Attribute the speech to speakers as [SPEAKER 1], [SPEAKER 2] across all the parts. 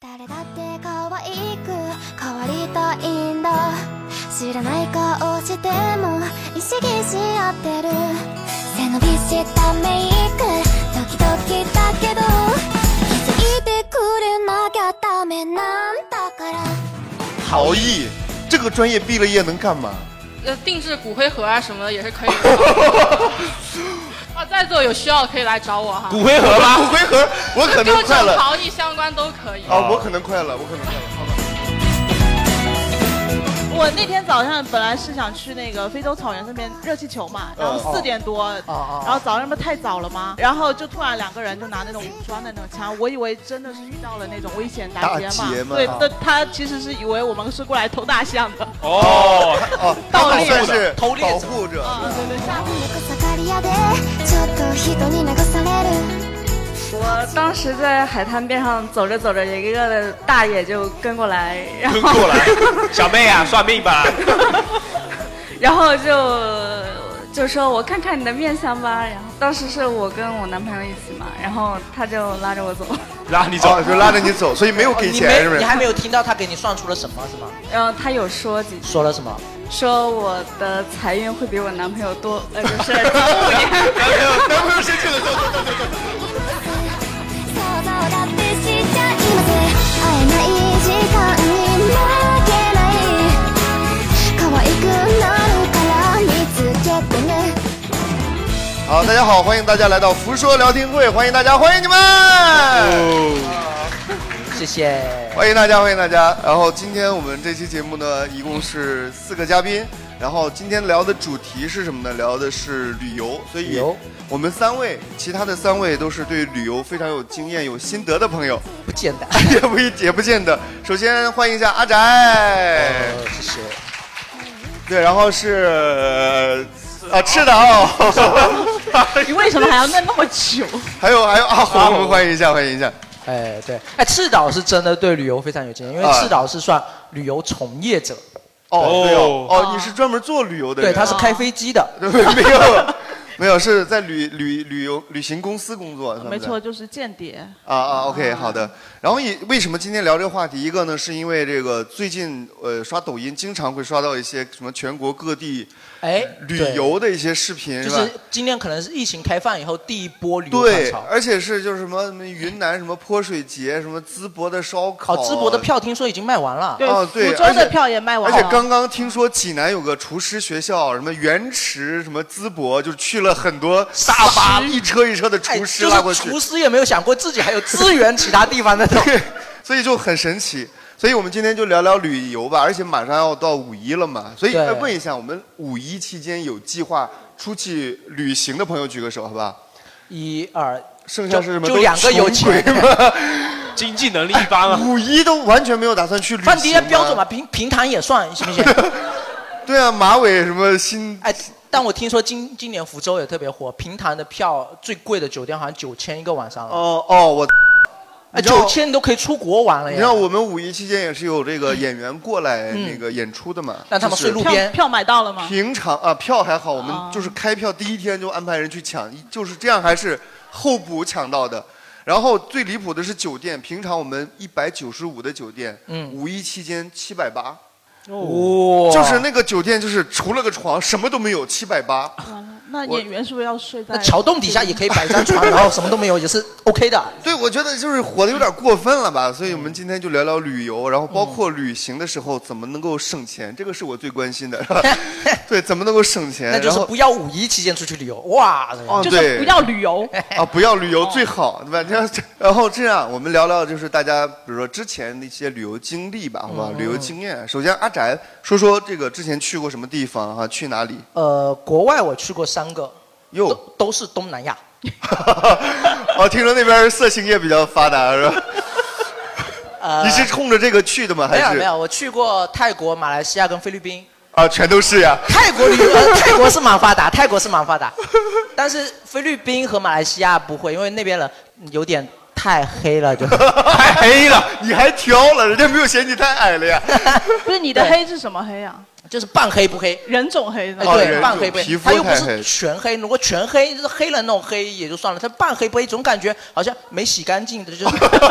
[SPEAKER 1] 誰だって可愛く変わりたいんだ知らない顔しても意識し合ってる背伸びしたメイク時々だけど気づいてくれなきゃダメなんだから
[SPEAKER 2] 陶艺这个专业毕了业能干嘛？
[SPEAKER 3] 呃，定制骨灰盒啊什么的也是可以 的。啊，在座有需要可以来找我哈。
[SPEAKER 4] 骨灰盒
[SPEAKER 2] 骨
[SPEAKER 4] 吧。
[SPEAKER 2] 灰盒我可
[SPEAKER 3] 各
[SPEAKER 2] 能快
[SPEAKER 3] 种
[SPEAKER 2] 了
[SPEAKER 3] 陶艺相关都可以。
[SPEAKER 2] 啊，我可能快了，我可能快了。好吧
[SPEAKER 5] 我那天早上本来是想去那个非洲草原那边热气球嘛，然后四点多，
[SPEAKER 2] 哦
[SPEAKER 5] 然后早上不是太早了吗？然后就突然两个人就拿那种武装的那种枪，我以为真的是遇到了那种危险打劫
[SPEAKER 2] 打
[SPEAKER 5] 嘛
[SPEAKER 2] 劫，嘛
[SPEAKER 5] 对
[SPEAKER 2] 啊，
[SPEAKER 5] 但他其实是以为我们是过来偷大象的。
[SPEAKER 4] 哦，
[SPEAKER 2] 哦，他
[SPEAKER 5] 盗
[SPEAKER 2] 们
[SPEAKER 5] 猎
[SPEAKER 2] 算
[SPEAKER 5] 嗯
[SPEAKER 2] 是
[SPEAKER 4] 偷猎
[SPEAKER 2] 保
[SPEAKER 4] 者
[SPEAKER 2] 护者。
[SPEAKER 5] 对对对，
[SPEAKER 1] 草刈り屋でちょっと人に流される
[SPEAKER 6] 我当时在海滩边上走着走着，有一个大爷就跟过来，然
[SPEAKER 4] 跟
[SPEAKER 6] 后
[SPEAKER 4] 过来， 小妹啊，算命吧。
[SPEAKER 6] 然后就就说我看看你的面相吧。然后当时是我跟我男朋友一起嘛，然后他就拉着我走，
[SPEAKER 4] 拉你走
[SPEAKER 2] 哦，，就拉着你走，所以没有给
[SPEAKER 7] 哦你
[SPEAKER 2] 钱，
[SPEAKER 7] 没
[SPEAKER 2] 是不是
[SPEAKER 7] 你？还没有听到他给你算出了什么是吗？
[SPEAKER 6] 然后他有说几句，
[SPEAKER 7] 说了什么？
[SPEAKER 6] 说我的财运会比我男朋友多，呃，就是多五年。
[SPEAKER 2] 男朋友，男朋友生气了，走走走走走。
[SPEAKER 1] 想像だってしちゃいます会えない時間に紛れて可愛くなるから見つけてね
[SPEAKER 2] 好，大家好，欢迎大家来到福说聊天会，欢迎大家，欢迎你们，
[SPEAKER 4] 哦
[SPEAKER 7] 谢谢。
[SPEAKER 2] 欢迎大家，欢迎大家。然后今天我们这期节目呢，一共是四个嘉宾，然后今天聊的主题是什么呢？聊的是旅游，所
[SPEAKER 7] 旅
[SPEAKER 2] 以
[SPEAKER 7] 游
[SPEAKER 2] 我们三位，其他的三位都是对旅游非常有经验、有心得的朋友，
[SPEAKER 7] 不简单。
[SPEAKER 2] 也不一也不见得。首先欢迎一下阿宅，
[SPEAKER 7] 呃，谢谢。
[SPEAKER 2] 对，然后是呃啊赤的 哦，
[SPEAKER 5] 你为什么还要那那么久？
[SPEAKER 2] 还有还有阿啊红，我们欢迎一下，欢迎一下。
[SPEAKER 7] 哎，对，哎，赤岛是真的对旅游非常有经验，因为
[SPEAKER 2] 啊
[SPEAKER 7] 赤岛是算旅游从业者，啊
[SPEAKER 2] 哦，对哦
[SPEAKER 4] 哦，
[SPEAKER 2] 哦，你是专门做旅游的人
[SPEAKER 7] 对，
[SPEAKER 2] 啊，
[SPEAKER 7] 他是开飞机的。
[SPEAKER 2] 没有，没有，是在旅旅旅游旅行公司工作，是吧
[SPEAKER 5] 没错，。就是间谍。
[SPEAKER 2] 啊啊，OK，好的。然后也为什么今天聊这个话题？一个呢，是因为这个最近呃刷抖音，经常会刷到一些什么全国各地
[SPEAKER 7] 哎，
[SPEAKER 2] 旅
[SPEAKER 7] 对，
[SPEAKER 2] 游的一些视频，
[SPEAKER 7] 就是
[SPEAKER 2] 吧
[SPEAKER 7] 是？今年可能是疫情开放以后第一波旅游
[SPEAKER 2] 对
[SPEAKER 7] 浪，潮。
[SPEAKER 2] 而且是就是什么什么云南什么泼水节，什么淄博的烧烤，啊
[SPEAKER 7] 好，哦淄博的，票听说已经卖完了。
[SPEAKER 5] 对
[SPEAKER 2] 哦，对
[SPEAKER 5] 福州
[SPEAKER 2] 而
[SPEAKER 5] 的
[SPEAKER 2] 且
[SPEAKER 5] 票也卖完
[SPEAKER 2] 而
[SPEAKER 5] 了。
[SPEAKER 2] 且刚刚听说济南有个厨师学校，什么原池，什么淄博，就去了很多大巴一车一车的
[SPEAKER 7] 哎
[SPEAKER 2] 厨师拉
[SPEAKER 7] 就
[SPEAKER 2] 过
[SPEAKER 7] 是
[SPEAKER 2] 去
[SPEAKER 7] 厨，师也没有想过自己还有资源其他地方 的。
[SPEAKER 2] 对，所以就很神奇。所以我们今天就聊聊旅游吧，而且马上要到五一了嘛，所以
[SPEAKER 7] 对
[SPEAKER 2] 哎问一下，我们五一期间有计划出去旅行的朋友举个手，好吧？
[SPEAKER 7] 一二，
[SPEAKER 2] 剩下是什么？
[SPEAKER 7] 就
[SPEAKER 2] 都
[SPEAKER 7] 两个有
[SPEAKER 2] 穷鬼
[SPEAKER 7] 钱
[SPEAKER 2] 吗？
[SPEAKER 4] 经济能力一般啊。
[SPEAKER 2] 五一都完全没有打算去旅行吗。啊
[SPEAKER 7] 放低标准嘛，平平潭也算，行不行？
[SPEAKER 2] 对啊，马尾什么新
[SPEAKER 7] 哎，但我听说今今年福州也特别火，平潭的票最贵的酒店好像九千一个晚上了，
[SPEAKER 2] 哦哦，我
[SPEAKER 7] 哎，
[SPEAKER 2] 你知道
[SPEAKER 7] 九千你都可以出国玩了
[SPEAKER 2] 你
[SPEAKER 7] 呀。
[SPEAKER 2] 知道我们五一期间也是有这个演员过来那个演出的嘛？
[SPEAKER 7] 让他们
[SPEAKER 2] 就是
[SPEAKER 7] 睡路
[SPEAKER 5] 票
[SPEAKER 7] 边
[SPEAKER 5] 票买到了吗？
[SPEAKER 2] 平常啊，票还好，我们
[SPEAKER 5] 哦
[SPEAKER 2] 就是开票第一天就安排人去抢，一就是这样还是候补抢到的。然后最离谱的是酒店，平常我们一百九十五的酒店，
[SPEAKER 7] 嗯
[SPEAKER 2] 五一期间七百八，
[SPEAKER 7] 哇
[SPEAKER 2] 就是那个酒店就是除了个床什么都没有，七百八。
[SPEAKER 5] 完了那
[SPEAKER 2] 我
[SPEAKER 5] 演员是不是要睡在
[SPEAKER 7] 那桥洞底下也可以摆一张床，然后什么都没有，也是 OK 的。
[SPEAKER 2] 对，我觉得就是火的有点过分了吧，所以我们今天就聊聊旅游，然后包括旅行的时候怎么能够省钱，这个是我最关心的。是 吧对，怎么能够省钱？
[SPEAKER 7] 那就
[SPEAKER 2] 然
[SPEAKER 7] 是
[SPEAKER 2] 后
[SPEAKER 7] 不要五一期间出去旅游，哇！这个
[SPEAKER 2] 哦，
[SPEAKER 5] 就是
[SPEAKER 2] 对，
[SPEAKER 5] 不要旅 游。
[SPEAKER 2] 啊，不要旅游最好，对吧？这样，然后这样，我们聊聊就是大家，比如说之前的一些旅游经历吧，好
[SPEAKER 7] 嗯
[SPEAKER 2] 吧，旅游经验。首先，阿宅说说这个之前去过什么地方哈、去哪里？
[SPEAKER 7] 呃，国外我去过三个，都
[SPEAKER 2] 哟，
[SPEAKER 7] 都是东南亚。
[SPEAKER 2] 哦，听说那边色情业比较发达，是吧？
[SPEAKER 7] 呃，
[SPEAKER 2] 你是冲着这个去的吗？还
[SPEAKER 7] 没有
[SPEAKER 2] 是
[SPEAKER 7] 没有，我去过泰国、马来西亚跟菲律宾。
[SPEAKER 2] 啊，全都是呀。
[SPEAKER 7] 泰国旅游，呃泰国是蛮发达，泰国是蛮发达，但是菲律宾和马来西亚不会，因为那边人嗯有点太黑了，就
[SPEAKER 2] 太黑了，你还挑了，人家没有嫌你太矮了呀。
[SPEAKER 5] 不是你的
[SPEAKER 7] 对
[SPEAKER 5] 黑是什么黑啊？
[SPEAKER 7] 就是 半黑不黑，
[SPEAKER 5] 人种黑
[SPEAKER 7] 哎
[SPEAKER 2] 哦
[SPEAKER 7] 对，
[SPEAKER 2] 人
[SPEAKER 7] 半
[SPEAKER 2] 种
[SPEAKER 7] 黑不
[SPEAKER 2] 皮
[SPEAKER 7] 黑，
[SPEAKER 2] 肤
[SPEAKER 7] 他又不
[SPEAKER 2] 太黑
[SPEAKER 7] 是全黑。如果全黑，就是黑了那种黑也就算了，他半黑不黑，总感觉好像没洗干净的，就是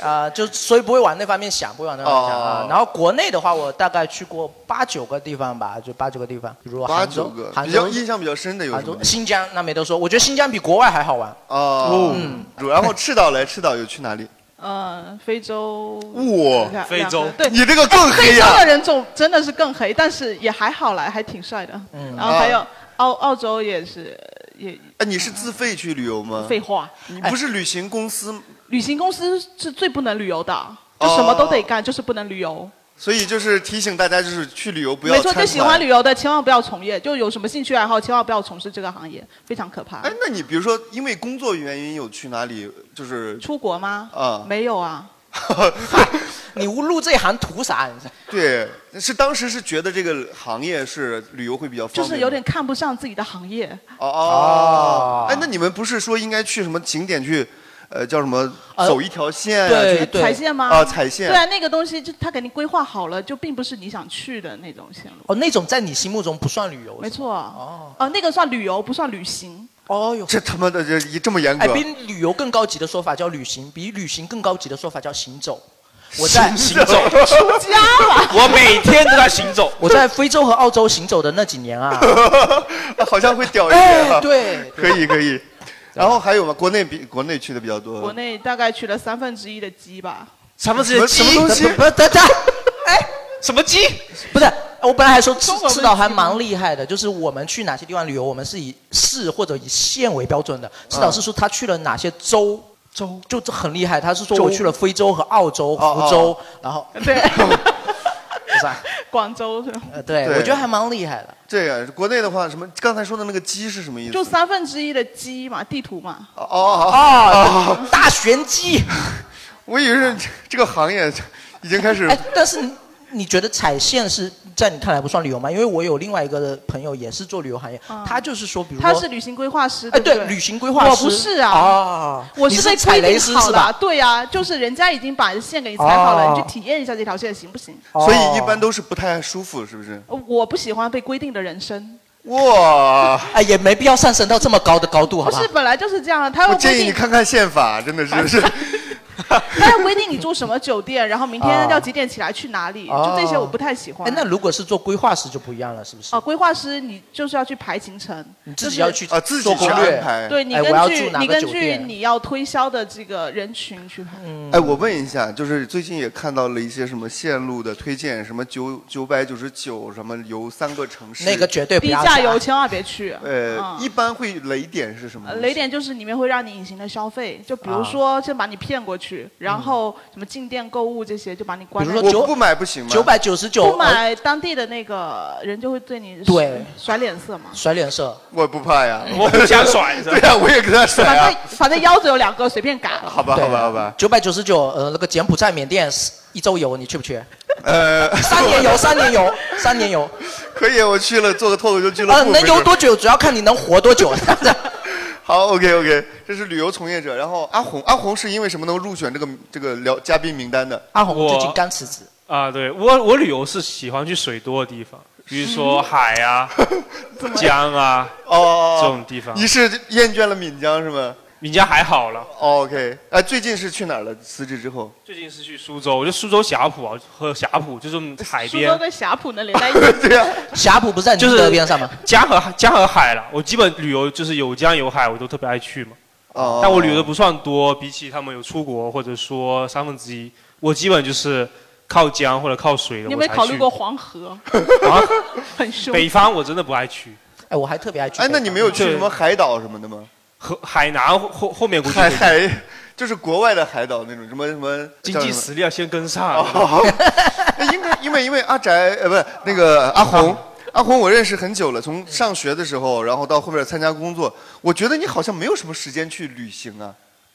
[SPEAKER 7] 啊、就所以不会往那方面想，不会往那方面想啊
[SPEAKER 2] 哦。
[SPEAKER 7] 然后国内的话，我大概去过八九个地方吧，就八九个地方，比如
[SPEAKER 2] 八
[SPEAKER 7] 杭
[SPEAKER 2] 九
[SPEAKER 7] 州
[SPEAKER 2] 个，，
[SPEAKER 7] 杭
[SPEAKER 2] 比较
[SPEAKER 7] 州。
[SPEAKER 2] 印象比较深的有
[SPEAKER 7] 杭
[SPEAKER 2] 什么
[SPEAKER 7] 州、？新疆那没得说，我觉得新疆比国外还好玩。
[SPEAKER 2] 哦，
[SPEAKER 7] 嗯
[SPEAKER 2] 主然后赤道嘞，赤道有去哪里？
[SPEAKER 5] 呃，非洲，
[SPEAKER 2] 哇
[SPEAKER 5] 两
[SPEAKER 4] 非洲
[SPEAKER 5] 两个对，
[SPEAKER 2] 你这个更黑啊
[SPEAKER 5] 非洲
[SPEAKER 2] 呀、
[SPEAKER 5] 的人种真的是更黑，但是也还好啦，还挺帅的。
[SPEAKER 7] 嗯
[SPEAKER 5] 然后还
[SPEAKER 2] 啊
[SPEAKER 5] 有澳澳洲也是也
[SPEAKER 2] 哎，你是自费去旅游吗？
[SPEAKER 5] 废话，
[SPEAKER 2] 你不是旅行公司，
[SPEAKER 5] 旅行公司是最不能旅游
[SPEAKER 2] 哦
[SPEAKER 5] 的，就什么都得干，就是不能旅游。
[SPEAKER 2] 所以就是提醒大家，就是去旅游不要
[SPEAKER 5] 没错，就
[SPEAKER 2] 参
[SPEAKER 5] 喜欢
[SPEAKER 2] 团
[SPEAKER 5] 旅游的千万不要从业，就有什么兴趣爱好千万不要从事这个行业，非常可怕
[SPEAKER 2] 哎。，那你比如说因为工作原因有去哪里？就是
[SPEAKER 5] 出国吗？
[SPEAKER 2] 啊
[SPEAKER 5] 没 有啊，
[SPEAKER 7] 你入这行图啥？你
[SPEAKER 2] 对，是当时是觉得这个行业是旅游会比较方
[SPEAKER 5] 就
[SPEAKER 2] 便吗，
[SPEAKER 5] 是有点看不上自己的行业。
[SPEAKER 2] 哦
[SPEAKER 7] 哦
[SPEAKER 2] 哎，那你们不是说应该去什么景点去，呃，叫什么
[SPEAKER 7] 呃
[SPEAKER 2] 走一条线啊？
[SPEAKER 7] 对
[SPEAKER 2] 去
[SPEAKER 7] 对哦
[SPEAKER 5] 踩线吗？
[SPEAKER 2] 啊踩线
[SPEAKER 5] 对啊，那个东西就他给你规划好了，就并不是你想去的那种线路。
[SPEAKER 7] 哦，那种在你心目中不算旅游。
[SPEAKER 5] 没
[SPEAKER 7] 是吧。
[SPEAKER 5] 错。哦。啊，那个算旅游，不算旅行。
[SPEAKER 7] 哦哟，
[SPEAKER 2] 这他妈的这这么严格
[SPEAKER 7] 哎，，比旅游更高级的说法叫旅行，比旅行更高级的说法叫行走。我在
[SPEAKER 4] 行走， 我每天都在行走。
[SPEAKER 7] 我在非洲和澳洲行走的那几年啊，
[SPEAKER 2] 好像会屌一点
[SPEAKER 7] 哎，
[SPEAKER 2] 啊。
[SPEAKER 7] 对，
[SPEAKER 2] 可以可以。然后还有吗？国内比国内去的比较多。
[SPEAKER 5] 国内大概去了三分之一的鸡吧。
[SPEAKER 4] 什么
[SPEAKER 2] 什么什么东西？
[SPEAKER 7] 不等等， 哎，
[SPEAKER 4] 什么鸡？
[SPEAKER 7] 不是，我本来还说赤
[SPEAKER 5] 中文问
[SPEAKER 7] 赤道还
[SPEAKER 5] 题吗
[SPEAKER 7] 蛮厉害的，就是我们去哪些地方旅游，我们是以市或者以县为标准的。赤岛是说他去了哪些州。州就这很厉害，他是说我去了非洲和澳洲、
[SPEAKER 2] 哦
[SPEAKER 7] 福州，然后
[SPEAKER 5] 对，
[SPEAKER 7] 是吧？
[SPEAKER 5] 广州是吧
[SPEAKER 7] 呃，对，
[SPEAKER 2] 对
[SPEAKER 7] 我觉得还蛮厉害的。
[SPEAKER 2] 这个国内的话，什么刚才说的那个鸡是什么意思？
[SPEAKER 5] 就三分之一的鸡嘛，地图嘛。
[SPEAKER 2] 哦哦哦，
[SPEAKER 7] 哦， 大玄机。
[SPEAKER 2] 我以为是这个行业已经开始
[SPEAKER 7] 哎，但是你你觉得踩线是在你看来不算旅游吗？因为我有另外一个朋友也是做旅游行业，他就是说，比如说
[SPEAKER 5] 嗯他是旅行规划师，
[SPEAKER 7] 哎，
[SPEAKER 5] 对不
[SPEAKER 7] 对，旅行规划师，
[SPEAKER 5] 我不是啊，
[SPEAKER 7] 哦，
[SPEAKER 5] 我
[SPEAKER 7] 你
[SPEAKER 5] 是
[SPEAKER 7] 是
[SPEAKER 5] 被
[SPEAKER 7] 踩
[SPEAKER 5] 规
[SPEAKER 7] 雷
[SPEAKER 5] 定
[SPEAKER 7] 师
[SPEAKER 5] 好
[SPEAKER 7] 是
[SPEAKER 5] 的啊。
[SPEAKER 7] 吧？
[SPEAKER 5] 对呀，就是人家已经把线给你踩好了，
[SPEAKER 7] 哦
[SPEAKER 5] 你去体验一下这条线行不行？
[SPEAKER 2] 所以一般都是不太舒服，是不是？
[SPEAKER 5] 我不喜欢被规定的人生，
[SPEAKER 2] 哇！
[SPEAKER 7] 哎，也没必要上升到这么高的高度，好
[SPEAKER 5] 不
[SPEAKER 7] 吧
[SPEAKER 5] 是？本来就是这样啊，他
[SPEAKER 2] 我
[SPEAKER 5] 又规
[SPEAKER 2] 建议你
[SPEAKER 5] 定，
[SPEAKER 2] 看看宪法，真的是是。
[SPEAKER 5] 他又规定你住什么酒店，然后明天
[SPEAKER 7] 哦
[SPEAKER 5] 要几点起来去哪里，
[SPEAKER 7] 哦
[SPEAKER 5] 就这些我不太喜欢
[SPEAKER 7] 哎，。那如果是做规划师就不一样了，是不是？
[SPEAKER 5] 啊，规划师你就是要去排行程，
[SPEAKER 7] 你
[SPEAKER 5] 就
[SPEAKER 7] 自己
[SPEAKER 5] 是
[SPEAKER 7] 要去
[SPEAKER 2] 啊自己
[SPEAKER 7] 做
[SPEAKER 2] 去
[SPEAKER 7] 攻略
[SPEAKER 2] 安排
[SPEAKER 5] 对你
[SPEAKER 7] 哎
[SPEAKER 5] 根
[SPEAKER 7] 我要
[SPEAKER 5] 据
[SPEAKER 7] 住哪
[SPEAKER 5] 你
[SPEAKER 7] 个
[SPEAKER 5] 根
[SPEAKER 7] 酒
[SPEAKER 5] 据
[SPEAKER 7] 店嗯
[SPEAKER 5] 你要推销的这个人群去排。
[SPEAKER 2] 哎，我问一下，就是最近也看到了一些什么线路的推荐，什么九九百九十九，什么游三个城市。
[SPEAKER 7] 那个绝对不
[SPEAKER 5] 低
[SPEAKER 7] 要
[SPEAKER 5] 价
[SPEAKER 7] 去啊
[SPEAKER 5] 游千万别去。
[SPEAKER 2] 呃，
[SPEAKER 5] 嗯
[SPEAKER 2] 一般会雷点是什么
[SPEAKER 5] 呃
[SPEAKER 2] 东西？
[SPEAKER 5] 雷点就是里面会让你隐形的消费，就
[SPEAKER 7] 啊
[SPEAKER 5] 比如说先把你骗过去，然后什么进店购物这些就把你关
[SPEAKER 7] 嗯比
[SPEAKER 5] 在。
[SPEAKER 7] 如说
[SPEAKER 2] 我
[SPEAKER 7] 九
[SPEAKER 2] 不买不行吗？
[SPEAKER 7] 九百九十
[SPEAKER 5] 不
[SPEAKER 7] 九，呃
[SPEAKER 5] 买当地的那个人就会对你
[SPEAKER 7] 对
[SPEAKER 5] 甩脸色嘛。
[SPEAKER 7] 甩脸色，哎
[SPEAKER 2] 我不怕呀。
[SPEAKER 4] 我不想甩，是
[SPEAKER 2] 对
[SPEAKER 4] 吧？
[SPEAKER 2] 呀，我也跟他甩
[SPEAKER 5] 反
[SPEAKER 2] 啊
[SPEAKER 5] 正。反正腰子有两个，随便嘎。
[SPEAKER 2] 好吧，
[SPEAKER 7] 对
[SPEAKER 2] 好吧，好吧。
[SPEAKER 7] 九百九十九，呃，那个柬埔寨、缅甸是一周游，你去不去？
[SPEAKER 2] 呃，
[SPEAKER 7] 三年游，三 年游，三年游，
[SPEAKER 2] 可以，我去了做个脱口秀俱乐
[SPEAKER 7] 呃，
[SPEAKER 2] 部。
[SPEAKER 7] 能游
[SPEAKER 2] 不是
[SPEAKER 7] 多久主要看你能活多久。
[SPEAKER 2] 好，OK OK，这是旅游从业者。然后阿红，阿红是因为什么能入选这个这个聊嘉宾名单的？
[SPEAKER 7] 阿红
[SPEAKER 4] 我
[SPEAKER 7] 最近刚辞职，
[SPEAKER 4] 啊，对我我旅游是喜欢去水多的地方，比如说海 啊、江啊这
[SPEAKER 2] 哦
[SPEAKER 4] 种，地方。
[SPEAKER 2] 你是厌倦了闽江是吗
[SPEAKER 4] 你家还好了？
[SPEAKER 2] 哦？OK，哎，最近是去哪儿了？辞职之后，
[SPEAKER 4] 最近是去苏州，我觉得苏州峡谷啊和峡谷就是海
[SPEAKER 5] 苏州
[SPEAKER 4] 边，
[SPEAKER 5] 跟峡谷能连在一起，
[SPEAKER 2] 对呀、
[SPEAKER 7] 峡谷不是在
[SPEAKER 4] 就
[SPEAKER 7] 宁
[SPEAKER 4] 是
[SPEAKER 7] 德边上吗？
[SPEAKER 4] 江和江和海了。我基本旅游就是有江有海，我都特别爱去嘛。
[SPEAKER 2] 哦，
[SPEAKER 4] 但我旅游的不算多，比起他们有出国或者说三分之一，我基本就是靠江或者靠水的。
[SPEAKER 5] 你有
[SPEAKER 4] 我
[SPEAKER 5] 没
[SPEAKER 4] 才
[SPEAKER 5] 有考虑
[SPEAKER 4] 去
[SPEAKER 5] 过黄河？
[SPEAKER 4] 啊？
[SPEAKER 5] 很凶。
[SPEAKER 4] 北方我真的不爱去，
[SPEAKER 7] 哎，我还特别爱去。
[SPEAKER 2] 哎，那你没有去什么海岛什么的吗？
[SPEAKER 4] 和海南后后后面估计
[SPEAKER 2] 海海就是国外的海岛那种什么什么哦
[SPEAKER 4] 经济。实力要先跟上。
[SPEAKER 2] 叫什么哎因为因为因为阿宅呃不是那个阿红。阿红，我认识很久了，从上学的时候，然后到后面参加工作，我觉得你好像没有什么时间去旅行啊。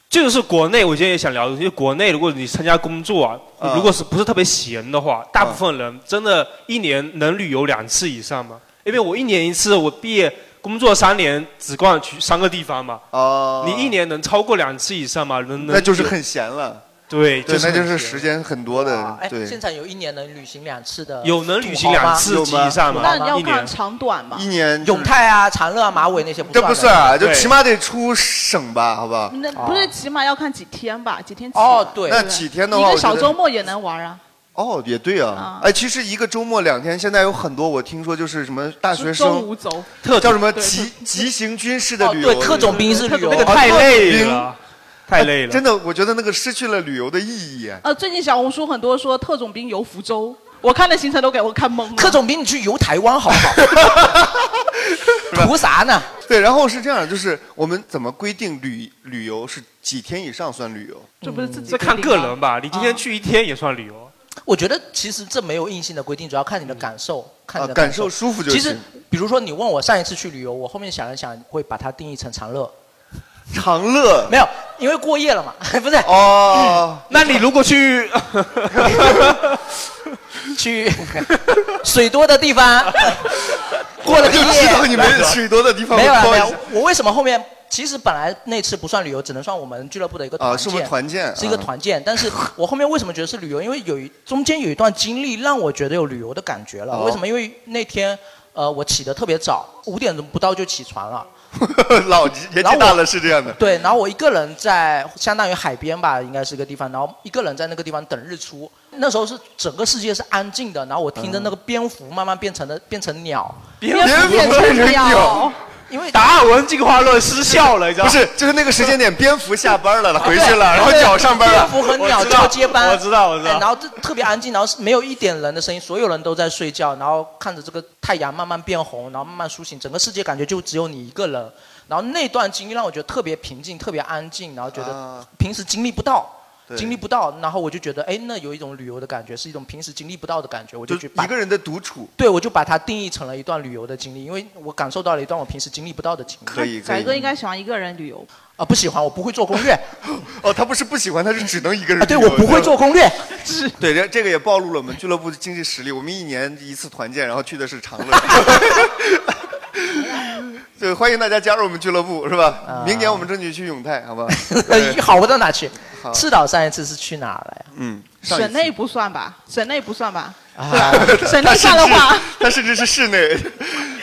[SPEAKER 4] 这个是国内，我今天也想聊，因为国内如果你参加工作啊，
[SPEAKER 2] 嗯
[SPEAKER 4] 如果是不是特别闲的
[SPEAKER 7] 嗯
[SPEAKER 4] 话，大部分人真的一年能旅游两次以上吗？因为我一年一次，我毕业工作三年只逛去三个地方嘛，
[SPEAKER 2] 哦，
[SPEAKER 4] 你一年能超过两次以上吗？能能
[SPEAKER 2] 那就是很闲了。
[SPEAKER 4] 对，
[SPEAKER 2] 对，
[SPEAKER 4] 是
[SPEAKER 2] 那就
[SPEAKER 4] 很
[SPEAKER 2] 是
[SPEAKER 4] 闲
[SPEAKER 2] 时间很多
[SPEAKER 5] 啊
[SPEAKER 2] 的
[SPEAKER 7] 哎，，
[SPEAKER 2] 对。
[SPEAKER 7] 现场有一年能旅行两次的，
[SPEAKER 4] 有能旅行两次及以上吗？
[SPEAKER 5] 那你要
[SPEAKER 4] 一年
[SPEAKER 5] 看长短嘛。
[SPEAKER 2] 一年
[SPEAKER 7] 永泰啊、长乐啊、马尾那些不
[SPEAKER 2] 这
[SPEAKER 7] 算
[SPEAKER 2] 不
[SPEAKER 7] 的
[SPEAKER 2] 算啊，就
[SPEAKER 4] 对
[SPEAKER 2] 起码得出省吧，好吧？
[SPEAKER 5] 那
[SPEAKER 4] 啊
[SPEAKER 5] 不是起码要看几天吧？几天起
[SPEAKER 7] 哦
[SPEAKER 5] 吧，
[SPEAKER 7] 对，
[SPEAKER 2] 那几天的话，
[SPEAKER 5] 一
[SPEAKER 2] 我
[SPEAKER 5] 个
[SPEAKER 2] 觉
[SPEAKER 5] 小
[SPEAKER 2] 得
[SPEAKER 5] 周末也能玩啊。
[SPEAKER 2] 哦，也对啊
[SPEAKER 5] 啊。
[SPEAKER 2] 哎，其实一个周末两天，现在有很多我听说就是什么大学
[SPEAKER 5] 周
[SPEAKER 2] 生
[SPEAKER 5] 五走，
[SPEAKER 4] 特
[SPEAKER 2] 叫什么急急行军事的
[SPEAKER 7] 哦
[SPEAKER 2] 旅游，哦
[SPEAKER 7] 对，特种兵是旅游啊哦
[SPEAKER 4] 那，个太累了，太累了，
[SPEAKER 2] 啊真的，我觉得那个失去了旅游的意义。
[SPEAKER 5] 呃，最近小红书很多说特种兵游福州，我看的行程都给我看懵了。
[SPEAKER 7] 特种兵你去游台湾好不 好？图啥呢？
[SPEAKER 2] 对，然后是这样，就是我们怎么规定旅旅游是几天以上算旅游？
[SPEAKER 5] 这不是自己
[SPEAKER 4] 这看
[SPEAKER 5] 规定
[SPEAKER 4] 个
[SPEAKER 5] 吗
[SPEAKER 4] 人吧。你今天去一天也算旅游，
[SPEAKER 7] 我觉得其实这没有硬性的规定，主要看你的感受，看
[SPEAKER 2] 啊
[SPEAKER 7] 你，的
[SPEAKER 2] 感
[SPEAKER 7] 受
[SPEAKER 2] 受。舒服就
[SPEAKER 7] 其
[SPEAKER 2] 行。
[SPEAKER 7] 实，比如说你问我上一次去旅游，我后面想了想，会把它定义成长乐，
[SPEAKER 2] 长乐
[SPEAKER 7] 没有，因为过夜了嘛， 不是
[SPEAKER 2] 哦，
[SPEAKER 4] 那你如果去，
[SPEAKER 7] 去 水多的地方过
[SPEAKER 2] 我
[SPEAKER 7] 了个
[SPEAKER 2] 就知道
[SPEAKER 7] 夜。
[SPEAKER 2] 你们水多的地方
[SPEAKER 7] 没有
[SPEAKER 2] 我
[SPEAKER 7] 了，
[SPEAKER 2] 靠
[SPEAKER 7] 没
[SPEAKER 2] 一
[SPEAKER 7] 有
[SPEAKER 2] 下。
[SPEAKER 7] 我为什么后面？其实本来那次不算旅游，只能算我们俱乐部的一个
[SPEAKER 2] 啊
[SPEAKER 7] 团
[SPEAKER 2] 是
[SPEAKER 7] 建，
[SPEAKER 2] 我们团建
[SPEAKER 7] 是一个
[SPEAKER 2] 啊
[SPEAKER 7] 团建。但是我后面为什么觉得是旅游？因为有一中间有一段经历让我觉得有旅游的感觉了。
[SPEAKER 2] 哦
[SPEAKER 7] 为什么？因为那天呃我起得特别早，五点钟不到就起床了。
[SPEAKER 2] 老年纪大了是这
[SPEAKER 4] 哎
[SPEAKER 2] 样的。
[SPEAKER 7] 对，然后我一个人在相当于海边吧，应该是个地方，然后一个人在那个地方等日出。那时候是整个世界是安静的，然后我听着那个蝙蝠慢慢变成了变成鸟，
[SPEAKER 4] 别
[SPEAKER 2] 蝙蝠
[SPEAKER 5] 变
[SPEAKER 2] 变
[SPEAKER 5] 成
[SPEAKER 2] 成鸟
[SPEAKER 5] 鸟，
[SPEAKER 7] 因 为
[SPEAKER 4] 达尔文进化论失效了，你知道
[SPEAKER 2] 不
[SPEAKER 4] 吗？
[SPEAKER 2] 是，就是那个时间点，蝙蝠下班了，回去了，然后鸟上班
[SPEAKER 7] 蝙
[SPEAKER 2] 了。
[SPEAKER 7] 蝠和
[SPEAKER 4] 我
[SPEAKER 7] 鸟
[SPEAKER 4] 知道
[SPEAKER 7] 交接班，
[SPEAKER 4] 我 知道我知道
[SPEAKER 7] 哎然后这特别安静，然后是没有一点人的声音，所有人都在睡觉，然后看着这个太阳慢慢变红，然后慢慢苏醒，整个世界感觉就只有你一个人。然后那段经历让我觉得特别平静，特别安静，然后觉
[SPEAKER 2] 啊
[SPEAKER 7] 得平时经历不到。
[SPEAKER 2] 对
[SPEAKER 7] 经历不到，然后我就觉得，哎，那有一种旅游的感觉，是一种平时经历不到的感觉，我
[SPEAKER 2] 就
[SPEAKER 7] 就去
[SPEAKER 2] 一，
[SPEAKER 7] 把
[SPEAKER 2] 个人的独处，
[SPEAKER 7] 对我就把它定义成了一段旅游的经历，因为我感受到了一段我平时经历不到的经历。
[SPEAKER 2] 可以可
[SPEAKER 5] 仔
[SPEAKER 2] 以。
[SPEAKER 5] 哥应该喜欢一个人旅游，
[SPEAKER 7] 啊，不喜欢，我不会做攻略
[SPEAKER 2] 哦，他不是不喜欢，他是只能一个人
[SPEAKER 7] 啊，对
[SPEAKER 2] 旅
[SPEAKER 7] 我
[SPEAKER 2] 游。
[SPEAKER 7] 不会做攻略，
[SPEAKER 2] 对，这这个也暴露了我们俱乐部的经济实力。我们一年一次团建，然后去的是长乐。 对，欢迎大家加入我们俱乐部，是吧？明年我们争取去永泰，好吧？对
[SPEAKER 7] 好不到哪去
[SPEAKER 2] 好。
[SPEAKER 7] 赤岛上一次是去哪儿了呀？
[SPEAKER 2] 嗯，上一
[SPEAKER 5] 省
[SPEAKER 2] 次
[SPEAKER 5] 内不算吧？省内不算吧？
[SPEAKER 7] 啊，
[SPEAKER 5] 省
[SPEAKER 2] 他
[SPEAKER 5] 内
[SPEAKER 2] 甚
[SPEAKER 5] 算的
[SPEAKER 2] 至
[SPEAKER 5] 话，
[SPEAKER 2] 他甚至是室内。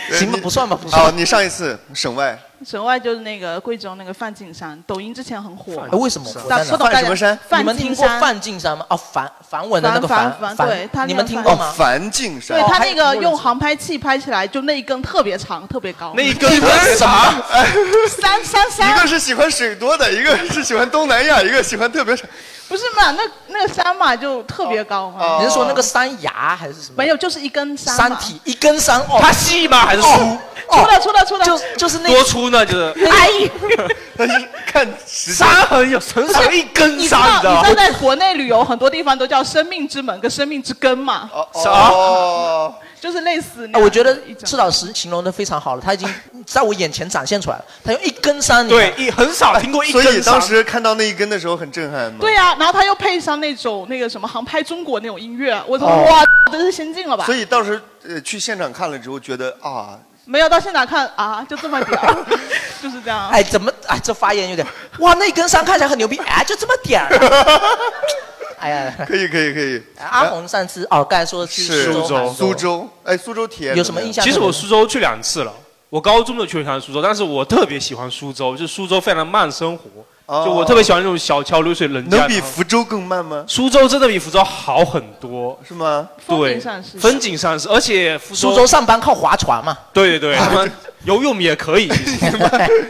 [SPEAKER 2] 对
[SPEAKER 7] 行吧，
[SPEAKER 2] 你
[SPEAKER 7] 不算吧，不算
[SPEAKER 2] 哦，
[SPEAKER 7] 吧。
[SPEAKER 2] 你上一次省外
[SPEAKER 5] 省外就是那个贵州那个范景山，抖音之前很火
[SPEAKER 7] 哎，。为什么？我
[SPEAKER 5] 大
[SPEAKER 7] 在
[SPEAKER 5] 不
[SPEAKER 7] 哪
[SPEAKER 5] 懂
[SPEAKER 2] 范
[SPEAKER 5] 大
[SPEAKER 2] 什
[SPEAKER 5] 家
[SPEAKER 2] 么山
[SPEAKER 7] 你们
[SPEAKER 5] 范
[SPEAKER 7] 听
[SPEAKER 5] 景
[SPEAKER 7] 过
[SPEAKER 5] 山，
[SPEAKER 7] 梵净山吗？哦，梵梵文的那个梵
[SPEAKER 5] 梵梵
[SPEAKER 7] 梵
[SPEAKER 5] 对他
[SPEAKER 7] 你
[SPEAKER 5] 那
[SPEAKER 7] 们
[SPEAKER 5] 个
[SPEAKER 7] 听
[SPEAKER 5] 梵
[SPEAKER 7] 过
[SPEAKER 2] 哦
[SPEAKER 7] 吗，？
[SPEAKER 2] 梵净山
[SPEAKER 5] 对。
[SPEAKER 7] 哦
[SPEAKER 5] 他
[SPEAKER 7] 还
[SPEAKER 5] 那个
[SPEAKER 7] 有
[SPEAKER 5] 用航拍器拍起来，就那一根特别长，特别高
[SPEAKER 4] 那。一 根
[SPEAKER 2] 为啥？
[SPEAKER 5] 三三
[SPEAKER 2] 一
[SPEAKER 5] 三
[SPEAKER 2] 个，是喜欢水多的，一个是喜欢东南亚，一个喜欢特别少。
[SPEAKER 5] 不是嘛？那那个山嘛，就特别高嘛。
[SPEAKER 7] 哦你是
[SPEAKER 2] 哦
[SPEAKER 7] 说那个山崖还是什么？
[SPEAKER 5] 没有，就是一根山嘛。
[SPEAKER 7] 山体一根山哦，
[SPEAKER 4] 它细吗？还是粗？
[SPEAKER 5] 出了出了出了，
[SPEAKER 7] 就就是那
[SPEAKER 4] 多粗呢？就是
[SPEAKER 5] 哎，
[SPEAKER 2] 他就是看时间。
[SPEAKER 4] 山很有很少一根
[SPEAKER 5] 你知
[SPEAKER 4] 山，
[SPEAKER 5] 道
[SPEAKER 4] 你
[SPEAKER 5] 你
[SPEAKER 4] 知
[SPEAKER 5] 知
[SPEAKER 4] 道吗
[SPEAKER 5] 道？在国内旅游，很多地方都叫生命之门跟生命之根嘛，
[SPEAKER 2] 哦
[SPEAKER 4] 啥
[SPEAKER 2] 哦，
[SPEAKER 5] 就是类似
[SPEAKER 7] 啊，
[SPEAKER 5] 那样
[SPEAKER 7] 我觉得
[SPEAKER 5] 一种
[SPEAKER 7] 赤岛石形容的非常好了，他已经在我眼前展现出来了。他用一根山，你
[SPEAKER 4] 对
[SPEAKER 7] 看，，
[SPEAKER 4] 一很少听过一
[SPEAKER 2] 哎所
[SPEAKER 4] 根
[SPEAKER 2] 以
[SPEAKER 4] 山
[SPEAKER 2] 当。时看到那一根的时候很震撼嘛。
[SPEAKER 5] 对呀、然后他又配上那种那个什么航拍中国那种音乐，我操、
[SPEAKER 7] 哦
[SPEAKER 5] 哇，真是先进了吧
[SPEAKER 2] 所？以当时呃去现场看了之后，觉得啊，
[SPEAKER 5] 没有到现场看啊，就这么 点儿，就是这样。
[SPEAKER 7] 哎，怎么哎这发言有点哇，那一根山看起来很牛逼，哎，就这么点儿啊。 哎呀，
[SPEAKER 2] 可以可以可以。哎
[SPEAKER 7] 阿红上次哦，刚才说去
[SPEAKER 2] 呃是
[SPEAKER 7] 苏州
[SPEAKER 4] 州
[SPEAKER 7] 杭州，
[SPEAKER 2] 苏州，哎，苏州体验
[SPEAKER 7] 有
[SPEAKER 2] 怎
[SPEAKER 7] 什么
[SPEAKER 2] 样
[SPEAKER 7] 印？象特
[SPEAKER 4] 其
[SPEAKER 7] 别深？
[SPEAKER 4] 实我苏州去两次了，我高中的去了一趟苏州，但是我特别喜欢苏州，就是苏州非常的慢生
[SPEAKER 2] 哦
[SPEAKER 4] 活，就我特别喜欢那种小桥流水人家。
[SPEAKER 2] 能比福州更慢吗？
[SPEAKER 4] 苏州真的比福州好很多，
[SPEAKER 2] 是吗？
[SPEAKER 5] 风
[SPEAKER 4] 对
[SPEAKER 5] 景上是，
[SPEAKER 4] 风景上是，而且福
[SPEAKER 7] 苏州上班靠划船嘛，
[SPEAKER 4] 对对对，他们游泳也可以，其实。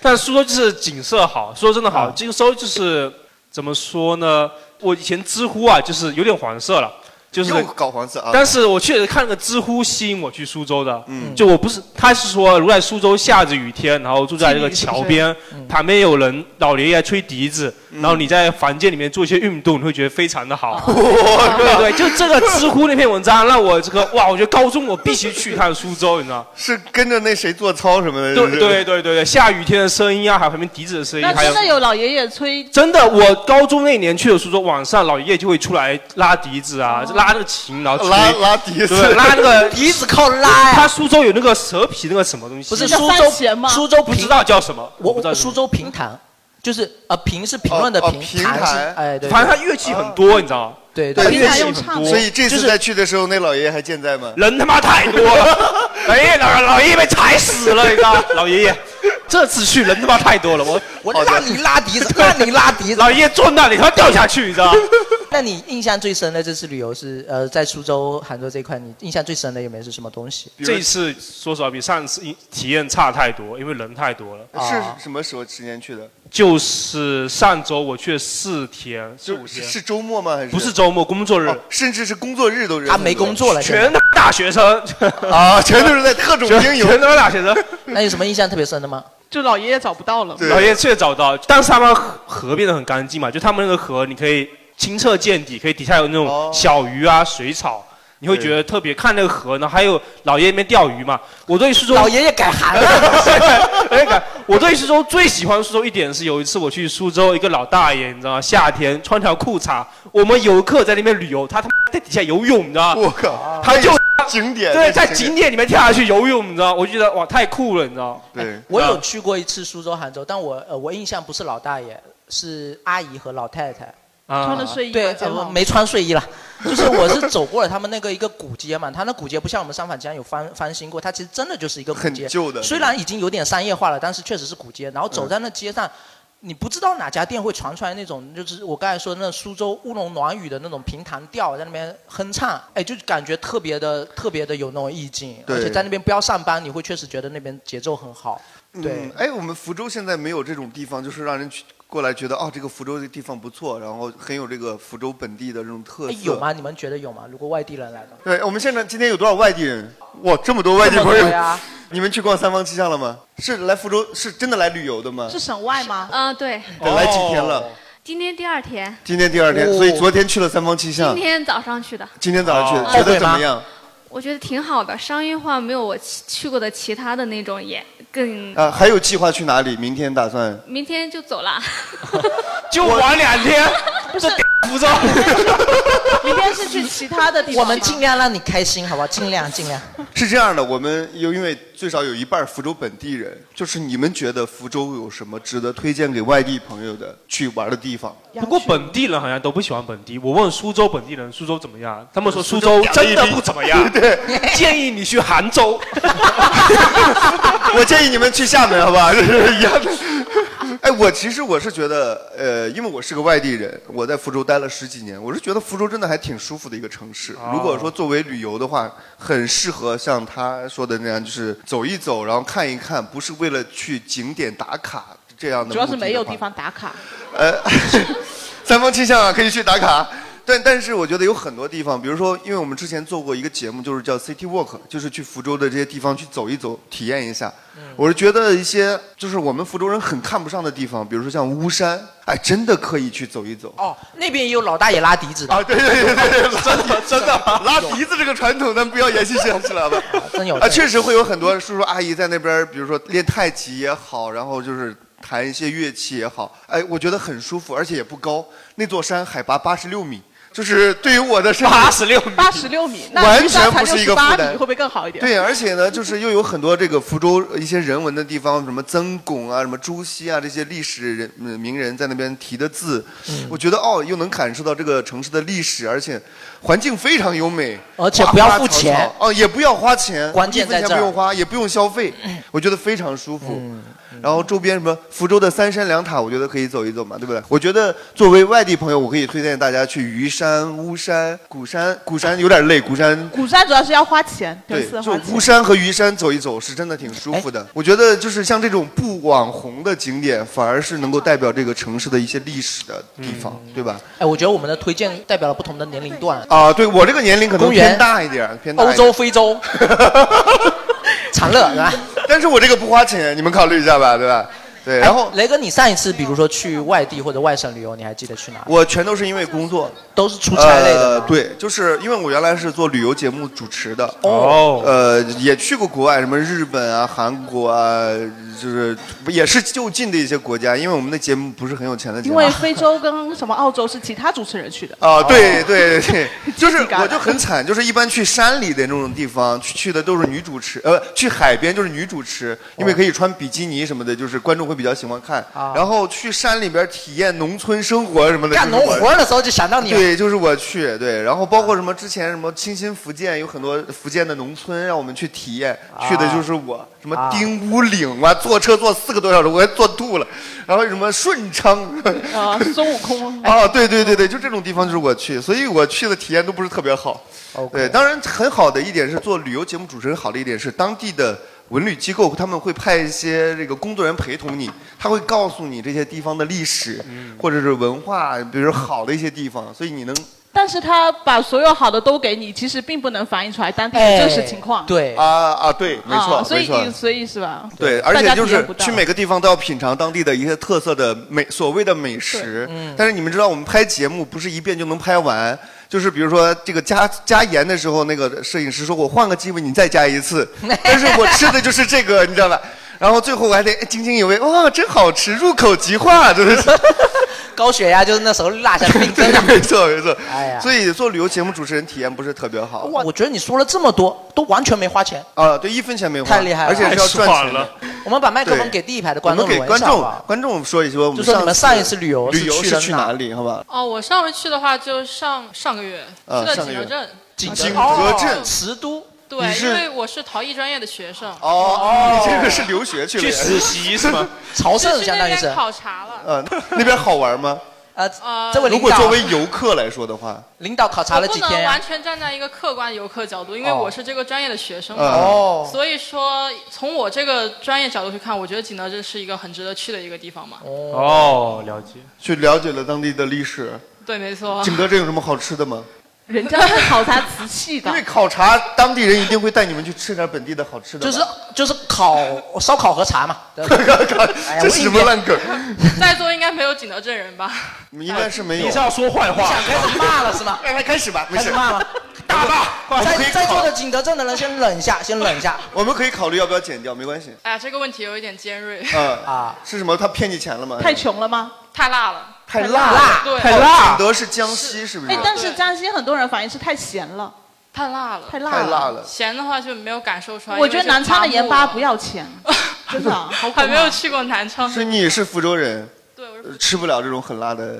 [SPEAKER 4] 但苏州就是景色好，苏州真的好。
[SPEAKER 7] 啊
[SPEAKER 4] 这个州就是怎么说呢？我以前知乎啊，就是有点黄色了，就是。
[SPEAKER 2] 又搞黄色啊！
[SPEAKER 4] 但是我确实看了个知乎吸引我去苏州的，
[SPEAKER 2] 嗯
[SPEAKER 4] 就我不是，他是说如果在苏州下着雨天，然后住在这个桥边，
[SPEAKER 2] 嗯
[SPEAKER 4] 旁边有人老爷爷吹笛子，然后你在房间里面做一些运动，你会觉得非常的好。 哦对对，就这个 知乎那篇文章让我这个哇，我觉得高中我必须去一趟苏州，你知道。
[SPEAKER 2] 是跟着那谁做操什么的。
[SPEAKER 4] 对
[SPEAKER 2] 是不是
[SPEAKER 4] 对对对对，下雨天的声音啊，还有旁边笛子的声音，
[SPEAKER 5] 那
[SPEAKER 4] 还有
[SPEAKER 5] 真的有老爷爷吹，
[SPEAKER 4] 真的，我高中那年去的苏州，晚上老爷爷就会出来拉笛子啊，拉那个琴，然后吹
[SPEAKER 2] 拉拉笛子，
[SPEAKER 4] 对拉那个。
[SPEAKER 7] 哦 笛子靠拉呀
[SPEAKER 4] 他。苏州有那个蛇皮那个什么东西，
[SPEAKER 7] 不是
[SPEAKER 5] 那
[SPEAKER 7] 苏
[SPEAKER 5] 叫
[SPEAKER 7] 州
[SPEAKER 5] 番茄吗
[SPEAKER 7] 苏州
[SPEAKER 4] 不知
[SPEAKER 7] 平，
[SPEAKER 4] 道叫什么，
[SPEAKER 7] 我
[SPEAKER 4] 不知道
[SPEAKER 7] 我
[SPEAKER 4] 叫什
[SPEAKER 7] 苏
[SPEAKER 4] 么
[SPEAKER 7] 州平潭，就是呃评是评论的
[SPEAKER 2] 哦哦
[SPEAKER 7] 评，
[SPEAKER 2] 评
[SPEAKER 7] 弹是
[SPEAKER 2] 弹
[SPEAKER 7] 哎对，哦
[SPEAKER 4] 反正他乐器很多，你知道吗？
[SPEAKER 7] 对
[SPEAKER 2] 对，
[SPEAKER 7] 乐器
[SPEAKER 2] 很多所以这次再去的时候，那老爷爷还健在吗？
[SPEAKER 4] 人他妈太多 了，哎呀，老老爷爷被踩死了，你知道吗？老爷爷，这次去人他妈太多了，我
[SPEAKER 7] 我让你拉笛子，让你拉笛子。
[SPEAKER 4] 老爷爷坐那里他妈掉下去，你知道吗？
[SPEAKER 7] 那你印象最深的这次旅游是呃，在苏州、杭州这一块，你印象最深的有没有是什么东西？
[SPEAKER 4] 这一次说实话比上次体验差太多，因为人太多了。
[SPEAKER 7] 啊
[SPEAKER 2] 是什么时候时间去的？
[SPEAKER 4] 就是上周我去了四天，四五
[SPEAKER 2] 就
[SPEAKER 4] 天
[SPEAKER 2] 是，是周末吗？还是
[SPEAKER 4] 不是周末工作日，
[SPEAKER 2] 甚至是哦工作日都人
[SPEAKER 7] 他没工作了，现
[SPEAKER 4] 全
[SPEAKER 7] 在
[SPEAKER 4] 他妈大学生
[SPEAKER 2] 啊，全都是在特种
[SPEAKER 4] 全
[SPEAKER 2] 兵游。
[SPEAKER 4] 全他妈大学生，
[SPEAKER 7] 那有什么印象特别深的吗？
[SPEAKER 5] 就老爷爷找不到了。
[SPEAKER 2] 对
[SPEAKER 4] 老爷确找到，但是他们河河变得很干净嘛，就他们那个河，你可以清澈见底，可以底下有那
[SPEAKER 2] 哦
[SPEAKER 4] 种小鱼啊、水草，你会觉得特别看那个河呢。还有老爷爷那边钓鱼嘛，我对苏州，
[SPEAKER 7] 老爷爷改行了，
[SPEAKER 4] 那个 我对苏州最喜欢苏州一点是，有一次我去苏州，一个老大爷，你知道吗？夏天穿条裤衩，我们游客在那边旅游，他他妈在底下游泳，你知道吗？
[SPEAKER 2] 我靠，
[SPEAKER 4] 他就
[SPEAKER 2] 景点
[SPEAKER 4] 对，
[SPEAKER 2] 这
[SPEAKER 4] 在
[SPEAKER 2] 是
[SPEAKER 4] 景点里面跳下去游泳，你知道吗？我就觉得哇，太酷了，你知道吗？
[SPEAKER 2] 对
[SPEAKER 7] 哎我
[SPEAKER 4] 啊
[SPEAKER 7] 有去过一次苏州、杭州，但我呃我印象不是老大爷，是阿姨和老太太。
[SPEAKER 5] 穿
[SPEAKER 4] 啊，
[SPEAKER 5] 着睡衣
[SPEAKER 7] 对，
[SPEAKER 5] 嘛正
[SPEAKER 7] 呃
[SPEAKER 5] 好，
[SPEAKER 7] 没穿睡衣了，就是我是走过了他们那个一个古街嘛，他那古街不像我们三反江有翻翻新过，它其实真的就是一个古
[SPEAKER 2] 很
[SPEAKER 7] 街，
[SPEAKER 2] 旧的嗯
[SPEAKER 7] 虽然已经有点商业化了，但是确实是古街。然后走在那街上，你不知道哪家店会传出来那种，就是我刚才说的那苏州乌龙暖语的那种评弹调，在那边哼唱，哎，就感觉特别的特别的有那种意境，
[SPEAKER 2] 对
[SPEAKER 7] 而且在那边不要上班，你会确实觉得那边节奏很好。对
[SPEAKER 2] 嗯，，哎，我们福州现在没有这种地方，就是让人去过来觉得哦，这个福州这个地方不错，然后很有这个福州本地的这种特
[SPEAKER 7] 哎
[SPEAKER 2] 色。
[SPEAKER 7] 有吗？你们觉得有吗？如果外地人来的话，
[SPEAKER 2] 对，我们现场今天有多少外地人？哇，这么多外地朋
[SPEAKER 7] 这
[SPEAKER 2] 友
[SPEAKER 7] 么多呀！
[SPEAKER 2] 你们去逛三坊七巷了吗？是来福州是真的来旅游的吗？
[SPEAKER 5] 是省外吗？
[SPEAKER 8] 嗯、对，哦
[SPEAKER 2] 对来几天了？
[SPEAKER 8] 今天第二天，
[SPEAKER 2] 今天第二天，
[SPEAKER 7] 哦
[SPEAKER 2] 所以昨天去了三坊七巷
[SPEAKER 8] 今，天早上去的，
[SPEAKER 2] 今天早上去的，
[SPEAKER 4] 哦
[SPEAKER 2] 觉
[SPEAKER 7] 后
[SPEAKER 2] 得
[SPEAKER 7] 悔
[SPEAKER 2] 怎么
[SPEAKER 7] 吗
[SPEAKER 2] 样？
[SPEAKER 8] 我觉得挺好的，商业化没有我去去过的其他的那种也更。
[SPEAKER 2] 啊，还有计划去哪里？明天打算？
[SPEAKER 8] 明天就走了，
[SPEAKER 4] 就玩两 天，不是福州。
[SPEAKER 5] 明天是去其他的地方吗。
[SPEAKER 7] 我们尽量让你开心，好不好？尽量 尽量。
[SPEAKER 2] 是这样的，我们又因为最少有一半儿福州本地人，就是你们觉得福州有什么值得推荐给外地朋友的去玩的地方？
[SPEAKER 5] 要
[SPEAKER 4] 不过
[SPEAKER 5] 去
[SPEAKER 4] 本地人好像都不喜欢本地。我问苏州本地人，苏州怎么样？他们说苏州真的不怎么 样，对，建议你去杭州。
[SPEAKER 2] 我建议你们去厦门，好吧？一样的。哎，我其实我是觉得，呃，因为我是个外地人，我在福州待了十几年，我是觉得福州真的还挺舒服的一个城市。如果说作为旅游的话，很适合像他说的那样，就是走一走，然后看一看，不是为了去景点打卡这样的。
[SPEAKER 5] 主要是没有地。方打卡，
[SPEAKER 2] 呃， 三坊七巷啊，可以去打卡。但但是我觉得有很多地方，比如说，因为我们之前做过一个节目，就是叫 City Walk，就是去福州的这些地方去走一走，体验一下。我是觉得一些就是我们福州人很看不上的地方，比如说像巫山，哎，真的可以去走一走。
[SPEAKER 7] 哦，那边也有老大爷拉笛子的，
[SPEAKER 2] 啊，对对对对对，真 的真的，拉鼻子这个传统咱不要延 续下去了吧？
[SPEAKER 7] 真有
[SPEAKER 2] 啊，确实会有很多叔叔阿姨在那边，比如说练太极也好，然后就是弹一些乐器也好，哎，我觉得很舒服，而且也不高。那座山海拔八十六米，就是对于我的身体，
[SPEAKER 4] 八十六米，
[SPEAKER 5] 八十六米，那
[SPEAKER 2] 完
[SPEAKER 5] 余山
[SPEAKER 2] 全
[SPEAKER 5] 才
[SPEAKER 2] 不是一个
[SPEAKER 5] 68
[SPEAKER 2] 负担
[SPEAKER 5] 米，会不会更好一点？
[SPEAKER 2] 对，而且呢，就是又有很多这个福州一些人文的地方，什么曾巩啊、什么朱熹啊这些历史人嗯名人在那边题的字，
[SPEAKER 7] 嗯
[SPEAKER 2] 我觉得哦，又能感受到这个城市的历史，而且环境非常优美，
[SPEAKER 7] 而且
[SPEAKER 2] 花
[SPEAKER 7] 不要
[SPEAKER 2] 花
[SPEAKER 7] 付
[SPEAKER 2] 草
[SPEAKER 7] 钱
[SPEAKER 2] 草哦，也不要花钱，
[SPEAKER 7] 关键
[SPEAKER 2] 一分
[SPEAKER 7] 在
[SPEAKER 2] 钱
[SPEAKER 7] 这
[SPEAKER 2] 不
[SPEAKER 7] 儿嗯
[SPEAKER 2] 用花，也不用消费，我觉得非常舒服。然后周边什么福州的三山两塔，我觉得可以走一走嘛，对不对？我觉得作为外地朋友，我可以推荐大家去虞山、巫山、鼓山。鼓山有点累，鼓山
[SPEAKER 5] 鼓山主要是要花钱，有
[SPEAKER 2] 对
[SPEAKER 5] 一次，
[SPEAKER 2] 就
[SPEAKER 5] 花
[SPEAKER 2] 巫
[SPEAKER 5] 钱。
[SPEAKER 2] 山和虞山走一走是真的挺舒服
[SPEAKER 7] 哎
[SPEAKER 2] 的。我觉得就是像这种不网红的景点，反而是能够代表这个城市的一些历史的地方，对吧？
[SPEAKER 7] 哎，我觉得我们的推荐代表了不同的年龄段，
[SPEAKER 2] 啊，对我这个年龄可能
[SPEAKER 7] 公园
[SPEAKER 2] 偏大一点，偏大一
[SPEAKER 7] 欧
[SPEAKER 2] 点
[SPEAKER 7] 洲、，非洲、长乐是吧？
[SPEAKER 2] 但是我这个不花钱，你们考虑一下吧，对吧？对，
[SPEAKER 7] 哎
[SPEAKER 2] 然后
[SPEAKER 7] 哎雷哥，你上一次比如说去外地或者外省旅游，你还记得去哪？
[SPEAKER 2] 我全都是因为工作，
[SPEAKER 7] 都是出差类的
[SPEAKER 2] 呃，对，就是因为我原来是做旅游节目主持的。
[SPEAKER 7] 哦
[SPEAKER 2] 呃，也去过国外，什么日本啊、韩国啊，就是也是就近的一些国家，因为我们的节目不是很有钱的节
[SPEAKER 5] 因
[SPEAKER 2] 目。
[SPEAKER 5] 为非洲跟什么澳洲是其他主持人去的。
[SPEAKER 2] 啊，
[SPEAKER 7] 哦
[SPEAKER 2] 对 对 对，就是我就很惨，就是一般去山里的那种地方，去去的都是女主持，呃，去海边就是女主持，因为
[SPEAKER 7] 哦
[SPEAKER 2] 可以穿比基尼什么的，就是观众会比较喜欢看。然后去山里边体验农村生活什么的，
[SPEAKER 7] 啊干
[SPEAKER 2] 就是我
[SPEAKER 7] 农活儿的时候就想到你了
[SPEAKER 2] 对，就是我去，对，然后包括什么之前什么清新福建有很多福建的农村让我们去体验，去的就是我，什么
[SPEAKER 7] 啊
[SPEAKER 2] 丁屋岭啊，坐车坐四个多小时，我还坐吐了，然后什么顺昌。
[SPEAKER 5] 啊，孙悟空。
[SPEAKER 2] 啊，对对对对，就这种地方就是我去，所以我去的体验都不是特别好。对，当然很好的一点是做旅游节目主持人好的一点是当地的文旅机构他们会派一些这个工作人员陪同你，他会告诉你这些地方的历史、或者是文化，比如说好的一些地方，所以你能
[SPEAKER 5] 但是他把所有好的都给你，其实并不能反映出来当地的真实情况。
[SPEAKER 7] 对
[SPEAKER 2] 啊啊对，没错、
[SPEAKER 5] 啊，所
[SPEAKER 2] 没
[SPEAKER 5] 以
[SPEAKER 2] 错。
[SPEAKER 5] 所以是吧？
[SPEAKER 2] 对，而且就
[SPEAKER 5] 大家体
[SPEAKER 2] 是
[SPEAKER 5] 验不到
[SPEAKER 2] 去每个地方都要品尝当地的一些特色的美，所谓的美食。
[SPEAKER 7] 嗯
[SPEAKER 2] 但是你们知道，我们拍节目不是一遍就能拍完，就是比如说这个加加盐的时候，那个摄影师说我换个机会你再加一 次，但是我吃的就是这个，你知道吧？然后最后我还得津津有味，哇，真好吃，入口即化，真的是。
[SPEAKER 7] 高血压就是那时候落下 病根
[SPEAKER 2] 对，没错没错。
[SPEAKER 7] 哎呀
[SPEAKER 2] 所以做旅游节目主持人体验不是特别好。
[SPEAKER 7] 我觉得你说了这么多，都完全没花钱，
[SPEAKER 2] 啊，对，一分钱没花，
[SPEAKER 7] 太厉害了，
[SPEAKER 2] 而且是要 赚钱的。。
[SPEAKER 7] 我们把麦克风
[SPEAKER 2] 对
[SPEAKER 7] 给第一排的观众
[SPEAKER 2] 我们给
[SPEAKER 7] 闻一
[SPEAKER 2] 观
[SPEAKER 7] 下
[SPEAKER 2] 众
[SPEAKER 7] 吧
[SPEAKER 2] 观众说一说，我们
[SPEAKER 7] 就说你们上一次
[SPEAKER 2] 次
[SPEAKER 7] 旅游
[SPEAKER 2] 旅游
[SPEAKER 7] 是去
[SPEAKER 2] 是
[SPEAKER 7] 了
[SPEAKER 2] 去
[SPEAKER 7] 哪
[SPEAKER 2] 哪里？好吧？
[SPEAKER 3] 哦，我上回去的话就上上个月
[SPEAKER 2] 啊
[SPEAKER 3] 去了
[SPEAKER 2] 上个
[SPEAKER 3] 景德
[SPEAKER 2] 月
[SPEAKER 3] 镇，啊
[SPEAKER 7] 景
[SPEAKER 2] 景
[SPEAKER 7] 哦
[SPEAKER 2] 德镇
[SPEAKER 7] 瓷都。
[SPEAKER 2] 你
[SPEAKER 3] 对，
[SPEAKER 2] 是
[SPEAKER 3] 因为我是陶艺专业的学生，
[SPEAKER 2] 哦哦，你这个是留学去了呀？
[SPEAKER 4] 习是吗？
[SPEAKER 7] 朝
[SPEAKER 3] 就
[SPEAKER 7] 圣
[SPEAKER 3] 去
[SPEAKER 7] 相
[SPEAKER 3] 那
[SPEAKER 7] 当于是
[SPEAKER 3] 边，考察了。
[SPEAKER 2] 呃， 那边好玩吗？
[SPEAKER 7] 呃
[SPEAKER 3] 呃，
[SPEAKER 7] 这位
[SPEAKER 2] 如
[SPEAKER 7] 领
[SPEAKER 2] 果
[SPEAKER 7] 导
[SPEAKER 2] 作，为游客来说的话，
[SPEAKER 7] 领导考察
[SPEAKER 3] 我
[SPEAKER 7] 了
[SPEAKER 3] 不
[SPEAKER 7] 几
[SPEAKER 3] 能
[SPEAKER 7] 天呀
[SPEAKER 2] 啊
[SPEAKER 3] 完？全站在一个客观游客角度，因为
[SPEAKER 7] 哦
[SPEAKER 3] 我是这个专业的学生
[SPEAKER 2] 嗯
[SPEAKER 3] 嘛。
[SPEAKER 7] 哦
[SPEAKER 3] 所以说，从我这个专业角度去看，我觉得景德镇是一个很值得去的一个地方嘛。
[SPEAKER 4] 哦，了解。
[SPEAKER 2] 去了解了当地的历史。
[SPEAKER 3] 对，没错。
[SPEAKER 2] 景德镇有什么好吃的吗？
[SPEAKER 5] 人家是考察瓷器的
[SPEAKER 2] 因为考察当地人一定会带你们去吃点本地的好吃的吧。
[SPEAKER 7] 就是就是烤烧烤和茶 嘛。对吧哎呀
[SPEAKER 2] 这是什么烂梗？
[SPEAKER 3] 在座应该没有景德镇人吧？
[SPEAKER 2] 应
[SPEAKER 7] 哎
[SPEAKER 2] 该是没有
[SPEAKER 4] 你是。要说坏话？
[SPEAKER 7] 想开始骂了是 吗？
[SPEAKER 2] 来来，开始吧，没
[SPEAKER 7] 开
[SPEAKER 2] 事
[SPEAKER 7] 始。骂 了。
[SPEAKER 4] 大吧，
[SPEAKER 2] 我们可以
[SPEAKER 7] 在在座
[SPEAKER 2] 考
[SPEAKER 7] 的景德镇的人先忍一下，先忍一下
[SPEAKER 2] 我们可以考虑要不要剪掉，没关 系。
[SPEAKER 3] 哎呀，这个问题有一点尖锐，
[SPEAKER 2] 嗯，
[SPEAKER 7] 啊！
[SPEAKER 2] 是什么？他骗你钱了吗？
[SPEAKER 5] 太穷了吗？
[SPEAKER 3] 太辣了。
[SPEAKER 2] 太辣了。哦
[SPEAKER 3] 对，
[SPEAKER 4] 太辣
[SPEAKER 2] 景德是江西，是不是
[SPEAKER 5] 哎？，但是江西很多人反映是太咸了，
[SPEAKER 3] 太辣了。
[SPEAKER 5] 太辣了。
[SPEAKER 2] 太辣了。
[SPEAKER 3] 咸的话就没有感受出来。
[SPEAKER 5] 我觉得南昌的盐巴不
[SPEAKER 3] 要，
[SPEAKER 5] 要钱，真的啊，好可
[SPEAKER 3] 啊还没有
[SPEAKER 5] 怕。
[SPEAKER 3] 去过南昌。
[SPEAKER 2] 是你是福州人。
[SPEAKER 3] 对，我是
[SPEAKER 2] 呃吃不了这种很辣的。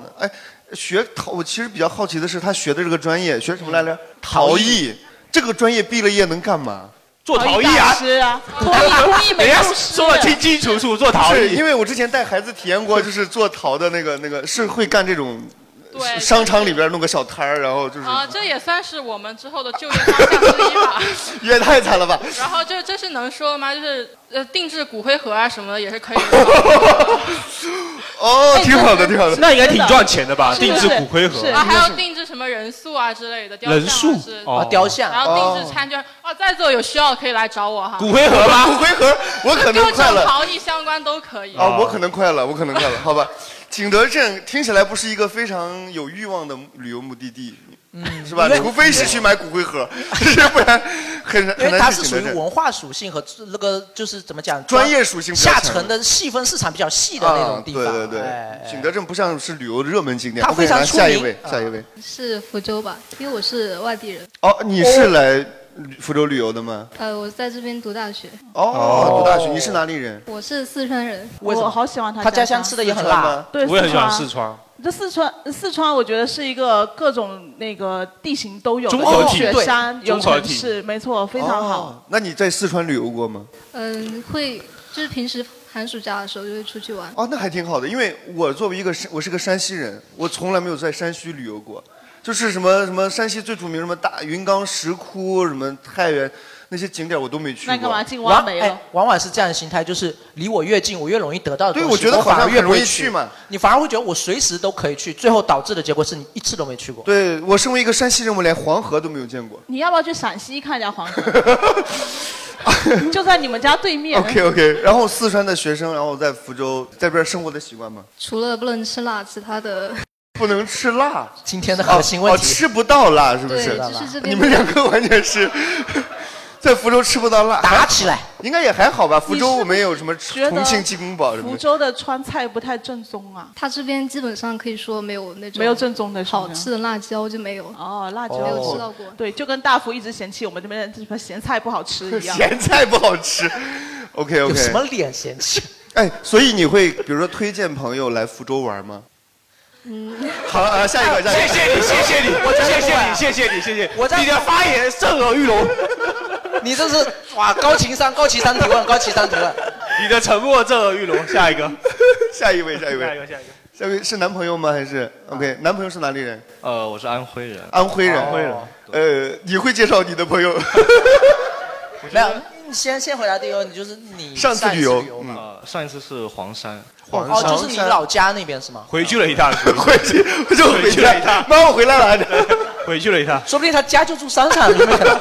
[SPEAKER 2] 哦，哎，学陶，我其实比较好奇的是，他学的这个专业学什么来着？
[SPEAKER 7] 嗯陶
[SPEAKER 2] 陶艺。这个专业毕了业能干嘛？
[SPEAKER 4] 做陶艺
[SPEAKER 5] 大
[SPEAKER 4] 啊！
[SPEAKER 5] 师啊， 脱衣
[SPEAKER 4] 人
[SPEAKER 7] 哎
[SPEAKER 5] 美
[SPEAKER 4] 家
[SPEAKER 5] 术师
[SPEAKER 4] 说的清清楚楚，做陶
[SPEAKER 2] 是
[SPEAKER 4] 艺
[SPEAKER 2] 因。为我之前带孩子体验过，就是做陶的那个那个是会干这种，
[SPEAKER 3] 对
[SPEAKER 2] 商场里边弄个小摊儿，然后就是
[SPEAKER 3] 啊，这也算是我们之后的就业方向之一吧。
[SPEAKER 2] 也太惨了吧！
[SPEAKER 3] 然后这这是能说的吗？就是呃，定制骨灰盒啊什么的也是可以的哎
[SPEAKER 2] 哦，挺好的，挺好的。
[SPEAKER 4] 那应该挺赚钱的吧？定制骨灰盒
[SPEAKER 5] 是
[SPEAKER 3] 啊，还有定制什么人数啊之类的雕像啊
[SPEAKER 4] 人数
[SPEAKER 3] 是
[SPEAKER 4] 哦
[SPEAKER 7] 啊，雕像
[SPEAKER 3] 然后定制餐券啊，在座有需要可以来找我哈。
[SPEAKER 4] 骨灰盒
[SPEAKER 2] 骨
[SPEAKER 4] 吗？
[SPEAKER 2] 灰盒，我可能
[SPEAKER 3] 各
[SPEAKER 2] 快
[SPEAKER 3] 种
[SPEAKER 2] 了。
[SPEAKER 3] 陶艺相关都可以。
[SPEAKER 2] 啊，我可能快了，我可能快了，好吧。景德镇听起来不是一个非常有欲望的旅游目的地，是吧？
[SPEAKER 7] 因为
[SPEAKER 2] 除非是去买骨灰盒，不然很难
[SPEAKER 7] 因
[SPEAKER 2] 很难
[SPEAKER 7] 为它
[SPEAKER 2] 去
[SPEAKER 7] 是
[SPEAKER 2] 景
[SPEAKER 7] 属
[SPEAKER 2] 德
[SPEAKER 7] 于
[SPEAKER 2] 镇。
[SPEAKER 7] 文化属性和那个就是怎么讲
[SPEAKER 2] 专业属性比较
[SPEAKER 7] 下
[SPEAKER 2] 强
[SPEAKER 7] 层的细分市场比较细的那
[SPEAKER 2] 啊
[SPEAKER 7] 种，地
[SPEAKER 2] 对
[SPEAKER 7] 方。
[SPEAKER 2] 对对
[SPEAKER 7] 哎，
[SPEAKER 2] 景德镇不像是旅游热门景点。
[SPEAKER 7] 它
[SPEAKER 2] OK，
[SPEAKER 7] 非常
[SPEAKER 2] 来
[SPEAKER 7] 出
[SPEAKER 2] 下一
[SPEAKER 7] 名
[SPEAKER 2] 位，
[SPEAKER 7] 啊
[SPEAKER 2] 下一位。
[SPEAKER 9] 是福州吧，因为我是外地人，
[SPEAKER 2] 哦，你是来福州旅游的吗？
[SPEAKER 9] 呃，我在这边读大学，
[SPEAKER 2] 哦，读大学，你是哪里人？
[SPEAKER 9] 我是四川人，
[SPEAKER 7] 为什么
[SPEAKER 5] 我好喜欢他
[SPEAKER 7] 他家
[SPEAKER 5] 乡
[SPEAKER 7] 乡吃的也很
[SPEAKER 2] 四川
[SPEAKER 7] 辣
[SPEAKER 2] 吗。
[SPEAKER 5] 对，
[SPEAKER 4] 我也很喜欢四
[SPEAKER 5] 川。
[SPEAKER 4] 川。
[SPEAKER 5] 这四川，四川我觉得是一个各种那个地形都有的，
[SPEAKER 4] 综合体
[SPEAKER 5] 有雪山，
[SPEAKER 4] 对
[SPEAKER 5] 有
[SPEAKER 4] 综合
[SPEAKER 5] 城
[SPEAKER 4] 体
[SPEAKER 5] 市，没错，非常好。
[SPEAKER 2] 哦。那你在四川旅游过吗？
[SPEAKER 9] 嗯、会就是平时寒暑假的时候就会出去玩。
[SPEAKER 2] 哦，那还挺好的，因为我作为一个山，我是个山西人，我从来没有在山区旅游过，就是什么什么山西最著名什么大云冈石窟，什么太原那些景点我都没去过。
[SPEAKER 5] 那干嘛进挖
[SPEAKER 7] 往
[SPEAKER 5] 煤
[SPEAKER 7] 哎
[SPEAKER 5] 了？，
[SPEAKER 7] 往往是这样的心态，就是离我越近，我越容易得到的
[SPEAKER 2] 对
[SPEAKER 7] 东西。
[SPEAKER 2] 我觉得好
[SPEAKER 7] 反而
[SPEAKER 2] 像
[SPEAKER 7] 越
[SPEAKER 2] 很容
[SPEAKER 7] 不会
[SPEAKER 2] 易去嘛。
[SPEAKER 7] 你反而会觉得我随时都可以去，最后导致的结果是你一次都没去过。
[SPEAKER 2] 对我身为一个山西人，我连黄河都没有见过。
[SPEAKER 5] 你要不要去陕西看一下黄河？就在你们家对面。
[SPEAKER 2] OK OK，然后四川的学生，然后在福州在这边生活的习惯吗？
[SPEAKER 9] 除了不能吃辣，其他的
[SPEAKER 2] 不能吃辣。
[SPEAKER 7] 今天的核心问题
[SPEAKER 2] 哦哦吃不到辣是不是？
[SPEAKER 7] 对就是这边
[SPEAKER 2] 你们两个完全是 在福州吃不到辣，打
[SPEAKER 7] 起来。
[SPEAKER 2] 应该也还好吧？福州我们有什么
[SPEAKER 5] 觉得
[SPEAKER 2] 重庆鸡公煲什么
[SPEAKER 5] 福
[SPEAKER 2] 的。
[SPEAKER 5] 州的川菜不太正宗啊，
[SPEAKER 9] 它这边基本上可以说没有那种
[SPEAKER 5] 没有正宗的是吗
[SPEAKER 9] 好吃的辣椒就没有
[SPEAKER 5] 哦，辣
[SPEAKER 9] 没有吃到过。
[SPEAKER 5] 对，就跟大福一直嫌弃我们这边什么咸菜不好吃一样。
[SPEAKER 2] 咸菜不好吃。OK OK。
[SPEAKER 7] 有什么脸嫌弃？
[SPEAKER 2] 哎，所以你会比如说推荐朋友来福州玩吗？
[SPEAKER 9] 嗯，
[SPEAKER 2] 好了，呃，下一个，下一个。
[SPEAKER 4] 谢谢你谢谢你
[SPEAKER 7] 我真的
[SPEAKER 4] 谢谢
[SPEAKER 7] 不会
[SPEAKER 4] 你，
[SPEAKER 7] 啊
[SPEAKER 4] 谢谢你，谢谢。
[SPEAKER 7] 我在
[SPEAKER 4] 你的发言震耳欲聋，
[SPEAKER 7] 你这是哇高情商，高情商提问，高情商提问。
[SPEAKER 4] 你的沉默震耳欲聋。下一个，
[SPEAKER 2] 下一位，下一位，
[SPEAKER 4] 下一个，下一个。
[SPEAKER 2] 下一位是男朋友吗？还是 OK？男
[SPEAKER 5] 啊
[SPEAKER 2] 朋友是哪里人？
[SPEAKER 10] 呃，我是安徽人。
[SPEAKER 2] 安徽人。
[SPEAKER 10] 安徽人。
[SPEAKER 2] 呃，你会介绍你的朋友？
[SPEAKER 7] 没有，你先先回答第一个问题，就是你
[SPEAKER 2] 上次旅游嗯
[SPEAKER 7] 游嘛
[SPEAKER 10] 呃，嗯上一次是黄山。
[SPEAKER 7] 哦，就是你老家那边是吗？
[SPEAKER 4] 回去了一趟，
[SPEAKER 2] 回去我就
[SPEAKER 4] 回去了一趟，
[SPEAKER 2] 妈，我回来了。
[SPEAKER 4] 回去了一趟。
[SPEAKER 7] 说不定他家就住山上，有没有可能？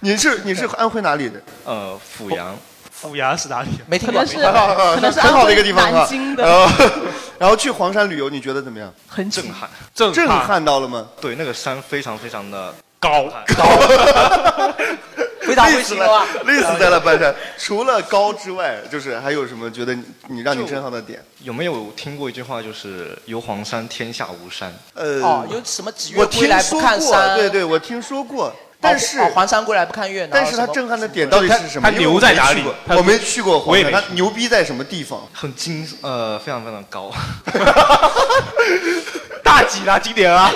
[SPEAKER 2] 你是你是安徽哪里的？啊
[SPEAKER 10] 呃，阜阳。
[SPEAKER 4] 阜阳是哪里？
[SPEAKER 7] 没听过
[SPEAKER 5] 可能是可能是
[SPEAKER 2] 很好的一个地方啊
[SPEAKER 5] 南 京。的
[SPEAKER 2] 然后然后去黄山旅游，你觉得怎么样？
[SPEAKER 5] 很
[SPEAKER 10] 震撼，
[SPEAKER 4] 震
[SPEAKER 2] 震撼到了吗？
[SPEAKER 10] 对，那个山非常非常的
[SPEAKER 4] 高
[SPEAKER 7] 回答
[SPEAKER 2] 累
[SPEAKER 7] 回啊
[SPEAKER 2] 死
[SPEAKER 7] 去
[SPEAKER 2] 了
[SPEAKER 7] 了，
[SPEAKER 2] 累死在了半山。除了高之外，就是还有什么觉得你你让你
[SPEAKER 10] 就
[SPEAKER 2] 震撼的点？
[SPEAKER 10] 有没有听过一句话，就是“游黄山，天下无山
[SPEAKER 2] 呃，
[SPEAKER 7] 哦，有什么几月
[SPEAKER 2] 我
[SPEAKER 7] 归
[SPEAKER 2] 听
[SPEAKER 7] 来不
[SPEAKER 2] 说
[SPEAKER 7] 看
[SPEAKER 2] 过，
[SPEAKER 7] 山？
[SPEAKER 2] 对对，我听说过，但
[SPEAKER 7] 哦
[SPEAKER 2] 是
[SPEAKER 7] 哦黄山归来不看月，
[SPEAKER 2] 但是它震撼的点到底是什么？
[SPEAKER 4] 它它牛在哪里
[SPEAKER 2] 因为
[SPEAKER 4] 它
[SPEAKER 2] 我没去过我
[SPEAKER 4] 我
[SPEAKER 2] 没
[SPEAKER 4] 也
[SPEAKER 2] 去过黄
[SPEAKER 4] 没
[SPEAKER 2] 山，
[SPEAKER 4] 去
[SPEAKER 2] 它牛逼在什么地方”，？
[SPEAKER 10] 很惊，呃，非常非常高。
[SPEAKER 4] 大几啦，今 年啊，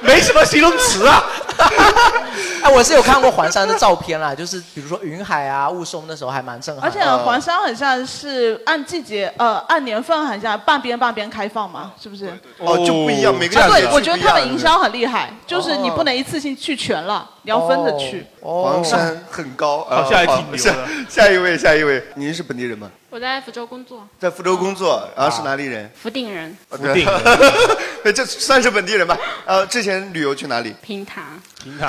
[SPEAKER 4] 没什么形容词啊。
[SPEAKER 7] 哎，我是有看过黄山的照片啦，就是比如说云海啊、雾凇那时候还蛮震撼
[SPEAKER 5] 而
[SPEAKER 7] 的。
[SPEAKER 5] 且呃啊
[SPEAKER 2] 哦
[SPEAKER 5] 黄山好像是按季节，呃，按年份好像半边半边开放嘛，是不是？
[SPEAKER 2] 哦，就不一样，每个
[SPEAKER 5] 啊，
[SPEAKER 2] 人
[SPEAKER 5] 对，
[SPEAKER 2] 去
[SPEAKER 5] 我觉得
[SPEAKER 2] 不一
[SPEAKER 5] 他
[SPEAKER 2] 样
[SPEAKER 5] 们营销很厉害，
[SPEAKER 7] 就
[SPEAKER 5] 就是是你不能一次性去全了，你要分着去。
[SPEAKER 7] 哦
[SPEAKER 2] 黄山很 高，
[SPEAKER 4] 好
[SPEAKER 2] 呃
[SPEAKER 4] 下一题 你
[SPEAKER 2] 下
[SPEAKER 4] 了
[SPEAKER 2] 下一位，下一位，您是本地人吗？
[SPEAKER 11] 我在福州工作，
[SPEAKER 2] 在福州工作，然后是哪里人？
[SPEAKER 11] 福 鼎人
[SPEAKER 2] 福
[SPEAKER 4] 定人
[SPEAKER 2] 对，这算是本地人吧。呃，之前旅游去哪里？哎
[SPEAKER 11] 平潭，
[SPEAKER 4] 平台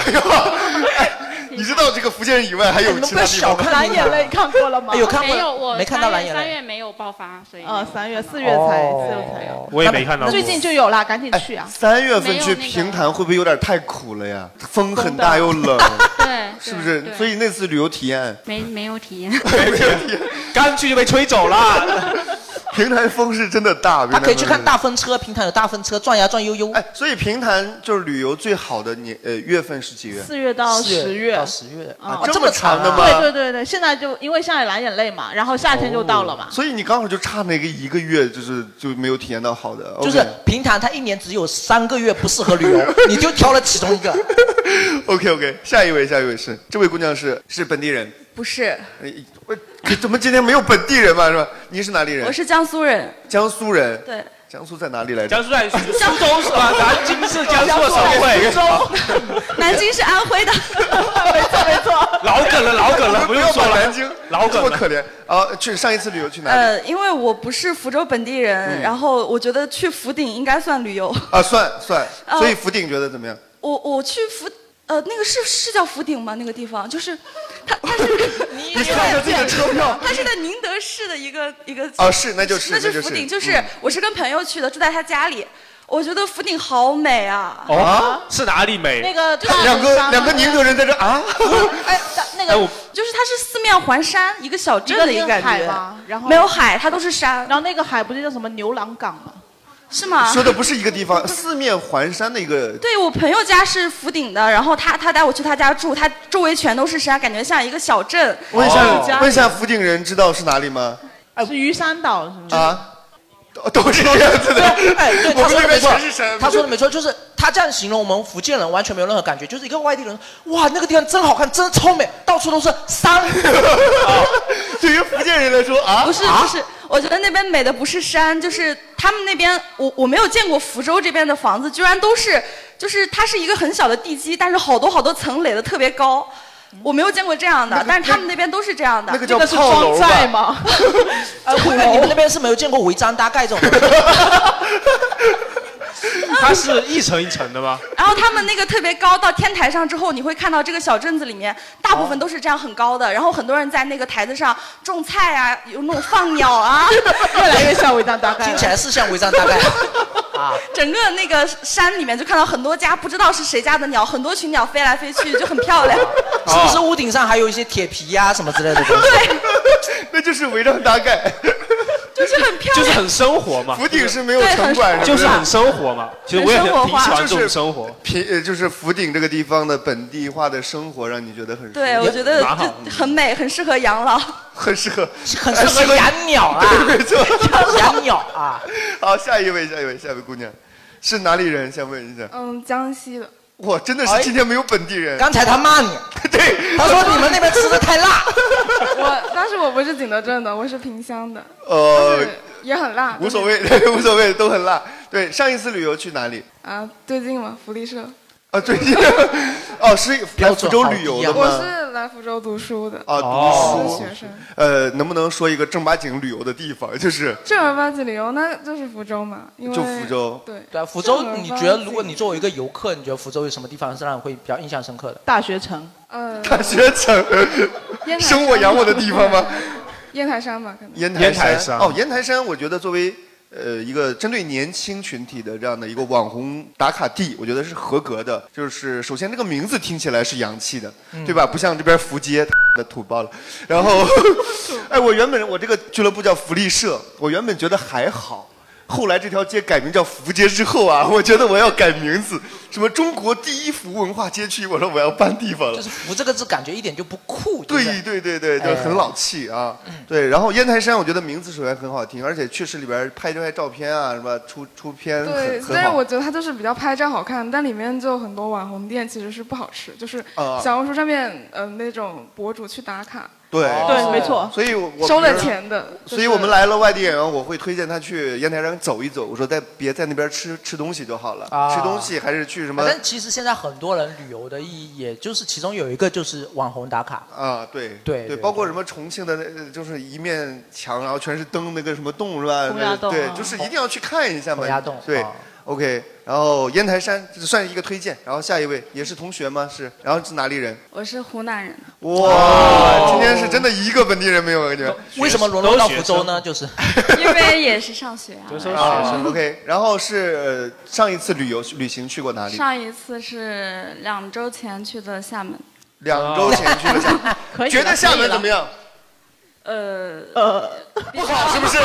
[SPEAKER 2] 你知道这个福建以外还有
[SPEAKER 7] 你们
[SPEAKER 2] 其他地方
[SPEAKER 7] 不要小
[SPEAKER 2] 吗？
[SPEAKER 7] 看
[SPEAKER 5] 蓝
[SPEAKER 7] 云
[SPEAKER 5] 眼
[SPEAKER 7] 海
[SPEAKER 5] 泪看过了吗？
[SPEAKER 7] 哎有看过
[SPEAKER 11] 没有我
[SPEAKER 7] 没看到蓝
[SPEAKER 11] 三
[SPEAKER 7] 眼
[SPEAKER 11] 月
[SPEAKER 7] 泪
[SPEAKER 11] 三月没有爆发，所以没有
[SPEAKER 5] 呃，三月、四月
[SPEAKER 2] 哦
[SPEAKER 5] 才、
[SPEAKER 7] 哦
[SPEAKER 5] 四月才有，
[SPEAKER 4] 我也没看到过。
[SPEAKER 5] 最近就有啦，赶紧去啊！
[SPEAKER 2] 哎三月份
[SPEAKER 11] 没
[SPEAKER 2] 去
[SPEAKER 11] 有那个
[SPEAKER 2] 平潭会不会有点太苦了呀？风很
[SPEAKER 5] 风
[SPEAKER 2] 大
[SPEAKER 5] 大
[SPEAKER 2] 又冷，
[SPEAKER 11] 对，
[SPEAKER 2] 是不
[SPEAKER 11] 对
[SPEAKER 2] 是？所以那次旅游体验，
[SPEAKER 11] 没没有 体验，
[SPEAKER 4] 刚去就被吹走了。
[SPEAKER 2] 平潭风是真的大。
[SPEAKER 7] 他可以去
[SPEAKER 2] 平潭
[SPEAKER 7] 看
[SPEAKER 2] 风
[SPEAKER 7] 大风车，平潭有大风车转呀转悠悠。
[SPEAKER 2] 哎，所以平潭就是旅游最好的年呃月份是几月？
[SPEAKER 5] 四月到十
[SPEAKER 7] 到
[SPEAKER 5] 月，
[SPEAKER 7] 十月
[SPEAKER 2] 啊
[SPEAKER 7] 哦
[SPEAKER 2] 这
[SPEAKER 7] 这
[SPEAKER 2] 么
[SPEAKER 7] 么
[SPEAKER 2] 长
[SPEAKER 7] 长
[SPEAKER 2] 的
[SPEAKER 7] 啊
[SPEAKER 2] 吗
[SPEAKER 5] 对对对对，现在就因为现在蓝眼泪嘛，然后夏天就到了嘛。
[SPEAKER 2] 哦所以你刚好就差那个一个月，就是就没有体验到好的。
[SPEAKER 7] 就是平潭，它一年只有三个月不适合旅游，你就挑了其 中一个。
[SPEAKER 2] OK OK，下一位，下一位是这位姑娘是是本地人。
[SPEAKER 8] 不是，
[SPEAKER 2] 哎，我怎么今天没有本地人嘛？是吧？你是哪里人？
[SPEAKER 8] 我是江苏人，
[SPEAKER 2] 江苏人。
[SPEAKER 8] 对，
[SPEAKER 2] 江苏在哪里来着？
[SPEAKER 4] 江苏在苏 州是吧？南京是江苏的省会。
[SPEAKER 8] 南京是安徽的。
[SPEAKER 4] 老梗了，老梗了，
[SPEAKER 2] 不
[SPEAKER 4] 用
[SPEAKER 2] 要
[SPEAKER 4] 说
[SPEAKER 2] 把
[SPEAKER 4] 了。
[SPEAKER 2] 南京
[SPEAKER 4] 老
[SPEAKER 2] 这
[SPEAKER 4] 梗
[SPEAKER 2] 么
[SPEAKER 4] 了。
[SPEAKER 2] 可怜啊！去上一次旅游去哪里？
[SPEAKER 8] 呃，因为我不是福州本地
[SPEAKER 2] 嗯
[SPEAKER 8] 人，然后我觉得去福鼎应该算旅游。
[SPEAKER 2] 啊，算算。
[SPEAKER 8] 呃
[SPEAKER 2] 所以福鼎觉得怎么样？
[SPEAKER 8] 我我去福，呃，那个是是叫福鼎吗？那个地方就是，它它是你
[SPEAKER 2] 你看着自己的车票。
[SPEAKER 8] 它是在宁德市的一个一个
[SPEAKER 2] 啊是那就是
[SPEAKER 8] 那
[SPEAKER 2] 那就是
[SPEAKER 8] 福鼎，就是、
[SPEAKER 2] 嗯
[SPEAKER 8] 我是跟朋友去的，住在他家里。我觉得福鼎好美啊！
[SPEAKER 4] 哦，是哪里
[SPEAKER 5] 那
[SPEAKER 4] 美？
[SPEAKER 5] 个大
[SPEAKER 2] 两
[SPEAKER 5] 红
[SPEAKER 2] 个
[SPEAKER 5] 山
[SPEAKER 2] 两个宁德人在这啊？
[SPEAKER 8] 哎，那
[SPEAKER 4] 哎我
[SPEAKER 8] 就是它是四面环山，一个小镇的
[SPEAKER 5] 一个
[SPEAKER 8] 感
[SPEAKER 5] 海
[SPEAKER 8] 觉
[SPEAKER 5] 吗然后
[SPEAKER 8] 没有海，它都是山
[SPEAKER 5] 然，后那个海不是叫什么牛郎港吗？
[SPEAKER 8] 是吗？
[SPEAKER 2] 说的不是一个地 方，四面环山的一个。
[SPEAKER 8] 啊对我朋友家是福鼎的，然后他他带我去他家住，他周围全都是山，感觉像一个小镇。
[SPEAKER 2] 问一
[SPEAKER 5] 哦
[SPEAKER 2] 下，问一下福鼎人知道是哪里吗？
[SPEAKER 5] 是鱼山岛是吗？
[SPEAKER 2] 啊，都都 是这样子啊的。
[SPEAKER 7] 哎，对，
[SPEAKER 2] 我们
[SPEAKER 7] 他说
[SPEAKER 2] 那
[SPEAKER 7] 的
[SPEAKER 2] 边
[SPEAKER 7] 没错
[SPEAKER 2] 全是山。，
[SPEAKER 7] 他说的没错，就是他这样形容我们福建人完全没有任何感觉，就是一个外地人，哇，那个地方真好看，真超美，到处都是 山。啊
[SPEAKER 2] 对于福建人来说啊
[SPEAKER 8] 不，是不是，我觉得那边美的不是山，就是他们那边，我我没有见过福州这边的房子，居然都是，就是它是一个很小的地基，但是好多好多层垒的特别高，我没有见过这样的，但是他们那边都是这样的。
[SPEAKER 2] 那个叫
[SPEAKER 5] 那个是
[SPEAKER 2] 炮
[SPEAKER 5] 庄
[SPEAKER 2] 楼
[SPEAKER 5] 寨
[SPEAKER 2] 吧？
[SPEAKER 5] 吗？
[SPEAKER 7] 哎呃，你们那边是没有见过违章搭盖这种东西。
[SPEAKER 4] 它是一层一层的吗？
[SPEAKER 8] 然后他们那个特别高，到天台上之后，你会看到这个小镇子里面大部分都是这样很高的，然后很多人在那个台子上种菜啊，有那种放鸟啊，
[SPEAKER 5] 越来越像违章大概了。
[SPEAKER 7] 听起来是像违章大概。啊
[SPEAKER 8] 整个那个山里面就看到很多家不知道是谁家的鸟，很多群鸟飞来飞去，就很 漂亮。
[SPEAKER 2] 哦
[SPEAKER 7] 是不是屋顶上还有一些铁皮呀、什么之类的东西？
[SPEAKER 2] 那就是违章大概。
[SPEAKER 8] 就是很漂亮，
[SPEAKER 4] 就是很生活嘛。
[SPEAKER 2] 福顶是没有城管，
[SPEAKER 4] 就是
[SPEAKER 2] 是
[SPEAKER 4] 很生活嘛。其实我也很挺喜欢这种生活。
[SPEAKER 2] 平呃就是福鼎这个地方的本地化的生活，让你觉得很舒服
[SPEAKER 8] 对，我觉得就很美，很适合养 老。
[SPEAKER 2] 很适合，
[SPEAKER 7] 很适合养鸟 啊
[SPEAKER 2] 对没错，
[SPEAKER 7] 养鸟啊。
[SPEAKER 2] 好，下一位，下一位，下一位姑娘，是哪里人？先问一下。
[SPEAKER 12] 嗯，江西 的。
[SPEAKER 2] 哇，真的
[SPEAKER 4] 哎
[SPEAKER 2] 是今天没有本地人。
[SPEAKER 7] 刚才他骂你，
[SPEAKER 2] 对，
[SPEAKER 7] 他说你们那边吃的太辣。
[SPEAKER 12] 我，但是我不是景德镇的，我是萍乡的，
[SPEAKER 2] 呃，
[SPEAKER 12] 也很辣。
[SPEAKER 2] 无所谓， 对，无所谓，都很辣。对，上一次旅游去哪里？
[SPEAKER 12] 啊，最近嘛，福 利社。
[SPEAKER 2] 啊，最近，哦，是来福州旅游的
[SPEAKER 12] 我
[SPEAKER 2] 吗？
[SPEAKER 12] 是来福州读书的。
[SPEAKER 2] 啊，读
[SPEAKER 12] 是
[SPEAKER 2] 书
[SPEAKER 12] 学生。。
[SPEAKER 2] 呃，能不能说一个正八经旅游的地方？ 就是
[SPEAKER 12] 正儿八经旅游那就是福州嘛，因为
[SPEAKER 2] 就福州
[SPEAKER 12] 对
[SPEAKER 7] 对啊，福州
[SPEAKER 12] 正儿，八
[SPEAKER 7] 你
[SPEAKER 12] 经
[SPEAKER 7] 觉得如果你作为一个游客，你觉得福州有什么地方是让你会比较印象深刻的？
[SPEAKER 5] 大学城，
[SPEAKER 12] 呃，
[SPEAKER 2] 大学城
[SPEAKER 12] 烟台山
[SPEAKER 2] 生我养我的地方吗？
[SPEAKER 12] 烟台山吧，可能。
[SPEAKER 2] 烟
[SPEAKER 4] 烟
[SPEAKER 2] 台
[SPEAKER 4] 台山
[SPEAKER 2] 哦，烟台山，我觉得作为呃一个针对年轻群体的这样的一个网红打卡地，我觉得是合格的。就是首先这个名字听起来是洋气的，
[SPEAKER 13] 嗯
[SPEAKER 2] 对吧？不像这边福街 的土爆了。然后，哎，我原本我这个俱乐部叫福利社，我原本觉得还好。后来这条街改名叫福街之后啊，我觉得我要改名字，什么中国第一福文化街区，我说我要搬地方了。
[SPEAKER 7] 就是“福”这个字，感觉一点就不酷。
[SPEAKER 2] 对
[SPEAKER 7] 不
[SPEAKER 2] 对对对，就
[SPEAKER 7] 哎嗯
[SPEAKER 2] 很老气啊。对，然后烟台山，我觉得名字首先很好听，而且确实里边拍这拍照片啊，什么出出片
[SPEAKER 12] 对
[SPEAKER 2] 很，很
[SPEAKER 12] 但是我
[SPEAKER 2] 好。
[SPEAKER 12] 觉得它就是比较拍照好看，但里面就很多网红店其实是不好吃，就是
[SPEAKER 2] 啊
[SPEAKER 12] 小红书上面呃那种博主去打卡，
[SPEAKER 2] 对
[SPEAKER 7] 哦
[SPEAKER 12] 对没错
[SPEAKER 2] 所以我我
[SPEAKER 12] 收了
[SPEAKER 2] 比如说
[SPEAKER 12] 钱的
[SPEAKER 2] 所
[SPEAKER 12] 就
[SPEAKER 2] 以
[SPEAKER 12] 是
[SPEAKER 2] 我们来了外地演员，我会推荐他去烟台山走一走。我说在别在那边吃吃东西就好了，
[SPEAKER 7] 啊
[SPEAKER 2] 吃东西还是去什么
[SPEAKER 7] 啊？但其实现在很多人旅游的意义，也就是其中有一个就是网红打卡。
[SPEAKER 2] 啊，对
[SPEAKER 7] 对
[SPEAKER 2] 对，包括什么重庆的那，呃就是一面墙，然后全是灯，那个什么洞是吧？
[SPEAKER 7] 洪崖洞
[SPEAKER 2] 对
[SPEAKER 7] 啊，
[SPEAKER 2] 就是一定要去看一下嘛。
[SPEAKER 7] 洪崖洞
[SPEAKER 2] 对
[SPEAKER 7] 啊
[SPEAKER 2] ，OK。然后烟台山这算是一个推荐，然后下一位也是同学吗？是，然后是哪里人？
[SPEAKER 6] 我是湖南人，
[SPEAKER 2] 哇，今天是真的一个本地人没有，感觉。
[SPEAKER 7] 为什么沦落到福州呢？就是
[SPEAKER 6] 因为也是上学 啊。
[SPEAKER 2] 啊，OK。然后是呃上一次旅游旅行去过哪里？
[SPEAKER 6] 上一次是两周前去的厦门，
[SPEAKER 2] 两周前去的厦门。
[SPEAKER 6] 可以了
[SPEAKER 2] 觉得厦门怎么样？
[SPEAKER 6] 呃呃，不
[SPEAKER 2] 好是不是？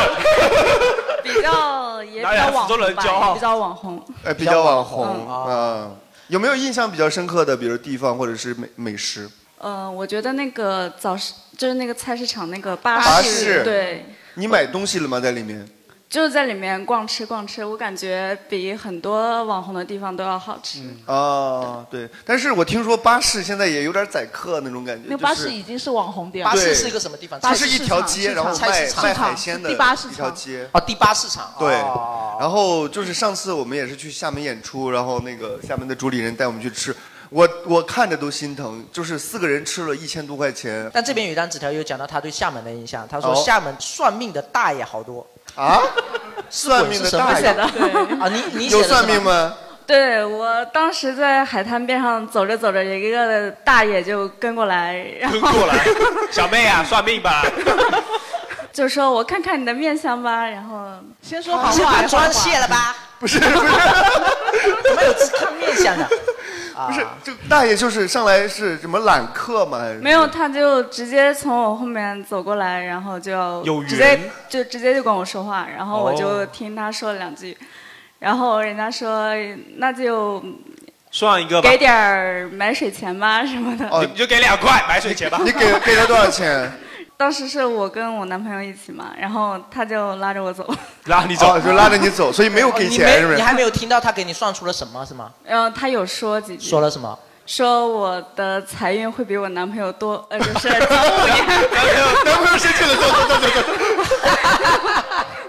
[SPEAKER 6] 比较也比较网红吧，也比较网红。
[SPEAKER 2] 呃，比较网红
[SPEAKER 6] 嗯
[SPEAKER 2] 啊。有没有印象比较深刻的，比如地方或者是美美食？
[SPEAKER 6] 呃，我觉得那个早市就是那个菜市场那个巴士，
[SPEAKER 2] 巴士
[SPEAKER 6] 对，
[SPEAKER 2] 你买东西了吗？在里面？
[SPEAKER 6] 就是在里面逛吃逛吃，我感觉比很多网红的地方都要好吃。
[SPEAKER 2] 啊，对。但是我听说巴士现在也有点宰客那种感觉。
[SPEAKER 5] 那个巴
[SPEAKER 2] 就是
[SPEAKER 5] 士已经是网红店了。
[SPEAKER 2] 巴士对是一个什么
[SPEAKER 7] 地方
[SPEAKER 2] 它是一条街，然后卖卖海鲜的
[SPEAKER 5] 第八市
[SPEAKER 2] 一条街。
[SPEAKER 7] 啊，第八市场。
[SPEAKER 2] 对，然后就是上次我们也是去厦门演出，然后那个厦门的主理人带我们去吃，我我看着都心疼，就是四个人吃了一千多块钱
[SPEAKER 7] 但这边有一张纸条，有讲到他对厦门的印象。他
[SPEAKER 2] 哦
[SPEAKER 7] 说厦门算命的大爷好多。
[SPEAKER 2] 啊？
[SPEAKER 7] 是鬼
[SPEAKER 2] 算命的
[SPEAKER 7] 是什么
[SPEAKER 2] 大爷
[SPEAKER 7] 写的
[SPEAKER 6] 对
[SPEAKER 7] 啊，你你写
[SPEAKER 2] 有
[SPEAKER 7] 的是
[SPEAKER 2] 算命吗？
[SPEAKER 6] 对我当时在海滩边上走着走着，有一个大爷就跟过来，然后
[SPEAKER 4] 过来，小妹啊，算命吧。
[SPEAKER 6] 就说我看看你的面相吧，然后
[SPEAKER 5] 先
[SPEAKER 7] 说好话先把妆卸了吧，
[SPEAKER 2] 不是不是，
[SPEAKER 7] 怎么有看面相的？啊
[SPEAKER 2] 不是，就大爷就是上来是什么揽客吗？还是
[SPEAKER 6] 没有，他就直接从我后面走过来，然后就要
[SPEAKER 2] 有
[SPEAKER 6] 直接
[SPEAKER 2] 缘
[SPEAKER 6] 就直接就跟我说话，然后我就
[SPEAKER 4] 哦
[SPEAKER 6] 听他说了两句，然后人家说那就
[SPEAKER 4] 算一个吧。
[SPEAKER 6] 给点儿买水钱吧什么的。
[SPEAKER 4] 你你就给两块买水钱吧。
[SPEAKER 2] 哦你给给他多少钱？
[SPEAKER 6] 当时是我跟我男朋友一起嘛，然后他就拉着我走，
[SPEAKER 4] 拉你走
[SPEAKER 2] 哦就拉着你走，所以没有给
[SPEAKER 7] 哦你没
[SPEAKER 2] 钱，是不是？
[SPEAKER 7] 你还没有听到他给你算出了什么是吗？
[SPEAKER 6] 然后他有说几句，
[SPEAKER 7] 说了什么？
[SPEAKER 6] 说我的财运会比我男朋友多，呃， 就是
[SPEAKER 2] 男朋友生气了，走走走走走。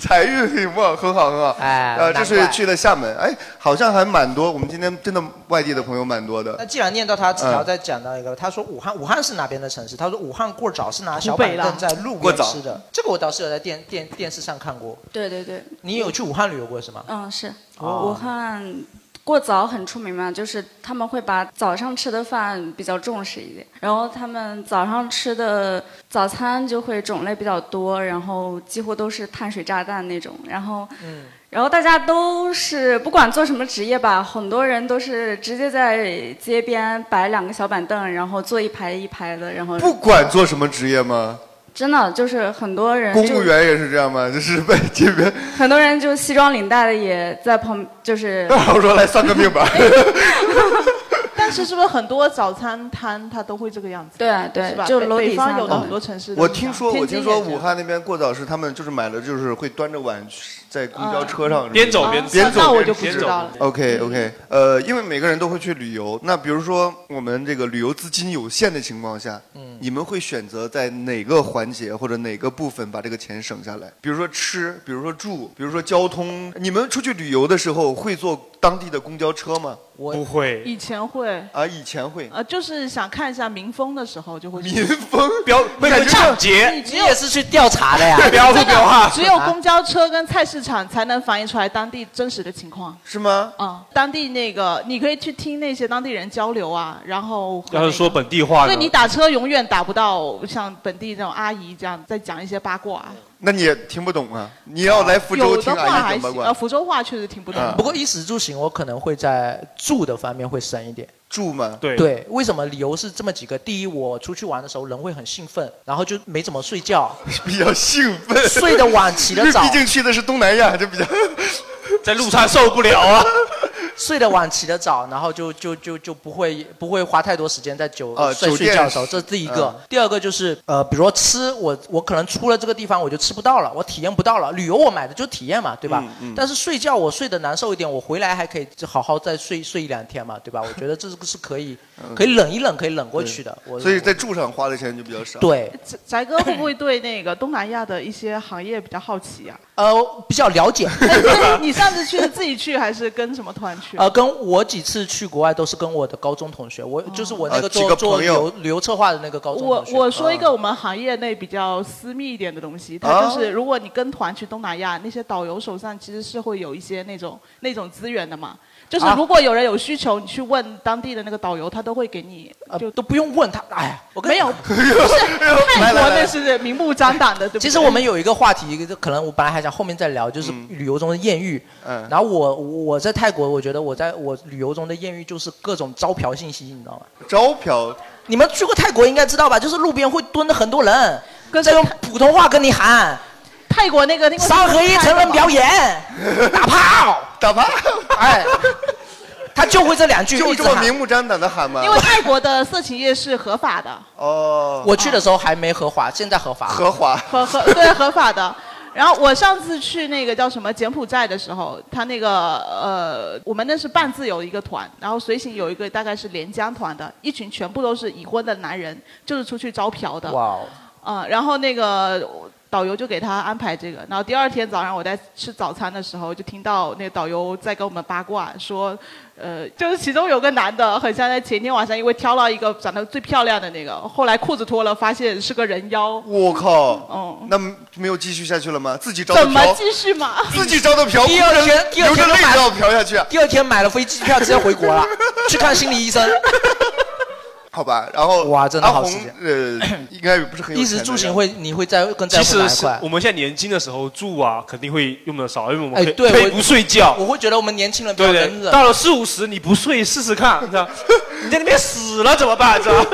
[SPEAKER 2] 财运兴旺，很好很好。哎呃，这是
[SPEAKER 7] 难怪
[SPEAKER 2] 去了厦门，哎，好像还蛮多。我们今天真的外地的朋友蛮多的。
[SPEAKER 4] 呃
[SPEAKER 7] 那既然念到他，子
[SPEAKER 2] 嗯
[SPEAKER 7] 条再讲到一个，他说武汉，武汉是哪边的城市？他说武汉过早是拿小
[SPEAKER 2] 湖
[SPEAKER 7] 板
[SPEAKER 2] 北啦
[SPEAKER 7] 凳在路
[SPEAKER 2] 过
[SPEAKER 7] 边
[SPEAKER 2] 早
[SPEAKER 7] 吃的，这个我倒是有在电电电视上看过。
[SPEAKER 8] 对对对，
[SPEAKER 7] 你有去武汉旅游过是吗？
[SPEAKER 6] 嗯，是
[SPEAKER 7] 哦
[SPEAKER 6] 武汉过早很出名嘛，就是他们会把早上吃的饭比较重视一点，然后他们早上吃的早餐就会种类比较多，然后几乎都是碳水炸弹那种，然后。
[SPEAKER 7] 嗯，
[SPEAKER 6] 然后大家都是不管做什么职业吧，很多人都是直接在街边摆两个小板凳，然后坐一排一排的，然后
[SPEAKER 2] 不管做什么职业吗？
[SPEAKER 6] 真的就是很多人
[SPEAKER 2] 公
[SPEAKER 6] 就
[SPEAKER 2] 务员也是这样 吗？就是被这边
[SPEAKER 6] 很多人就西装领带的也在旁，就是
[SPEAKER 2] 我说来算个命吧。
[SPEAKER 4] 哎
[SPEAKER 5] 但是是不是很多早餐摊它都会这个样子？
[SPEAKER 6] 对啊对
[SPEAKER 5] 是吧？
[SPEAKER 6] 就
[SPEAKER 5] 北
[SPEAKER 6] 楼
[SPEAKER 5] 北
[SPEAKER 6] 底下
[SPEAKER 5] 方有的
[SPEAKER 6] 的
[SPEAKER 5] 很多城市都
[SPEAKER 2] 我
[SPEAKER 5] 是这
[SPEAKER 2] 听
[SPEAKER 5] 样
[SPEAKER 2] 说，我
[SPEAKER 5] 天
[SPEAKER 2] 听
[SPEAKER 5] 津也
[SPEAKER 2] 说
[SPEAKER 5] 这样
[SPEAKER 2] 武汉那边过早市，他们就是买了，就是会端着碗去在公交车上
[SPEAKER 4] 嗯边走
[SPEAKER 2] 是
[SPEAKER 4] 边
[SPEAKER 2] 吧
[SPEAKER 4] 吃
[SPEAKER 2] 边
[SPEAKER 4] 那
[SPEAKER 2] 走
[SPEAKER 4] 我
[SPEAKER 2] 边
[SPEAKER 4] 就不知道了嗯
[SPEAKER 2] OK OK，呃，因为每个人都会去旅游，那比如说我们这个旅游资金有限的情况下，
[SPEAKER 4] 嗯
[SPEAKER 2] 你们会选择在哪个环节或者哪个部分把这个钱省下来？比 如说吃，比如说住，比如说交通。你们出去旅游的时候会坐当地的公交车吗？
[SPEAKER 7] 我
[SPEAKER 4] 不会
[SPEAKER 5] 以前会，
[SPEAKER 2] 啊，以前会。
[SPEAKER 5] 呃，就是想看一下民风的时候就会去。
[SPEAKER 2] 民风
[SPEAKER 4] 标
[SPEAKER 5] 感觉？
[SPEAKER 7] 抢
[SPEAKER 4] 劫
[SPEAKER 7] 你也是去调查的呀标不标啊？
[SPEAKER 5] 只有公交车跟菜市场才能反映出来当地真实的情况。
[SPEAKER 2] 是吗？
[SPEAKER 5] 啊，当地那个你可以去听那些当地人交流啊，然后和
[SPEAKER 4] 要是说本地话
[SPEAKER 5] 对
[SPEAKER 4] 呢？
[SPEAKER 5] 你打车永远打不到像本地这种阿姨这样在讲一些八卦啊。
[SPEAKER 2] 那你也听不懂啊？你要来福州啊
[SPEAKER 5] 有
[SPEAKER 2] 听
[SPEAKER 5] 的话
[SPEAKER 2] 阿
[SPEAKER 5] 还
[SPEAKER 2] 姨怎么
[SPEAKER 5] 行，
[SPEAKER 2] 管
[SPEAKER 5] 呃，？福州话确实听不懂。
[SPEAKER 2] 嗯
[SPEAKER 7] 不过衣食住行，我可能会在住的方面会省一点。
[SPEAKER 2] 住嘛，
[SPEAKER 4] 对
[SPEAKER 7] 对，为什么理由是这么几个？第一，我出去玩的时候人会很兴奋，然后就没怎么睡觉，
[SPEAKER 2] 比较兴奋，
[SPEAKER 7] 睡得晚，起得早
[SPEAKER 2] 因为毕。竟去的是东南亚，这比较
[SPEAKER 4] 在路上受不了啊！
[SPEAKER 7] 睡得晚，起得早，然后就就就就不会不会花太多时间在酒、
[SPEAKER 2] 啊
[SPEAKER 7] 睡
[SPEAKER 2] 酒
[SPEAKER 7] 睡
[SPEAKER 2] 店
[SPEAKER 7] 觉的时候，这是第一个。
[SPEAKER 2] 嗯
[SPEAKER 7] 第二个就是呃，比如说吃，我我可能出了这个地方我就吃不到了，我体验不到了。旅游我买的就体验嘛，对吧？
[SPEAKER 2] 嗯嗯
[SPEAKER 7] 但是睡觉我睡得难受一点，我回来还可以好好再睡睡一两天嘛，对吧？我觉得这个是可以、可以忍一忍，可以忍过去的。我
[SPEAKER 2] 嗯所以在住上花的钱就比较少。
[SPEAKER 7] 对，
[SPEAKER 5] 宅宅哥会不会对那个东南亚的一些行业比较好奇呀、
[SPEAKER 7] 呃比较 了解。
[SPEAKER 5] 啊？你上次去是自己去还是跟什么团去？
[SPEAKER 7] 呃，跟我几次去国外都是跟我的高中同学，我、就是我那
[SPEAKER 2] 呃
[SPEAKER 7] 个
[SPEAKER 2] 几
[SPEAKER 7] 做、
[SPEAKER 2] 个
[SPEAKER 7] 做
[SPEAKER 2] 朋
[SPEAKER 7] 旅
[SPEAKER 2] 友
[SPEAKER 7] 游旅游策划的那个高中
[SPEAKER 5] 我
[SPEAKER 7] 同学。
[SPEAKER 5] 我说一个我们行业内比较私密一点的东西，它就是
[SPEAKER 7] 啊
[SPEAKER 5] 如果你跟团去东南亚，那些导游手上其实是会有一些那种那种资源的嘛。就是
[SPEAKER 7] 啊
[SPEAKER 5] 如果有人有需求，你去问当地的那个导游，他都会给你，就
[SPEAKER 7] 呃都不用问他。哎呀，我
[SPEAKER 5] 没有，不是泰国那是明目张胆的，对不对？
[SPEAKER 7] 其实我们有一个话题，可能我本来还想后面再聊，就是旅游中的艳遇。
[SPEAKER 2] 嗯。
[SPEAKER 7] 然后我我在泰国，我觉得我在我旅游中的艳遇就是各种招嫖信息，你知道吗？
[SPEAKER 2] 招嫖。
[SPEAKER 7] 你们去过泰国应该知道吧？就是路边会蹲着很多人，
[SPEAKER 5] 跟
[SPEAKER 7] 在用普通话跟你喊
[SPEAKER 5] 泰国那个那个
[SPEAKER 7] 三合一成人表演，打炮，
[SPEAKER 2] 打炮，
[SPEAKER 7] 哎，他就会这两句，
[SPEAKER 2] 就
[SPEAKER 7] 一直
[SPEAKER 2] 这么
[SPEAKER 7] 喊
[SPEAKER 2] 明目张胆的喊吗？
[SPEAKER 5] 因为泰国的色情业是合法的，
[SPEAKER 2] 哦，
[SPEAKER 7] 我去的时候还没合法，现在合法。
[SPEAKER 2] 合法。
[SPEAKER 5] 合合对合法的。然后我上次去那个叫什么柬埔寨的时候，他那个呃，我们那是半自由一个团，然后随行有一个大概是连江团的，一群全部都是已婚的男人，就是出去招嫖的。
[SPEAKER 7] 哇哦！
[SPEAKER 5] 啊、然后那个导游就给他安排这个，然后第二天早上我在吃早餐的时候，就听到那个导游在跟我们八卦说，呃，就是其中有个男的，很像在前天晚上因为挑了一个长得最漂亮的那个，后来裤子脱了发现是个人妖，
[SPEAKER 2] 我靠，
[SPEAKER 5] 嗯，
[SPEAKER 2] 那没有继续下去了吗？自己招的
[SPEAKER 5] 怎么
[SPEAKER 2] 嫖，
[SPEAKER 5] 继续嘛？
[SPEAKER 2] 自己招的嫖，
[SPEAKER 7] 第二天第二
[SPEAKER 2] 流着
[SPEAKER 7] 天
[SPEAKER 2] 泪
[SPEAKER 7] 都买
[SPEAKER 2] 都要嫖下去啊。
[SPEAKER 7] 第二天买了飞机票直接回国 了，去看心理医生。
[SPEAKER 2] 好吧，然后
[SPEAKER 7] 哇，真的
[SPEAKER 2] 哦阿
[SPEAKER 7] 好
[SPEAKER 2] 红
[SPEAKER 7] 时间
[SPEAKER 2] 呃，应该不是很有
[SPEAKER 7] 衣
[SPEAKER 2] 钱
[SPEAKER 7] 食
[SPEAKER 2] 的
[SPEAKER 7] 住
[SPEAKER 2] 人
[SPEAKER 7] 行会，你会在更在
[SPEAKER 4] 其
[SPEAKER 7] 乎哪
[SPEAKER 4] 实
[SPEAKER 7] 一
[SPEAKER 4] 是
[SPEAKER 7] 块？
[SPEAKER 4] 我们现在年轻的时候住啊，肯定会用的少，因为我们
[SPEAKER 7] 哎
[SPEAKER 4] 可以
[SPEAKER 7] 对
[SPEAKER 4] 可以
[SPEAKER 7] 我
[SPEAKER 4] 不睡觉。
[SPEAKER 7] 我会觉得我们年轻人比
[SPEAKER 4] 对
[SPEAKER 7] 较
[SPEAKER 4] 不
[SPEAKER 7] 能
[SPEAKER 4] 对，
[SPEAKER 7] 忍。
[SPEAKER 4] 到了四五十你不睡试试看，你知道？你在那边死了怎么办？知道？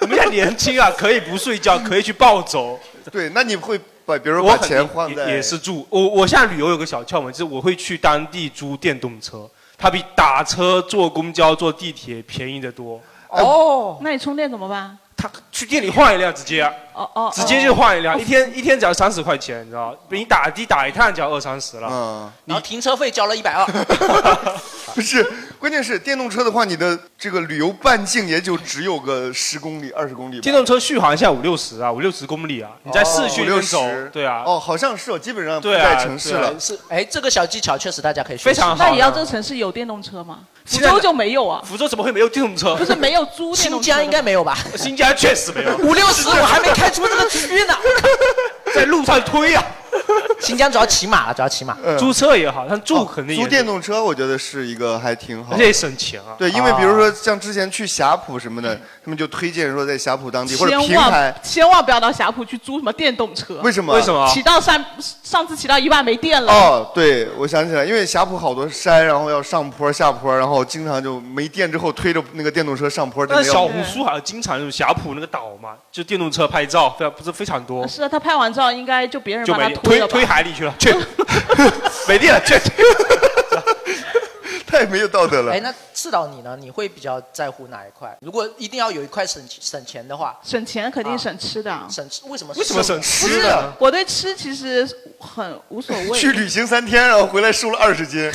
[SPEAKER 4] 我们现在年轻啊，可以不睡觉，可以去暴走。
[SPEAKER 2] 对，那你会把比如说
[SPEAKER 4] 我
[SPEAKER 2] 把
[SPEAKER 4] 很
[SPEAKER 2] 钱放在
[SPEAKER 4] 也也是住。我我现在旅游有个小窍门，就是我会去当地租电动车，它比打车、坐公交、坐地铁便宜得多。
[SPEAKER 2] 哎
[SPEAKER 5] 哦，那你充电怎么办？
[SPEAKER 4] 去店里换一辆直接啊，
[SPEAKER 5] 哦哦，
[SPEAKER 4] 直接就换一辆，一天一天只要三十块钱，你知道？你打的打一趟就要二三十了。
[SPEAKER 2] 嗯，
[SPEAKER 7] 然后停车费交了一百二，
[SPEAKER 2] 不是，关键是电动车的话，你的这个旅游半径也就只有个十公里、二十公里吧。
[SPEAKER 4] 电动车续航现在五六十啊，五六十公里啊，你在市区
[SPEAKER 2] 哦
[SPEAKER 4] 里面
[SPEAKER 2] 50
[SPEAKER 4] 走，对啊，
[SPEAKER 2] 哦，好像是，基本上
[SPEAKER 4] 对
[SPEAKER 2] 不
[SPEAKER 4] 啊，
[SPEAKER 2] 在城市了
[SPEAKER 4] 是
[SPEAKER 7] 哎，这个小技巧确实大家可以学习
[SPEAKER 4] 非常好
[SPEAKER 5] 那也要这个城市有电动车吗？福州就没有啊，
[SPEAKER 4] 福州怎么会没有电动车？
[SPEAKER 5] 不是没有租电动车。新疆应该
[SPEAKER 7] 没有吧？
[SPEAKER 4] 新疆确实没有，
[SPEAKER 7] 五六十我还没开出这个区呢，
[SPEAKER 4] 在路上推啊。嗯
[SPEAKER 7] 新疆主要骑马了，主要骑马。
[SPEAKER 4] 租车也好，但住肯定也
[SPEAKER 2] 租电动车，我觉得是一个还挺好，
[SPEAKER 4] 而且也省钱啊
[SPEAKER 2] 对，因为
[SPEAKER 4] 啊嗯
[SPEAKER 2] 比如说像之前去峡谷什么的，他们就推荐说在峡谷当地或者平
[SPEAKER 5] 千
[SPEAKER 2] 台
[SPEAKER 5] 万，千万不要到峡谷去租什么电动车。
[SPEAKER 2] 为什么为什么
[SPEAKER 5] 骑到上上次骑到一半没电了。
[SPEAKER 2] 哦，对，我想起来，因为峡谷好多山，然后要上坡下坡，然后经常就没电之后推着那个电动车上坡。就
[SPEAKER 4] 但
[SPEAKER 2] 没
[SPEAKER 4] 是
[SPEAKER 2] 有
[SPEAKER 4] 小红书好像经常就是峡谷那个岛嘛，就电动车拍照，非常不是非常多，
[SPEAKER 5] 是啊，他拍完照应该就别人
[SPEAKER 4] 就
[SPEAKER 5] 把他
[SPEAKER 4] 没
[SPEAKER 5] 了
[SPEAKER 4] 推
[SPEAKER 5] 吧
[SPEAKER 4] 推？海里去了，去 没电了，去。
[SPEAKER 2] 太没有道德了
[SPEAKER 7] 哎，那赤导你呢？你会比较在乎哪一块？如果一定要有一块省省钱的话，
[SPEAKER 5] 省钱肯定省吃的啊。
[SPEAKER 7] 省吃为什么？
[SPEAKER 2] 为什么省吃
[SPEAKER 5] 不是
[SPEAKER 2] 的，
[SPEAKER 5] 我对吃其实很无所谓。
[SPEAKER 2] 去旅行三天，然后回来瘦了二十斤，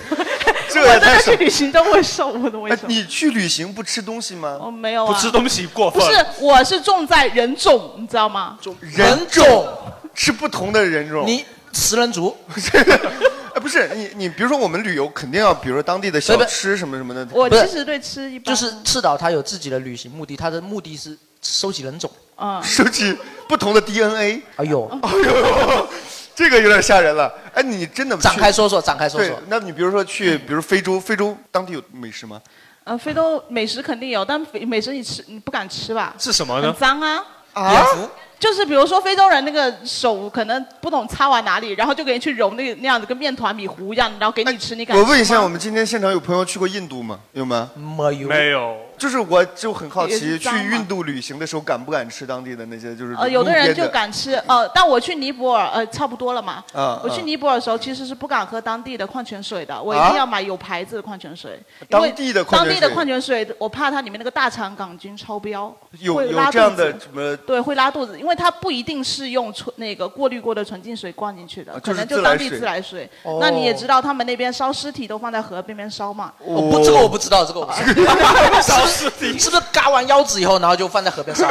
[SPEAKER 2] 这
[SPEAKER 5] 我
[SPEAKER 2] 也
[SPEAKER 5] 真
[SPEAKER 2] 太
[SPEAKER 5] 的去
[SPEAKER 2] 省。
[SPEAKER 5] 旅行都会瘦，我都会
[SPEAKER 2] 哎，你去旅行不吃东西吗？
[SPEAKER 5] 我没有啊。
[SPEAKER 2] 不吃东
[SPEAKER 4] 西过
[SPEAKER 5] 不是，我是重在人种，你知道吗？
[SPEAKER 2] 人种是不同的人种。
[SPEAKER 7] 你食人族。
[SPEAKER 2] 哎，不是你，你比如说我们旅游肯定要，比如说当地的小
[SPEAKER 7] 不是哎
[SPEAKER 2] 吃什么什么的。
[SPEAKER 5] 我其实对吃一般。
[SPEAKER 7] 就是赤岛他有自己的旅行目的，他的目的是收集人种，
[SPEAKER 5] 嗯，
[SPEAKER 2] 收集不同的 DNA。
[SPEAKER 7] 哎呦，
[SPEAKER 2] 哎呦，这个有点吓人了。哎，你真的去
[SPEAKER 7] 展开说说展开说说
[SPEAKER 2] 对那你比如说去，比如非洲，非洲当地有美食吗？
[SPEAKER 5] 呃，非洲美食肯定有，但非美食你吃你不敢吃吧？
[SPEAKER 4] 是什么呢
[SPEAKER 5] 很脏啊！
[SPEAKER 2] 啊？
[SPEAKER 5] 就是比如说非洲人那个手可能不懂擦往哪里，然后就给你去揉那个那样子跟面团米糊一样，然后给你吃，你敢吃
[SPEAKER 2] 我
[SPEAKER 5] 吗？
[SPEAKER 2] 问一下，我们今天现场有朋友去过印度吗？有吗？
[SPEAKER 7] 没有
[SPEAKER 4] 没有。
[SPEAKER 2] 就是我就很好
[SPEAKER 5] 也
[SPEAKER 2] 奇，
[SPEAKER 5] 是
[SPEAKER 2] 去
[SPEAKER 5] 脏吗
[SPEAKER 2] 印度旅行的时候敢不敢吃当地的那些就是
[SPEAKER 5] 呃，有
[SPEAKER 2] 的
[SPEAKER 5] 的人就敢吃，呃，但我去尼泊尔，呃，差不多了嘛。
[SPEAKER 2] 啊
[SPEAKER 5] 我去
[SPEAKER 2] 啊
[SPEAKER 5] 尼泊尔的时候，其实是不敢喝当地的矿泉水的，我一
[SPEAKER 2] 啊
[SPEAKER 5] 定要买有牌子的矿泉水。因
[SPEAKER 2] 当
[SPEAKER 5] 为
[SPEAKER 2] 地的矿
[SPEAKER 5] 当
[SPEAKER 2] 泉
[SPEAKER 5] 地的
[SPEAKER 2] 水
[SPEAKER 5] 矿泉水，我怕它里面那个大肠杆菌超标，
[SPEAKER 2] 有
[SPEAKER 5] 会
[SPEAKER 2] 有
[SPEAKER 5] 拉
[SPEAKER 2] 这样
[SPEAKER 5] 肚子
[SPEAKER 2] 的什么？
[SPEAKER 5] 对，会拉肚子，因为它不一定是用纯那个过滤过的纯净水灌进去的，
[SPEAKER 2] 啊
[SPEAKER 5] 可能
[SPEAKER 2] 就是
[SPEAKER 5] 就
[SPEAKER 2] 自来
[SPEAKER 5] 当地
[SPEAKER 2] 水
[SPEAKER 5] 自来水。
[SPEAKER 2] 哦
[SPEAKER 5] 那你也知道，他们那边烧尸体都放在河边边烧嘛。
[SPEAKER 2] 哦
[SPEAKER 7] 我
[SPEAKER 5] 哦
[SPEAKER 7] 哦不，这个我不知道，这个我不知道。 是不是是不是嘎完腰子以后，然后就放在河边 烧？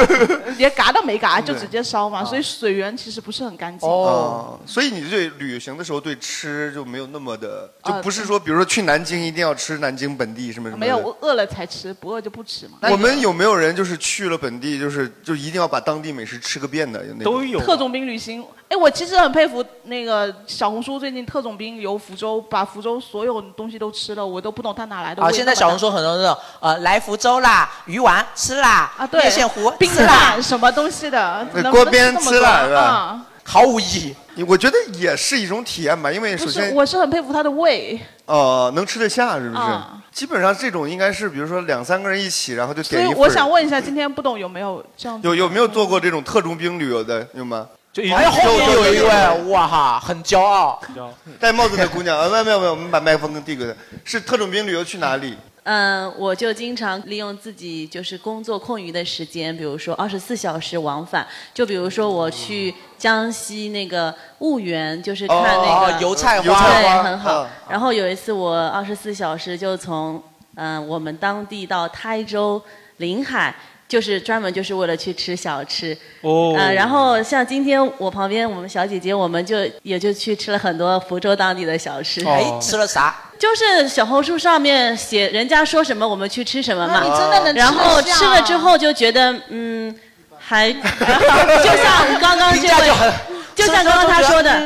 [SPEAKER 5] 连嘎都没嘎，就
[SPEAKER 2] 对啊
[SPEAKER 5] 直接烧嘛，所以水源其实不是很干净。
[SPEAKER 2] 哦，所以你对旅行的时候对吃就没有那么的，就
[SPEAKER 5] 呃
[SPEAKER 2] 不是说比如说去南京一定要吃南京本地什么什么的。
[SPEAKER 5] 没有，我饿了才吃，不饿就不吃嘛。
[SPEAKER 2] 我们有没有人就是去了本地，就是就一定要把当地美食吃个遍的？有那种
[SPEAKER 5] 特种兵旅行。哎，我其实很佩服那个小红书最近特种兵游福州，把福州所有东西都吃了，我都不懂他哪来的。
[SPEAKER 7] 啊，现在小红书很多那种呃，来福州啦，鱼丸吃啦，
[SPEAKER 5] 啊，对，
[SPEAKER 7] 面线糊
[SPEAKER 5] 冰
[SPEAKER 7] 吃啦
[SPEAKER 5] 蛋，什么东西的，怎么
[SPEAKER 2] 锅边
[SPEAKER 5] 能吃
[SPEAKER 2] 吃了是吧？
[SPEAKER 5] 啊
[SPEAKER 7] 毫无意义。
[SPEAKER 2] 我觉得也是一种体验吧，因为哎首
[SPEAKER 5] 不
[SPEAKER 2] 先
[SPEAKER 5] 是，我是很佩服他的胃。
[SPEAKER 2] 呃能吃得下是不是？
[SPEAKER 5] 啊
[SPEAKER 2] 基本上这种应该是比如说两三个人一起，然后就
[SPEAKER 5] 所
[SPEAKER 2] 点一
[SPEAKER 5] 以
[SPEAKER 2] 份儿。
[SPEAKER 5] 我想问一下，今天不懂有没有这样子？
[SPEAKER 2] 有有没有做过这种特种兵旅游的有吗？
[SPEAKER 4] 就
[SPEAKER 7] 哎呀，后面有一位，哇哈，很骄傲。
[SPEAKER 2] 戴帽子的姑娘，啊，没有没有没有，我们把麦克风递给她。是特种兵旅游去哪里？
[SPEAKER 13] 嗯，我就经常利用自己就是工作空余的时间，比如说二十四小时往返，就比如说我去江西那个婺源，就是看那个、
[SPEAKER 7] 哦油菜花
[SPEAKER 13] 对，很好。
[SPEAKER 7] 嗯
[SPEAKER 13] 然后有一次我二十四小时就从嗯我们当地到台州临海。就是专门就是为了去吃小吃，
[SPEAKER 4] 哦
[SPEAKER 13] 呃，然后像今天我旁边我们小姐姐，我们就也就去吃了很多福州当地的小吃。
[SPEAKER 7] 哎，吃了啥？
[SPEAKER 13] 就是小红书上面写人家说什么，我们去吃什么嘛。
[SPEAKER 5] 啊你真的能
[SPEAKER 13] 然后
[SPEAKER 5] 吃得下
[SPEAKER 13] 吃了之后就觉得，嗯，还就像刚刚这
[SPEAKER 5] 评价
[SPEAKER 13] 位
[SPEAKER 5] 就很，
[SPEAKER 13] 就像刚刚他说的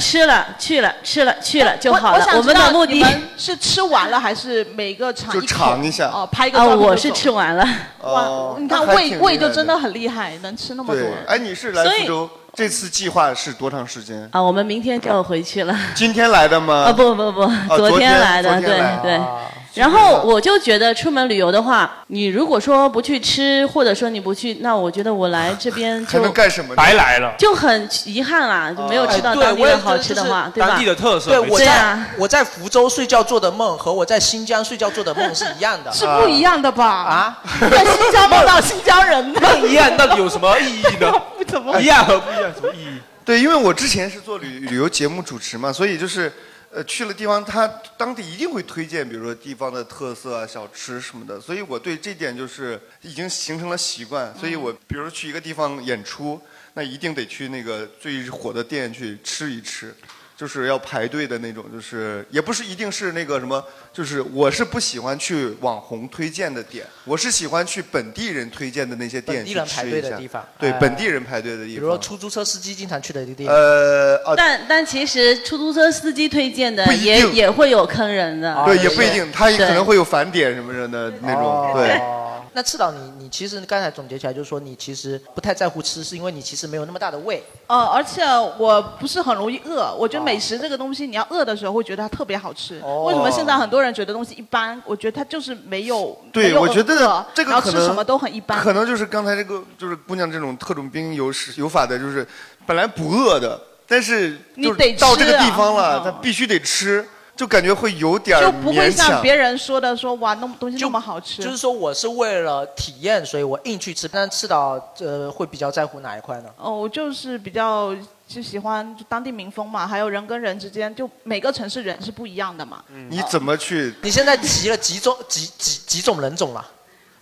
[SPEAKER 5] 吃了，
[SPEAKER 13] 吃了去了吃了去了就好
[SPEAKER 5] 嗯我
[SPEAKER 13] 了。
[SPEAKER 5] 想知
[SPEAKER 13] 们
[SPEAKER 5] 道
[SPEAKER 13] 的目
[SPEAKER 5] 你
[SPEAKER 13] 的
[SPEAKER 5] 们是吃完了还是每个尝
[SPEAKER 2] 就
[SPEAKER 5] 口
[SPEAKER 2] 尝一下
[SPEAKER 5] 哦，拍一个
[SPEAKER 13] 啊，
[SPEAKER 5] 照片就
[SPEAKER 13] 我是
[SPEAKER 5] 走
[SPEAKER 13] 吃完了。
[SPEAKER 2] 哦
[SPEAKER 5] 哇，你看
[SPEAKER 2] 那还挺厉
[SPEAKER 5] 胃
[SPEAKER 2] 害
[SPEAKER 5] 胃就真的很厉害，能吃那么多
[SPEAKER 2] 对。，哎，你是来福州这次计划是多长时间？
[SPEAKER 13] 啊，我们明天就要回去了。
[SPEAKER 2] 今天来的吗？
[SPEAKER 13] 啊不不不，
[SPEAKER 2] 哦昨
[SPEAKER 13] 天来
[SPEAKER 2] 昨
[SPEAKER 13] 的，
[SPEAKER 2] 天
[SPEAKER 13] 对
[SPEAKER 2] 来的啊
[SPEAKER 13] 对。然后我就觉得出门旅游的话，你如果说不去吃，或者说你不去，那我觉得我 来这边就
[SPEAKER 2] 还能干什么呢？哦
[SPEAKER 4] 白来了
[SPEAKER 13] 就很遗憾啦，就没有吃到
[SPEAKER 7] 哎对
[SPEAKER 13] 当地
[SPEAKER 7] 我也
[SPEAKER 13] 的
[SPEAKER 7] 觉得
[SPEAKER 13] 好吃的
[SPEAKER 7] 就是
[SPEAKER 13] 话，对吧？
[SPEAKER 7] 对，我
[SPEAKER 13] 对
[SPEAKER 7] 在
[SPEAKER 13] 啊，
[SPEAKER 7] 我在福州睡觉做的梦和我在新疆睡觉做的梦是一样的，
[SPEAKER 5] 是不一样的吧？
[SPEAKER 7] 啊，
[SPEAKER 5] 在新疆梦到新疆人的
[SPEAKER 4] 一样到底有什么意义呢？
[SPEAKER 5] 不怎么
[SPEAKER 4] 一样和不一样有什么意义？
[SPEAKER 2] 对，因为我之前是做旅旅游节目主持嘛，所以就是呃，去了地方，他当地一定会推荐，比如说地方的特色啊、小吃什么的。所以我对这点就是已经形成了习惯。所以
[SPEAKER 7] 嗯
[SPEAKER 2] 我比如说去一个地方演出，那一定得去那个最火的店去吃一吃，就是要排队的那种，就是也不是一定是那个什么，就是我是不喜欢去网红推荐的店，我是喜欢去本地人推荐的那些店
[SPEAKER 7] 本地
[SPEAKER 2] 去
[SPEAKER 7] 人
[SPEAKER 2] 吃
[SPEAKER 7] 排
[SPEAKER 2] 一
[SPEAKER 7] 队的
[SPEAKER 2] 下
[SPEAKER 7] 地方
[SPEAKER 2] 对
[SPEAKER 7] 哎
[SPEAKER 2] 本地人排队的
[SPEAKER 7] 比
[SPEAKER 2] 地
[SPEAKER 7] 如说
[SPEAKER 2] 方。
[SPEAKER 7] 出租车司机经常去的一个地方。
[SPEAKER 2] 呃，啊，
[SPEAKER 13] 但但其实出租车司机推荐的
[SPEAKER 2] 不一定
[SPEAKER 13] 也也会有坑人的，
[SPEAKER 2] 对，也不一定，他也可能
[SPEAKER 13] 对
[SPEAKER 2] 会有返点什么的那那种，对。
[SPEAKER 7] 哦那赤岛你，你其实刚才总结起来就是说，你其实不太在乎吃，是因为你其实没有那么大的胃。
[SPEAKER 5] 呃，而且我不是很容易饿，我觉
[SPEAKER 2] 哦
[SPEAKER 5] 得美食这个东西，你要饿的时候会觉得它特别好吃。为什么现在很多人觉得东西一般？我觉得它就是没有。没
[SPEAKER 2] 对，
[SPEAKER 5] 有
[SPEAKER 2] 我觉
[SPEAKER 5] 饿
[SPEAKER 2] 得这个
[SPEAKER 5] 然后
[SPEAKER 2] 可
[SPEAKER 5] 吃
[SPEAKER 2] 能
[SPEAKER 5] 什么都很一般。
[SPEAKER 2] 可能就是刚才这个就是姑娘这种特种兵有史有法的，就是本来不饿的，但是
[SPEAKER 5] 你
[SPEAKER 2] 就是
[SPEAKER 5] 得
[SPEAKER 2] 到
[SPEAKER 5] 吃
[SPEAKER 2] 这个地
[SPEAKER 5] 啊
[SPEAKER 2] 方了，她必须得吃，就感觉会有点儿
[SPEAKER 5] 就不会
[SPEAKER 2] 勉
[SPEAKER 5] 像
[SPEAKER 2] 强。
[SPEAKER 5] 别人说的说哇，那么东西那么好吃。
[SPEAKER 7] 就是说，我是为了体验，所以我硬去吃。但赤岛呃会比较在乎哪一块呢？
[SPEAKER 5] 哦，我就是比较就喜欢就当地民风嘛，还有人跟人之间，就每个城市人是不一样的嘛。
[SPEAKER 2] 嗯
[SPEAKER 5] 呃
[SPEAKER 2] 你怎么去？
[SPEAKER 7] 你现在集了几种几几几种人种了？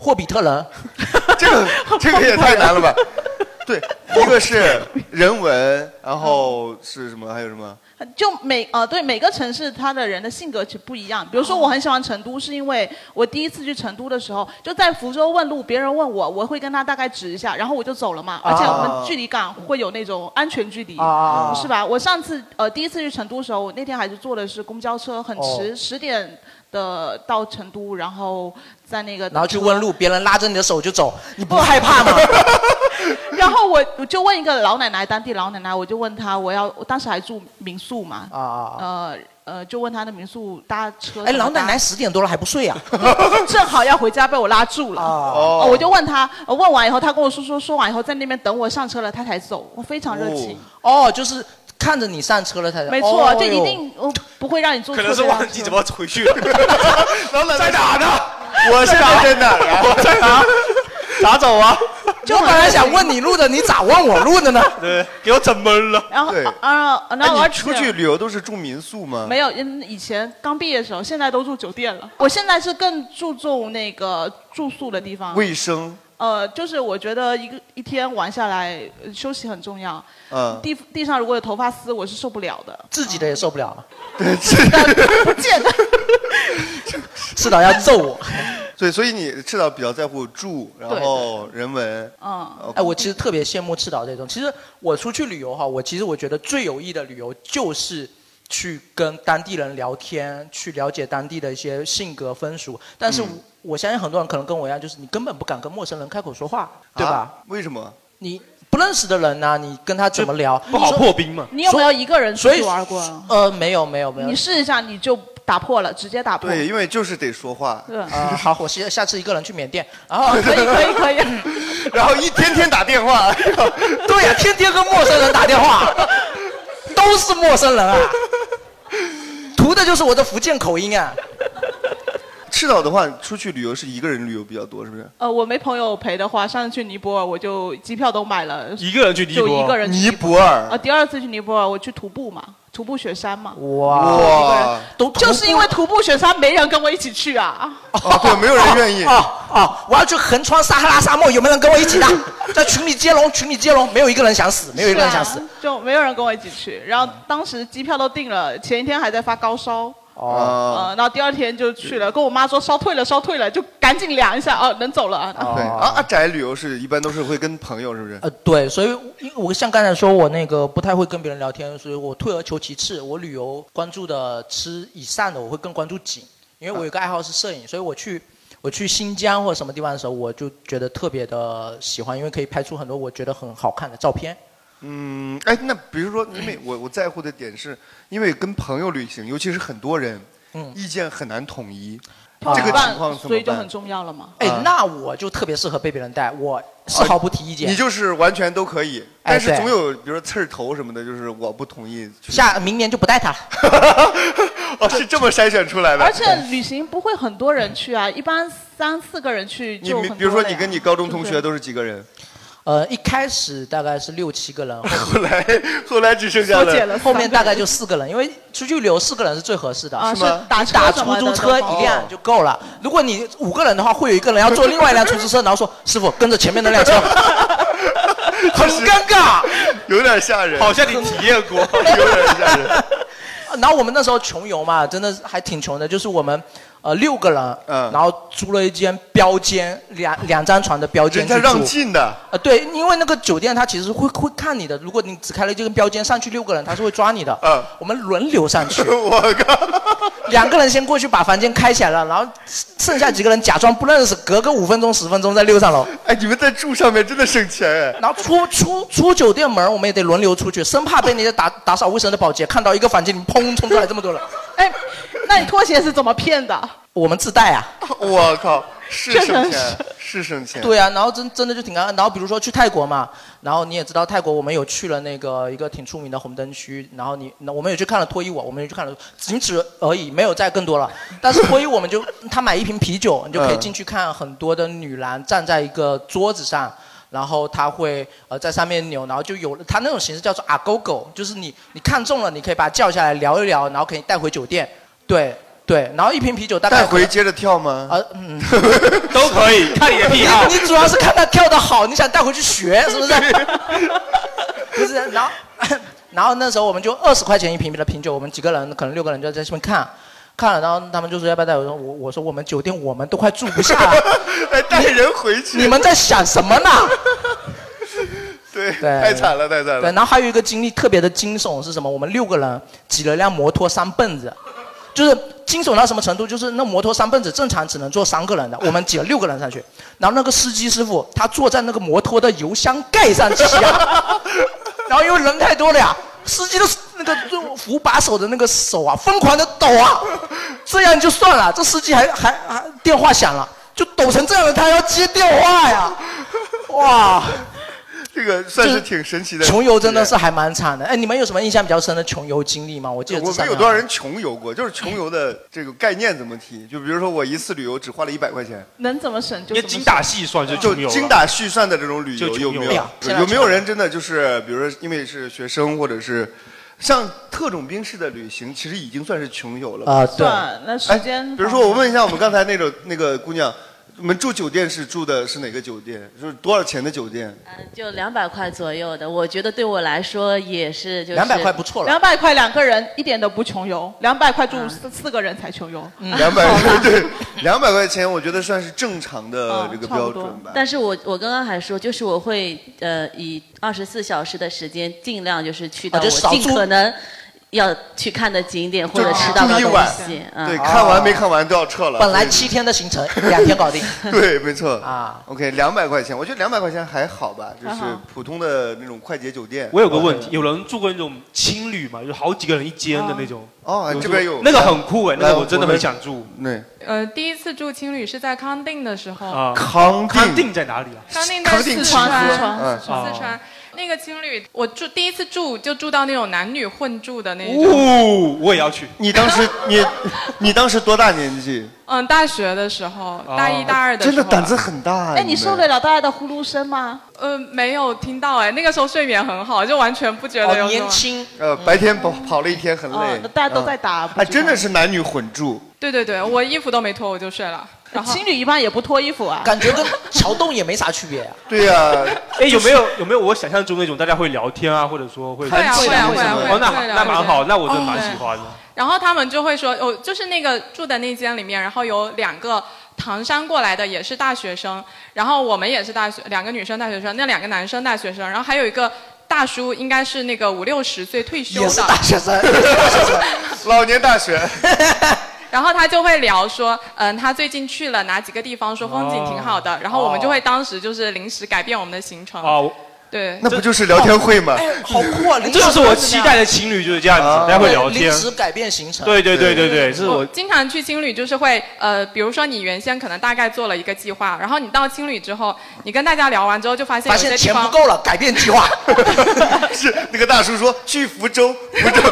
[SPEAKER 7] 霍比特人，
[SPEAKER 2] 这个也太难了吧？ 对，一个是人文，然后是什么？还有什么？
[SPEAKER 5] 就每呃对每个城市它的人的性格其实不一样。比如说我很喜欢成都，是因为我第一次去成都的时候，就在福州问路，别人问我，我会跟他大概指一下，然后我就走了嘛。而且我们距离感会有那种安全距离，
[SPEAKER 7] 啊
[SPEAKER 5] 是吧？我上次呃第一次去成都的时候，我那天还是坐的是公交车，很迟，
[SPEAKER 7] 哦
[SPEAKER 5] 十、点的到成都，然后在那个
[SPEAKER 7] 然后去
[SPEAKER 5] 等车
[SPEAKER 7] 问路，别人拉着你的手就走，你不害怕吗？
[SPEAKER 5] 然后我我就问一个老奶奶，当地老奶奶，我就问她，我要我当时还住民宿嘛，
[SPEAKER 7] 啊
[SPEAKER 5] 呃呃，就问她的民宿搭车。
[SPEAKER 7] 哎，老奶奶十点多了还不睡啊？
[SPEAKER 5] 正好要回家，被我拉住了。
[SPEAKER 7] 哦
[SPEAKER 5] 哦，我就问她，呃问完以后，她跟我说说说完以后，在那边等我上车了，她才走，我非常热情。
[SPEAKER 7] 哦，就是看着你上车了，他哦
[SPEAKER 5] 没错，
[SPEAKER 7] 这
[SPEAKER 5] 这一定呃不会让你坐
[SPEAKER 4] 可
[SPEAKER 5] 错
[SPEAKER 4] 能是
[SPEAKER 5] 这辆
[SPEAKER 4] 忘
[SPEAKER 5] 车
[SPEAKER 4] 记怎么回去 了。 在哪呢？
[SPEAKER 2] 我是
[SPEAKER 4] 在
[SPEAKER 2] 在哪儿啊？
[SPEAKER 4] 我在哪？咋走啊？
[SPEAKER 7] 就本来想问你路的，你咋问我路的呢？
[SPEAKER 4] 对，给我整懵了。
[SPEAKER 5] 然后
[SPEAKER 2] 对，
[SPEAKER 5] 啊，呃那
[SPEAKER 2] 哎
[SPEAKER 5] 而
[SPEAKER 2] 你
[SPEAKER 5] 且
[SPEAKER 2] 出去旅游都是住民宿吗？
[SPEAKER 5] 没有，嗯，以前刚毕业的时候，现在都住酒店
[SPEAKER 7] 哦
[SPEAKER 5] 了。我现在是更注重那个住宿的地方。
[SPEAKER 2] 卫生，
[SPEAKER 5] 呃，就是我觉得一个一天玩下来，呃休息很重要。
[SPEAKER 2] 嗯，
[SPEAKER 5] 地地上如果有头发丝，我是受不了的。
[SPEAKER 7] 呃自己的也受不了。
[SPEAKER 5] 不见得。
[SPEAKER 7] 赤岛要揍我。
[SPEAKER 2] 对，所以你赤岛比较在乎住，然
[SPEAKER 7] 对
[SPEAKER 2] 后人文。
[SPEAKER 5] 嗯
[SPEAKER 7] 哎，我其实特别羡慕赤岛这种。其实我出去旅游哈，我其实我觉得最有益的旅游就是去跟当地人聊天，去了解当地的一些性格风俗。但是我,、
[SPEAKER 2] 嗯
[SPEAKER 7] 相信很多人可能跟我一样，就是你根本不敢跟陌生人开口说话，对吧？
[SPEAKER 2] 啊为什么？
[SPEAKER 7] 你不认识的人呢、你跟他怎么聊？
[SPEAKER 4] 不好破冰嘛
[SPEAKER 5] 你有没有一个人出
[SPEAKER 7] 所以
[SPEAKER 5] 去玩过？
[SPEAKER 7] 呃，没有没有没有。
[SPEAKER 5] 你试一下，你就打破了，直接打破。
[SPEAKER 2] 对，因为就是得说话。
[SPEAKER 5] 对
[SPEAKER 7] 啊、好，我下下次一个人去缅甸，然后
[SPEAKER 5] 可以可以可以，
[SPEAKER 2] 然后一天天打电话，
[SPEAKER 7] 对呀、天天跟陌生人打电话，都是陌生人啊，图的就是我的福建口音啊。
[SPEAKER 2] 赤岛的话，出去旅游是一个人旅游比较多，是不是？
[SPEAKER 5] 呃，我没朋友陪的话，上次去尼泊尔我就机票都买了，
[SPEAKER 4] 一个人去尼泊尔
[SPEAKER 5] 就一个人去
[SPEAKER 2] 尼泊尔
[SPEAKER 5] 啊，第二次去尼泊尔，我去徒步嘛，徒步雪山嘛。
[SPEAKER 2] 哇
[SPEAKER 7] 都
[SPEAKER 5] 就是因为徒步雪山没人跟我一起去啊。
[SPEAKER 2] 哦，对，没有人愿意。
[SPEAKER 7] 哦哦，我要去横穿撒哈拉沙漠，有没有人跟我一起的？在群里接龙，群里接龙，没有一个人想死，没有一个人想
[SPEAKER 5] 是
[SPEAKER 7] 死
[SPEAKER 5] 啊。就没有人跟我一起去。然后当时机票都订了，前一天还在发高烧。
[SPEAKER 2] 哦
[SPEAKER 5] 呃，然后第二天就去了，跟我妈说烧退了，烧退了，就赶紧量一下，哦，能走了啊。
[SPEAKER 2] 对啊，阿宅旅游是一般都是会跟朋友，是不是？
[SPEAKER 7] 呃，对，所以因为我像刚才说，我那个不太会跟别人聊天，所以我退而求其次，我旅游关注的吃以上的，我会更关注景，因为我有个爱好是摄影，所以我去我去新疆或者什么地方的时候，我就觉得特别的喜欢，因为可以拍出很多我觉得很好看的照片。
[SPEAKER 2] 嗯，哎，那比如说，因为我我在乎的点是，因为跟朋友旅行，尤其是很多人，
[SPEAKER 7] 嗯
[SPEAKER 2] 意见很难统一，
[SPEAKER 7] 啊
[SPEAKER 2] 这个情况怎
[SPEAKER 5] 所以
[SPEAKER 2] 么
[SPEAKER 5] 就很
[SPEAKER 2] 办？
[SPEAKER 5] 重要了嘛。
[SPEAKER 7] 哎
[SPEAKER 2] 啊，
[SPEAKER 7] 那我就特别适合被别人带，我是毫不提意见。
[SPEAKER 2] 哦你就是完全都可以，
[SPEAKER 7] 哎
[SPEAKER 2] 但是
[SPEAKER 7] 对
[SPEAKER 2] 总有比如说刺儿头什么的，就是我不同意。
[SPEAKER 7] 下明年就不带他了。
[SPEAKER 2] 哦，是这么筛选出来的。
[SPEAKER 5] 而且旅行不会很多人去啊，一般三四个人去
[SPEAKER 2] 你
[SPEAKER 5] 就很多
[SPEAKER 2] 比如说
[SPEAKER 5] 了
[SPEAKER 2] 你
[SPEAKER 5] 呀
[SPEAKER 2] 跟你高中同
[SPEAKER 5] 对
[SPEAKER 2] 学都是几个人？
[SPEAKER 7] 呃，一开始大概是六七 个人，后
[SPEAKER 2] 来后来只剩下了缩减了
[SPEAKER 7] 后面大概就四个人，因为出去旅游四个人是最合适的，
[SPEAKER 5] 啊是吗是打车
[SPEAKER 7] 打
[SPEAKER 5] 什
[SPEAKER 7] 出
[SPEAKER 5] 么的
[SPEAKER 7] 租车
[SPEAKER 5] 都哦好
[SPEAKER 7] 一辆就够了。如果你五个人的话，会有一个人要坐另外一辆出租车，然后说师傅跟着前面 那辆车，很尴尬，
[SPEAKER 2] 有点吓人，
[SPEAKER 7] 好像
[SPEAKER 2] 你体验过，有点吓人。
[SPEAKER 7] 然后我们那时候穷游嘛，真的还挺穷的，就是我们呃六个人，
[SPEAKER 2] 嗯
[SPEAKER 7] 然后租了一间标间，两两张床的标间
[SPEAKER 2] 人家
[SPEAKER 7] 去住
[SPEAKER 2] 让进的，
[SPEAKER 7] 呃，对，因为那个酒店它其实会会看你的，如果你只开了这个标间上去六个人，他是会抓你的。嗯，我们轮流上去。
[SPEAKER 2] 我靠！
[SPEAKER 7] 两个人先过去把房间开起来了，然后剩下几个人假装不认识，隔个五分钟十分钟再溜上楼。
[SPEAKER 2] 哎，你们在住上面真的省钱哎。
[SPEAKER 7] 然后出出出酒店门，我们也得轮流出去，生怕被那些打打扫卫生的保洁看到一个房间里砰冲出来这么多人。
[SPEAKER 5] 哎，那你拖鞋是怎么骗的？
[SPEAKER 7] 我们自带啊。
[SPEAKER 2] 我靠，是
[SPEAKER 7] 真
[SPEAKER 2] 省
[SPEAKER 7] 的
[SPEAKER 2] 钱是
[SPEAKER 7] 是，
[SPEAKER 2] 省钱。
[SPEAKER 7] 对啊，然后真真的就挺尴尬。然后比如说去泰国嘛，然后你也知道泰国我们有去了那个一个挺出名的红灯区，然后你那我们有去看了脱衣舞，我们有去看了，仅此而已，没有再更多了。但是脱衣舞我们就他买一瓶啤酒，你就可以进去看很多的女篮站在一个桌子上。然后他会呃在上面扭，然后就有他那种形式叫做啊勾勾，就是你你看中了，你可以把它叫下来聊一聊，然后可以带回酒店。对对，然后一瓶啤酒大概
[SPEAKER 2] 带
[SPEAKER 7] 可能
[SPEAKER 2] 回接着跳吗？
[SPEAKER 7] 啊，嗯，
[SPEAKER 4] 都可以，看你的癖好。
[SPEAKER 7] 你主要是看他跳的好，你想带回去学，是 不是？不是，然后 然后那时候我们就二十块钱一瓶的啤酒，我们几个人可能六个人就在下面看。看了，然后他们就说要不要带我？我说我我说我们酒店我们都快住不下了，
[SPEAKER 2] 哎带人回去。
[SPEAKER 7] 你们在想什么呢？
[SPEAKER 2] 对，
[SPEAKER 7] 对
[SPEAKER 2] 太惨了，太惨了。
[SPEAKER 7] 对，然后还有一个经历特别的惊悚是什么？我们六个人挤了辆摩托三蹦子，就是惊悚到什么程度？就是那摩托三蹦子正常只能坐三个人的，我们挤了六个人上去。然后那个司机师傅他坐在那个摩托的油箱盖上骑啊，然后因为人太多了呀，司机的那个扶把手的那个手啊疯狂的抖啊，这样就算了，这司机还还还电话响了，就抖成这样了，他还要接电话呀，哇！
[SPEAKER 2] 这个算是挺神奇的。
[SPEAKER 7] 穷游真的是还蛮惨的。哎，你们有什么印象比较深的穷游经历吗？我记
[SPEAKER 2] 我
[SPEAKER 7] 得这
[SPEAKER 2] 们
[SPEAKER 7] 三
[SPEAKER 2] 有
[SPEAKER 7] 个
[SPEAKER 2] 多少人穷游过？就是穷游的这个概念怎么提？就比如说我一次旅游只花了一百块钱，
[SPEAKER 5] 能怎么省就
[SPEAKER 4] 你
[SPEAKER 5] 怎么
[SPEAKER 4] 精
[SPEAKER 5] 省。
[SPEAKER 4] 打细算就
[SPEAKER 2] 就
[SPEAKER 4] 穷游了
[SPEAKER 2] 精打细算的这种旅
[SPEAKER 4] 就
[SPEAKER 2] 游
[SPEAKER 4] 穷
[SPEAKER 2] 有
[SPEAKER 4] 游
[SPEAKER 2] 没
[SPEAKER 4] 了哎
[SPEAKER 2] 有
[SPEAKER 4] 呀？
[SPEAKER 2] 对
[SPEAKER 4] 现在
[SPEAKER 2] 有没有
[SPEAKER 4] 穷游
[SPEAKER 2] 人真的就是，比如说因为是学生或者是像特种兵式的旅行，其实已经算是穷游了吧
[SPEAKER 7] 啊对
[SPEAKER 5] 算那时间
[SPEAKER 2] 哎比如说我问一下我们刚才那种那个姑娘，你们住酒店是住的是哪个酒店？就是多少钱的酒店？
[SPEAKER 5] 哎
[SPEAKER 13] 就两百块左右的，我觉得对我来说也是就是
[SPEAKER 2] 200块不错
[SPEAKER 5] 两百块两个人一点都不穷游，两百块
[SPEAKER 13] 啊
[SPEAKER 5] 住四四个人才穷游。
[SPEAKER 2] 两百 对，两百块钱，我觉得算是正常的这个
[SPEAKER 5] 哦差
[SPEAKER 2] 标
[SPEAKER 5] 不
[SPEAKER 2] 准
[SPEAKER 5] 多
[SPEAKER 2] 吧。
[SPEAKER 13] 但是我我刚刚还说，就是我会呃以二十四小时的时间，尽量就是去到
[SPEAKER 2] 啊就
[SPEAKER 13] 我
[SPEAKER 2] 少
[SPEAKER 13] 尽
[SPEAKER 2] 住
[SPEAKER 13] 可能要去看的景点或者
[SPEAKER 2] 就
[SPEAKER 13] 吃到
[SPEAKER 2] 住
[SPEAKER 13] 的
[SPEAKER 2] 一
[SPEAKER 13] 东
[SPEAKER 2] 晚
[SPEAKER 13] 西，，嗯
[SPEAKER 2] 对，看完没看完都要撤了。
[SPEAKER 7] 啊本来
[SPEAKER 2] 所以。
[SPEAKER 7] 七天的行程，两天搞定
[SPEAKER 2] 对，没错
[SPEAKER 7] 啊。
[SPEAKER 2] OK，两百块钱，我觉得两百块钱还好吧，就是
[SPEAKER 4] 还好
[SPEAKER 2] 普通的那种快捷酒店。嗯
[SPEAKER 4] 我有个问题，有人住过那种青旅嘛？就是好几个人一间的那种。
[SPEAKER 2] 哦
[SPEAKER 4] 住
[SPEAKER 2] 这边有
[SPEAKER 4] 那个很酷哎，那
[SPEAKER 2] 来
[SPEAKER 4] 个我真的
[SPEAKER 2] 我
[SPEAKER 4] 很
[SPEAKER 2] 们
[SPEAKER 4] 想住。
[SPEAKER 2] 对
[SPEAKER 14] 呃，第一次住青旅是在康定的时候，
[SPEAKER 4] 啊，
[SPEAKER 2] 康
[SPEAKER 4] 康定在哪里啊？
[SPEAKER 14] 哦康定在
[SPEAKER 4] 康
[SPEAKER 14] 四
[SPEAKER 4] 定
[SPEAKER 14] 川，四
[SPEAKER 4] 集合嗯
[SPEAKER 14] 川，啊
[SPEAKER 4] 哦
[SPEAKER 14] 四川那个青旅，我住第一次住就住到那种男女混住的那种，
[SPEAKER 4] 哦，我也要去。
[SPEAKER 2] 你当时 你你当时多大年纪？
[SPEAKER 14] 嗯，大学的时候，
[SPEAKER 2] 哦
[SPEAKER 4] 哦
[SPEAKER 14] 大一大二的时
[SPEAKER 2] 哎真
[SPEAKER 14] 候，啊
[SPEAKER 2] 的胆子很大。啊
[SPEAKER 5] 哎，你受
[SPEAKER 2] 们
[SPEAKER 5] 得了大家的呼噜声吗？
[SPEAKER 14] 呃，没有听到哎，那个时候睡眠很好，就完全不觉
[SPEAKER 5] 哦
[SPEAKER 14] 得有、
[SPEAKER 7] 年轻。
[SPEAKER 2] 呃，白天跑跑了一天很
[SPEAKER 14] 哦
[SPEAKER 2] 累
[SPEAKER 14] 那，大家都在
[SPEAKER 5] 打
[SPEAKER 2] 哎，真的是男女混住。
[SPEAKER 14] 对对对，我衣服都没脱我就睡了。然后
[SPEAKER 5] 青旅一般也不脱衣服啊，
[SPEAKER 7] 感觉跟桥洞也没啥区别啊。
[SPEAKER 2] 对呀。
[SPEAKER 4] 哎，有没有有没有我想象中那种大家会聊天啊，或者说会
[SPEAKER 14] 会啊会啊会啊会啊
[SPEAKER 4] 哦，那
[SPEAKER 14] 会聊哦
[SPEAKER 4] 那蛮好，那我真蛮
[SPEAKER 14] 对
[SPEAKER 4] 喜欢的。
[SPEAKER 14] 然后他们就会说，哦，就是那个住的那间里面，然后有两个唐山过来的，也是大学生，然后我们也是大学，两个女生大学生，那两个男生大学生，然后还有一个大叔，应该是那个五六十岁退休的，
[SPEAKER 2] 也是大学生 老年大学，
[SPEAKER 14] 然后他就会聊说，嗯，他最近去
[SPEAKER 2] 哦
[SPEAKER 14] 了哪几个地方，说风景挺好的，然后我们就会当时就是临时改变我们的行程。
[SPEAKER 4] 哦，
[SPEAKER 14] 对，
[SPEAKER 2] 那不就是聊天会吗？
[SPEAKER 7] 好酷啊！临时
[SPEAKER 4] 这就是我期待的情侣就是这样
[SPEAKER 14] 啊
[SPEAKER 7] 啊
[SPEAKER 4] 子，大家会聊
[SPEAKER 14] 哦
[SPEAKER 4] 天
[SPEAKER 7] 临。时改变行程。
[SPEAKER 4] 对对对对对，这是我
[SPEAKER 14] 经常去青旅，就是会呃，比如说你原先可能大概做了一个计划，然后你到青旅之后，你跟大家聊完之后，就发现
[SPEAKER 7] 发
[SPEAKER 14] 有些
[SPEAKER 7] 现
[SPEAKER 14] 地
[SPEAKER 7] 钱
[SPEAKER 14] 方
[SPEAKER 7] 不够了，改变计划。
[SPEAKER 2] 是那个大叔说去福州，福州，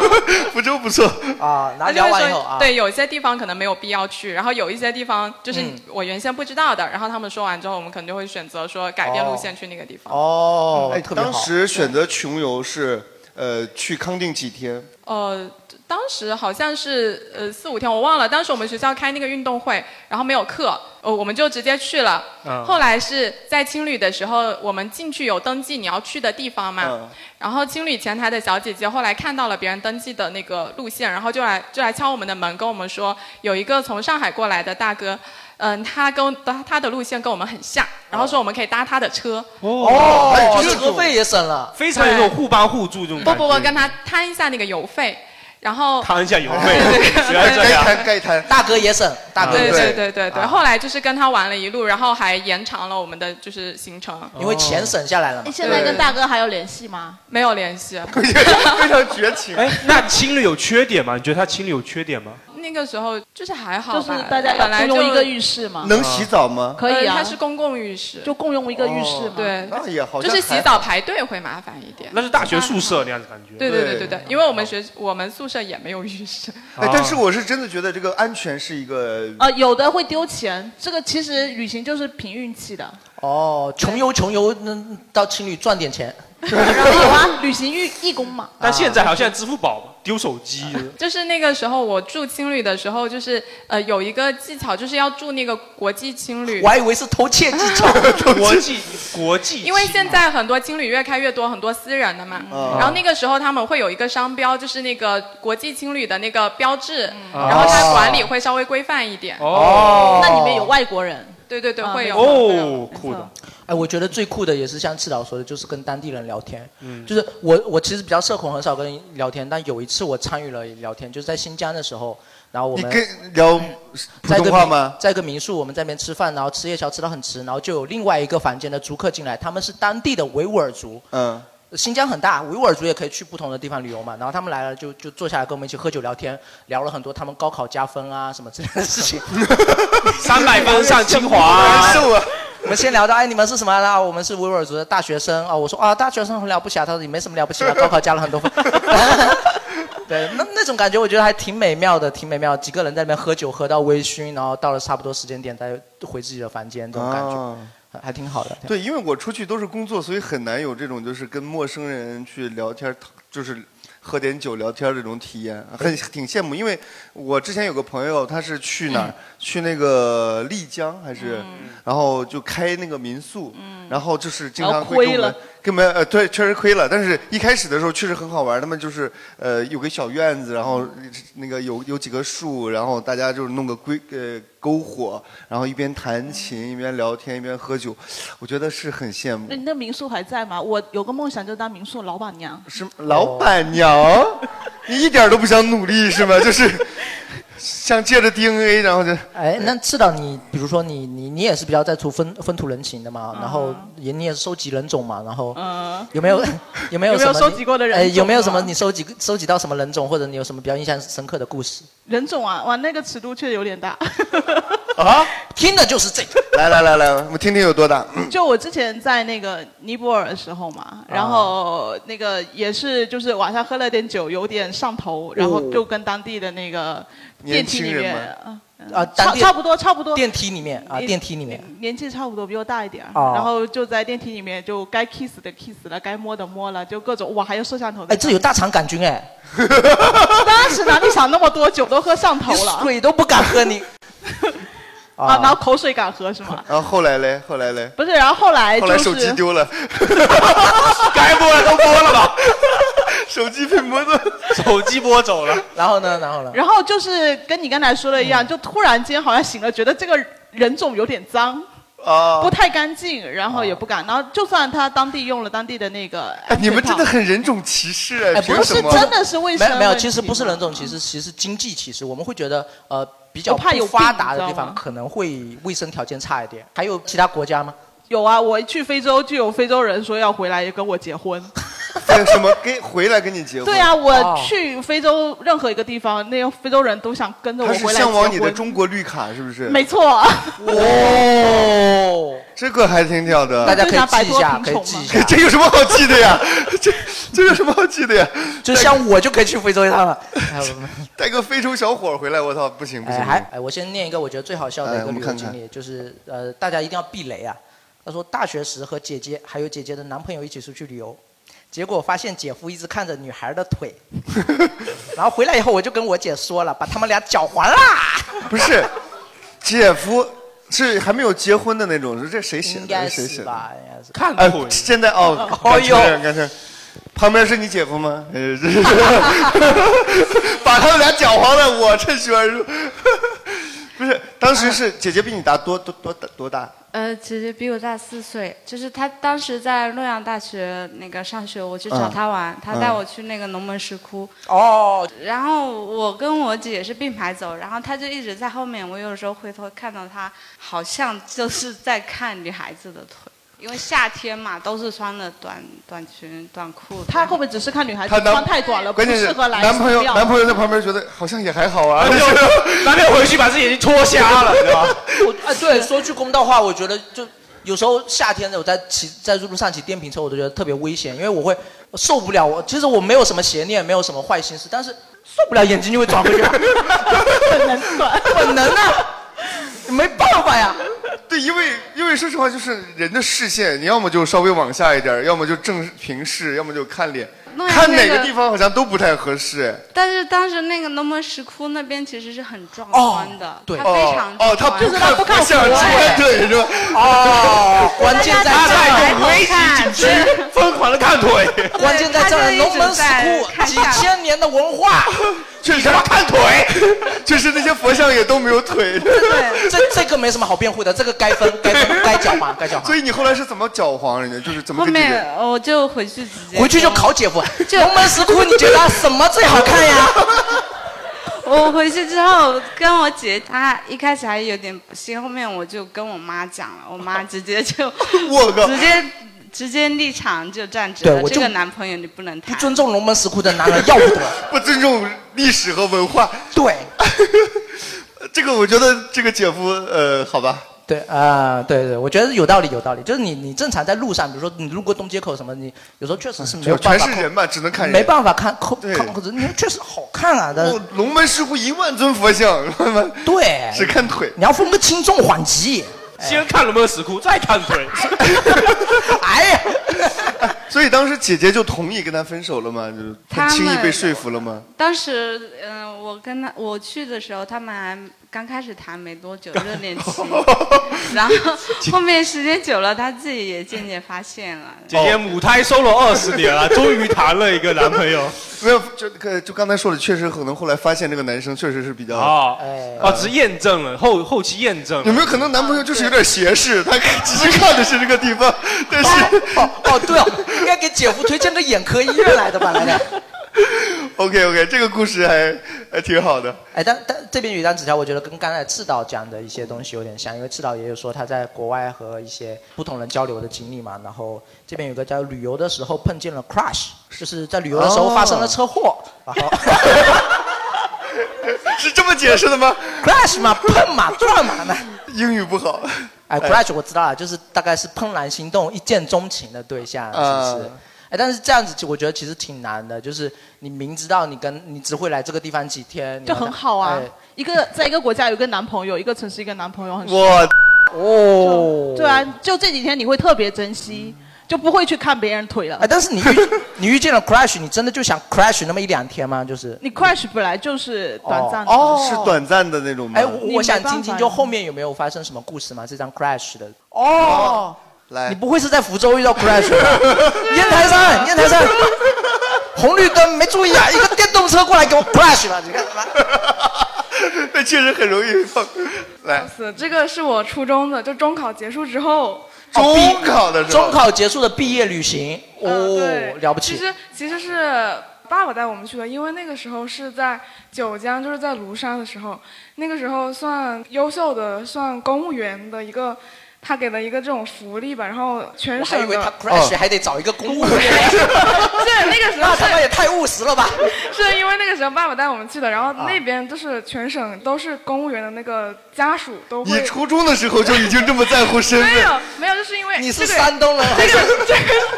[SPEAKER 2] 福州不错
[SPEAKER 7] 啊。
[SPEAKER 14] 他
[SPEAKER 7] 然后
[SPEAKER 14] 就
[SPEAKER 7] 聊
[SPEAKER 14] 会
[SPEAKER 7] 完以后
[SPEAKER 14] 说
[SPEAKER 7] 啊，，
[SPEAKER 14] 对，有一些地方可能没有必要去，然后有一些地方就是
[SPEAKER 7] 嗯
[SPEAKER 14] 我原先不知道的，然后他们说完之后，我们可能就会选择说改变路线去那个地方。
[SPEAKER 7] 哦
[SPEAKER 2] 哎，
[SPEAKER 14] 特别好
[SPEAKER 2] 当时选择穷游是呃去康定几天？
[SPEAKER 7] 哦
[SPEAKER 14] 呃，当时好像是呃四五天，我忘了。当时我们学校开那个运动会，然后没有课，呃，我们就直接去了。
[SPEAKER 15] 嗯
[SPEAKER 14] 后来是在青旅的时候，我们进去有登记你要去的地方嘛。
[SPEAKER 15] 嗯
[SPEAKER 14] 然后青旅前台的小姐姐后来看到了别人登记的那个路线，然后就来就来敲我们的门，跟我们说有一个从上海过来的大哥，嗯、他跟他他的路线跟我们很像，然后说我们可以搭他的车。
[SPEAKER 7] 哦，
[SPEAKER 4] 还有
[SPEAKER 7] 这
[SPEAKER 4] 这
[SPEAKER 7] 车
[SPEAKER 4] 种
[SPEAKER 7] 费也省了，
[SPEAKER 4] 非常有种互帮互助这种
[SPEAKER 14] 不
[SPEAKER 4] 感觉。
[SPEAKER 14] 不不，跟他摊一下那个油费，然后
[SPEAKER 4] 摊一下油 费，原来这样。
[SPEAKER 2] 盖摊，
[SPEAKER 7] 大哥也省，大哥
[SPEAKER 14] 对
[SPEAKER 7] 也
[SPEAKER 14] 对
[SPEAKER 7] 省，啊
[SPEAKER 14] 对对对，后来就是跟他玩了一路，然后还延长了我们的就是行程，
[SPEAKER 7] 哦因为钱省下来了嘛
[SPEAKER 5] 你。哎现在跟大
[SPEAKER 14] 哥还有联系吗？没有联 系，
[SPEAKER 2] 非常绝情。
[SPEAKER 4] 哎，那情侣有缺点吗？你觉得他情侣有缺点吗？
[SPEAKER 14] 那个时候就是还好吧，
[SPEAKER 5] 就是大家要
[SPEAKER 14] 本来就
[SPEAKER 5] 共用一个浴室嘛
[SPEAKER 2] 能洗澡吗？
[SPEAKER 5] 可以啊
[SPEAKER 14] 呃它是公共浴室，
[SPEAKER 5] 就共用一个浴室嘛
[SPEAKER 14] 对，
[SPEAKER 2] 那也好像
[SPEAKER 14] 就是
[SPEAKER 2] 还
[SPEAKER 14] 洗
[SPEAKER 2] 好
[SPEAKER 14] 澡排队会麻烦一点。
[SPEAKER 4] 那是大学宿舍那样子感觉。
[SPEAKER 14] 对对对对对，因为我们学我们宿舍也没有浴室。
[SPEAKER 2] 哎，但是我是真的觉得这个安全是一个
[SPEAKER 5] 呃，有的会丢钱，这个其实旅行就是凭运气的。
[SPEAKER 7] 哦，穷游穷游，那到青旅赚点钱。
[SPEAKER 2] 哎
[SPEAKER 7] 啊
[SPEAKER 5] 有啊，旅行义义工 嘛。
[SPEAKER 4] 但现在好像支付宝嘛丢手机。
[SPEAKER 14] 就是那个时候我住青旅的时候，就是呃有一个技巧，就是要住那个国际青旅。
[SPEAKER 7] 我还以为是偷窃技 巧，
[SPEAKER 4] 国际国际，
[SPEAKER 14] 因为现在很多青旅越开越多，很多私人的嘛。
[SPEAKER 4] 嗯
[SPEAKER 14] 然后那个时候他们会有一个商标，就是那个国际青旅的那个标志，
[SPEAKER 4] 嗯
[SPEAKER 14] 然后它
[SPEAKER 4] 哦
[SPEAKER 14] 管理会稍微规范一点。
[SPEAKER 7] 哦那里面有
[SPEAKER 5] 外国人？
[SPEAKER 14] 对对对，
[SPEAKER 5] 啊
[SPEAKER 14] 会有。
[SPEAKER 7] 哦，酷的。哎，我觉得最酷的也是像赤岛说的，就是跟当地人聊天。嗯，就是我我其实比较社恐，很少跟人聊天。但有一次我参与了聊天，就是在新疆的时候，然后我
[SPEAKER 2] 你
[SPEAKER 7] 们
[SPEAKER 2] 跟聊普
[SPEAKER 7] 在一
[SPEAKER 2] 通
[SPEAKER 7] 个
[SPEAKER 2] 话
[SPEAKER 7] 民
[SPEAKER 2] 吗？？
[SPEAKER 7] 在一个民宿，我们在那边吃饭，然后吃夜宵吃到很迟，然后就有另外一个房间的租客进来，他们是当地的维吾尔族。
[SPEAKER 2] 嗯，
[SPEAKER 7] 新疆很大，维吾尔族也可以去不同的地方旅游嘛。然后他们来了就就坐下来跟我们一起喝酒聊天，聊了很多他们高考加分啊什么之类的事情。
[SPEAKER 4] 三百分上清华 啊
[SPEAKER 2] 受啊！
[SPEAKER 7] 我们先聊到哎，你们是什么啦？我们是维吾尔族的大学生啊、我说啊，大学生很了不起啊。他说你没什么了不起啊，高考加了很多分。对，那那种感觉我觉得还挺美妙的，挺美妙。几个人在那边喝酒，喝到微醺，然后到了差不多时间点再回自己的房间，这种感觉、
[SPEAKER 2] 啊
[SPEAKER 7] 还还挺好的。
[SPEAKER 2] 对，因为我出去都是工作，所以很难有这种就是跟陌生人去聊天，就是喝点酒聊天这种体验，很挺羡慕。因为我之前有个朋友，他是去哪儿？去那个丽江还是？
[SPEAKER 5] 嗯
[SPEAKER 2] 然后就开那个民宿，然后就是经
[SPEAKER 5] 然
[SPEAKER 2] 常
[SPEAKER 5] 后
[SPEAKER 2] 会跟
[SPEAKER 5] 亏
[SPEAKER 2] 我们
[SPEAKER 5] 了
[SPEAKER 2] 跟我们呃，对，确实亏了。但是一开始的时候确实很好玩，他们就是呃有个小院子，然后呃那个有有几棵树，然后大家就是弄个篝呃篝火，然后一边弹琴一边聊天一边喝酒，我觉得是很羡慕
[SPEAKER 5] 那。你那民宿还在吗？我有个梦想，就当民宿老板娘。
[SPEAKER 2] 是老板娘，你一点都不想努力是吗？就是 想借着 DNA，然后就
[SPEAKER 7] 哎，那赤岛你，比如说你你你也是比较在乎分分土人情的嘛，然后也你也是收集人种嘛，然后
[SPEAKER 5] 嗯
[SPEAKER 7] 有没有有没有
[SPEAKER 5] 有
[SPEAKER 7] 什
[SPEAKER 5] 没有
[SPEAKER 7] 么
[SPEAKER 5] 收集过的人
[SPEAKER 7] 哎，
[SPEAKER 5] 种
[SPEAKER 7] 有没有什么
[SPEAKER 5] 啊
[SPEAKER 7] 你收集收集到什么人种，或者你有什么比较印象深刻的故事？
[SPEAKER 5] 人种啊，哇，那个尺度确实有点大。
[SPEAKER 2] 啊，
[SPEAKER 7] 听的就是这个。
[SPEAKER 2] 来来来来，我们听听有多大。 嗯
[SPEAKER 5] 就我之前在那个尼泊尔的时候
[SPEAKER 7] 啊
[SPEAKER 5] 嘛，然后那个也是就是晚上喝了点酒，有点上头，然后就跟当地的那个啊电梯里面
[SPEAKER 7] 哦年轻人
[SPEAKER 5] 啊
[SPEAKER 7] 啊，
[SPEAKER 5] 差
[SPEAKER 7] 当地
[SPEAKER 5] 差不多差不多
[SPEAKER 7] 电梯里面啊，
[SPEAKER 5] 你
[SPEAKER 7] 电梯里面。
[SPEAKER 5] 年纪差不多比我大一点儿，
[SPEAKER 7] 哦
[SPEAKER 5] 然后就在电梯里面就该 kiss 的 kiss 了，该摸的摸了，就各种哇，还有摄像头。
[SPEAKER 7] 哎，这有大肠杆菌哎，
[SPEAKER 5] 当时哪里想那么多，酒都喝上头了，
[SPEAKER 7] 水都不敢喝你。
[SPEAKER 5] 啊， 然后口水敢喝是 吗？
[SPEAKER 2] 然后后来嘞，后来嘞，
[SPEAKER 5] 不是，然后后来
[SPEAKER 2] 后
[SPEAKER 5] 就
[SPEAKER 2] 来
[SPEAKER 5] 是
[SPEAKER 2] 手机丢了，该摸的都摸了吧，手机被 摸走，
[SPEAKER 4] 手机摸走了。
[SPEAKER 7] 然后呢？然后呢？
[SPEAKER 5] 然后就是跟你刚才说的一样，就突然间好像醒了，觉得这个人种有点脏。
[SPEAKER 7] 哦
[SPEAKER 2] 啊
[SPEAKER 5] 不太干净，然后也不敢。然后就算他当地用了当地的那个
[SPEAKER 2] 哎，
[SPEAKER 5] 安全套，
[SPEAKER 2] 你们真 的很人种歧视哎，
[SPEAKER 7] 哎，
[SPEAKER 2] 凭
[SPEAKER 7] 不
[SPEAKER 2] 什
[SPEAKER 7] 是
[SPEAKER 2] 么
[SPEAKER 5] 真的是卫生
[SPEAKER 7] 没有没有，
[SPEAKER 5] 问题
[SPEAKER 7] 其实不是
[SPEAKER 5] 嘛
[SPEAKER 7] 人种歧视，其实经济歧视。我们会觉得呃，比较
[SPEAKER 5] 我怕有
[SPEAKER 7] 不发
[SPEAKER 5] 病
[SPEAKER 7] 达的
[SPEAKER 5] 你
[SPEAKER 7] 地
[SPEAKER 5] 知道吗
[SPEAKER 7] 方可能会卫生条件差一点。还有其他国家吗？
[SPEAKER 5] 有啊，我一去非洲就有非洲人说要回来跟我结婚。
[SPEAKER 2] 对什么跟回来跟你结婚？
[SPEAKER 5] 对啊，我去非洲任何一个地方，那些非洲人都想跟着我
[SPEAKER 2] 他是
[SPEAKER 5] 回来结
[SPEAKER 2] 向往你的
[SPEAKER 5] 婚。
[SPEAKER 2] 中国绿卡是不是？
[SPEAKER 5] 没错，
[SPEAKER 2] 哦，这个还挺屌的，
[SPEAKER 7] 大家可以记一下，可以记一下。
[SPEAKER 2] 这有什么好记的呀？ 这这有什么好记的呀？
[SPEAKER 7] 就像我就可以去非洲一趟了。
[SPEAKER 2] 带个非洲小伙儿回来，我操，不行不行！
[SPEAKER 7] 哎，还哎，我先念一个我觉得最好笑的
[SPEAKER 2] 哎
[SPEAKER 7] 一
[SPEAKER 2] 我
[SPEAKER 7] 个
[SPEAKER 2] 们
[SPEAKER 7] 旅游
[SPEAKER 2] 看
[SPEAKER 7] 经
[SPEAKER 2] 看
[SPEAKER 7] 历，就是呃，大家一定要避雷啊。他说大学时和姐姐还有姐姐的男朋友一起出去旅游，结果发现姐夫一直看着女孩的 腿，然后回来以后我就跟我姐说了，把他们俩搅黄啦。
[SPEAKER 2] 不是，姐夫是还没有结婚的那种，是这谁写的？
[SPEAKER 7] 应该
[SPEAKER 2] 谁
[SPEAKER 7] 是
[SPEAKER 2] 写的？
[SPEAKER 7] 吧？应该是。
[SPEAKER 2] 看哎，现在哦，
[SPEAKER 7] 哦
[SPEAKER 2] 哦
[SPEAKER 7] 呦
[SPEAKER 2] 呦，感谢。旁边是你姐夫吗？ 呃，这是把他们俩搅黄了，我趁虚而入。 不是，当时是姐姐比你大多多多大多大？
[SPEAKER 11] 呃，姐姐比我大四岁，就是她当时在洛阳大学那个上学，我去找
[SPEAKER 7] 嗯
[SPEAKER 11] 她玩，她
[SPEAKER 7] 嗯
[SPEAKER 11] 带我去那个龙门石窟。
[SPEAKER 7] 哦。
[SPEAKER 11] 然后我跟我姐是并排走，然后她就一直在后面，我有时候回头看到她，好像就是在看女孩子的腿，因为夏天嘛，都是穿的短短裙、短裤。
[SPEAKER 5] 她会不会只是看 女孩子
[SPEAKER 2] 她男
[SPEAKER 5] 穿太短了，不
[SPEAKER 2] 关键
[SPEAKER 5] 适
[SPEAKER 2] 是
[SPEAKER 5] 合来
[SPEAKER 2] 男朋友
[SPEAKER 5] 寺庙
[SPEAKER 2] 男朋友在旁边觉得好像也还好啊，
[SPEAKER 4] 男朋友回去把自己眼睛戳瞎了，对吧？
[SPEAKER 7] 我哎，对，说句公道话，我觉得就有时候夏天的我在骑在路上骑电瓶车，我都觉得特别危险，因为我会我受不了。我其实我没有什么邪念，没有什么坏心思，但是受不了眼睛就会转回去，
[SPEAKER 5] 本能转，
[SPEAKER 7] 本能啊，没办法呀。
[SPEAKER 2] 对，因为因为说实话，就是人的视线，你要么就稍微往下一点儿，要么就正平视，要么就看脸，
[SPEAKER 11] 那样
[SPEAKER 2] 看
[SPEAKER 11] 那
[SPEAKER 2] 哪
[SPEAKER 11] 个
[SPEAKER 2] 个地方好像都不太合适。
[SPEAKER 11] 但是当时那个龙门石窟那边其实是很壮观的，
[SPEAKER 2] 对
[SPEAKER 11] 它非常
[SPEAKER 2] 哦哦它不就是它不看看不想湖哎看腿是吧
[SPEAKER 1] 啊
[SPEAKER 7] 哦，关键在
[SPEAKER 11] 大
[SPEAKER 7] 这
[SPEAKER 11] 家抬
[SPEAKER 7] 儿，
[SPEAKER 11] 头看对
[SPEAKER 2] 疯狂的看腿
[SPEAKER 7] 关键在这儿，
[SPEAKER 11] 对他就一
[SPEAKER 7] 龙
[SPEAKER 11] 直
[SPEAKER 7] 门石
[SPEAKER 11] 在
[SPEAKER 7] 窟
[SPEAKER 11] 看
[SPEAKER 7] 几
[SPEAKER 11] 下来
[SPEAKER 7] 千年的文化，
[SPEAKER 2] 确实要看腿， 就是那些佛像也都没有腿。
[SPEAKER 7] 这这个没什么好辩护的，这个该分该分该搅黄该搅黄。
[SPEAKER 2] 所以你后来是怎么搅黄人家？就是怎么
[SPEAKER 11] 后
[SPEAKER 2] 跟姐
[SPEAKER 11] 面呃
[SPEAKER 2] 姐？
[SPEAKER 11] 我就回去直接
[SPEAKER 7] 回去就考姐夫，龙门石窟你觉得什么最好看呀？
[SPEAKER 11] 我回去之后跟我姐，她一开始还有点不信，后面我就跟我妈讲了，我妈直 接就
[SPEAKER 2] 我靠
[SPEAKER 11] 直接直接立场就站直
[SPEAKER 7] 对
[SPEAKER 11] 了，
[SPEAKER 7] 我就
[SPEAKER 11] 这个男朋友你不能谈
[SPEAKER 7] 不。尊重龙门石窟的男人要不得。
[SPEAKER 2] 不尊重历史和文化。
[SPEAKER 7] 对，
[SPEAKER 2] 这个我觉得这个姐夫呃，好吧，
[SPEAKER 7] 对啊、对对，我觉得有道理，有道理。就是你你正常在路上，比如说你路过东街口什么，你有时候确实嗯是没有办
[SPEAKER 2] 哎全
[SPEAKER 7] 法
[SPEAKER 2] 是
[SPEAKER 7] 控，
[SPEAKER 2] 人嘛，只能看人。
[SPEAKER 7] 没办法看控控控制，你确实好看啊，但是
[SPEAKER 2] 哦龙门石窟一万尊佛像，
[SPEAKER 7] 对，
[SPEAKER 2] 只看腿。
[SPEAKER 7] 哎你要分个轻重缓急。
[SPEAKER 2] 哎
[SPEAKER 4] 先看龙门石窟，再看腿。
[SPEAKER 2] 所以当时姐姐就同意跟他分手了吗？就是
[SPEAKER 11] 他
[SPEAKER 2] 很
[SPEAKER 11] 们
[SPEAKER 2] 轻易被说服了吗？
[SPEAKER 11] 当时，嗯、我跟他我去的时候，他们还刚开始谈没多久，热 恋期，然后后面时间久了，他自己也渐渐发现了。
[SPEAKER 4] 姐姐母胎 solo 二十年
[SPEAKER 2] 哦
[SPEAKER 4] 了，终于谈了一个男 朋友。
[SPEAKER 2] 没有，就可就刚才说的，确实可能后来发现这个男生确实是比较
[SPEAKER 4] 哦，哦，只是验证了后后期验证了。
[SPEAKER 2] 哎有没有可能男朋友就是有点斜视，他 只是看的是这个地 方，但是
[SPEAKER 7] 哦哦对哦，应该给姐夫推荐个眼科医院来的吧，来的。
[SPEAKER 2] OK OK，这个故事还还挺好的。
[SPEAKER 7] 哎，但但这边有一张纸条，我觉得跟刚才赤岛讲的一些东西有点像，因为赤岛也有说他在国外和一些不同人交流的经历嘛。然后这边有个叫旅游的时候碰见了 crush，就是在旅游的时
[SPEAKER 2] 哦
[SPEAKER 7] 候发生了车祸，然后
[SPEAKER 2] 是这么解释的吗
[SPEAKER 7] ？crush 嘛，碰嘛，撞嘛嘛。
[SPEAKER 2] 英语不好。
[SPEAKER 7] 哎
[SPEAKER 2] 哎
[SPEAKER 7] ，crush 我知道了，就是大概是怦然心动、一见钟情的对象，是不是？
[SPEAKER 2] 嗯
[SPEAKER 7] 哎，但是这样子，我觉得其实挺难的，就是你明知道你跟你只会来这个地方几天，你
[SPEAKER 5] 就很好啊
[SPEAKER 7] 哎。
[SPEAKER 5] 一个在一个国家有一个男朋友，一个城市一个男朋友，很舒服
[SPEAKER 2] 我
[SPEAKER 7] 哦，
[SPEAKER 5] 对啊，就这几天你会特别珍惜，就不会去看别人腿了。
[SPEAKER 7] 哎，但是 你遇你遇见了 crash，你真的就想 crash 那么一两天吗？就是
[SPEAKER 5] 你 crash 本来就是短暂的，
[SPEAKER 7] 哦
[SPEAKER 2] 是短暂的那种吗？
[SPEAKER 7] 哎，我我想听听，就后面有没有发生什么故事吗？这张 crash 的哦，
[SPEAKER 2] 来，
[SPEAKER 7] 你不会是在福州遇到 crash 吧？烟台山，烟台山，红绿灯没注意啊，一个电动车过来给我 crash 了，你看什么？
[SPEAKER 2] 那确实很容易碰。来，
[SPEAKER 12] 是这个是我初中的，就中考结束之后，
[SPEAKER 7] 哦
[SPEAKER 2] 中考的时候
[SPEAKER 7] 中考结束的毕业旅行，哦，了不
[SPEAKER 12] 其
[SPEAKER 7] 起。
[SPEAKER 12] 实其实是爸爸带我们去的，因为那个时候是在九江，就是在庐山的时候，那个时候算优秀的，算公务员的一个他给了一个这种福利吧，然后全
[SPEAKER 7] 我还以
[SPEAKER 12] 省
[SPEAKER 7] 为他
[SPEAKER 12] 的哦
[SPEAKER 2] 哦
[SPEAKER 7] crash 还得找一个公务员，
[SPEAKER 12] 是那个时候
[SPEAKER 7] 那
[SPEAKER 12] 是
[SPEAKER 7] 他妈也太务实了吧！ 啊
[SPEAKER 12] 是因为那个时候爸爸带我们去的，然后那边就是全省都是公务员的那个家属都会。
[SPEAKER 2] 你初中的时候就已经这么在乎身份
[SPEAKER 12] 没有没有，就是因为
[SPEAKER 7] 你是
[SPEAKER 12] 这个
[SPEAKER 7] 山东人还是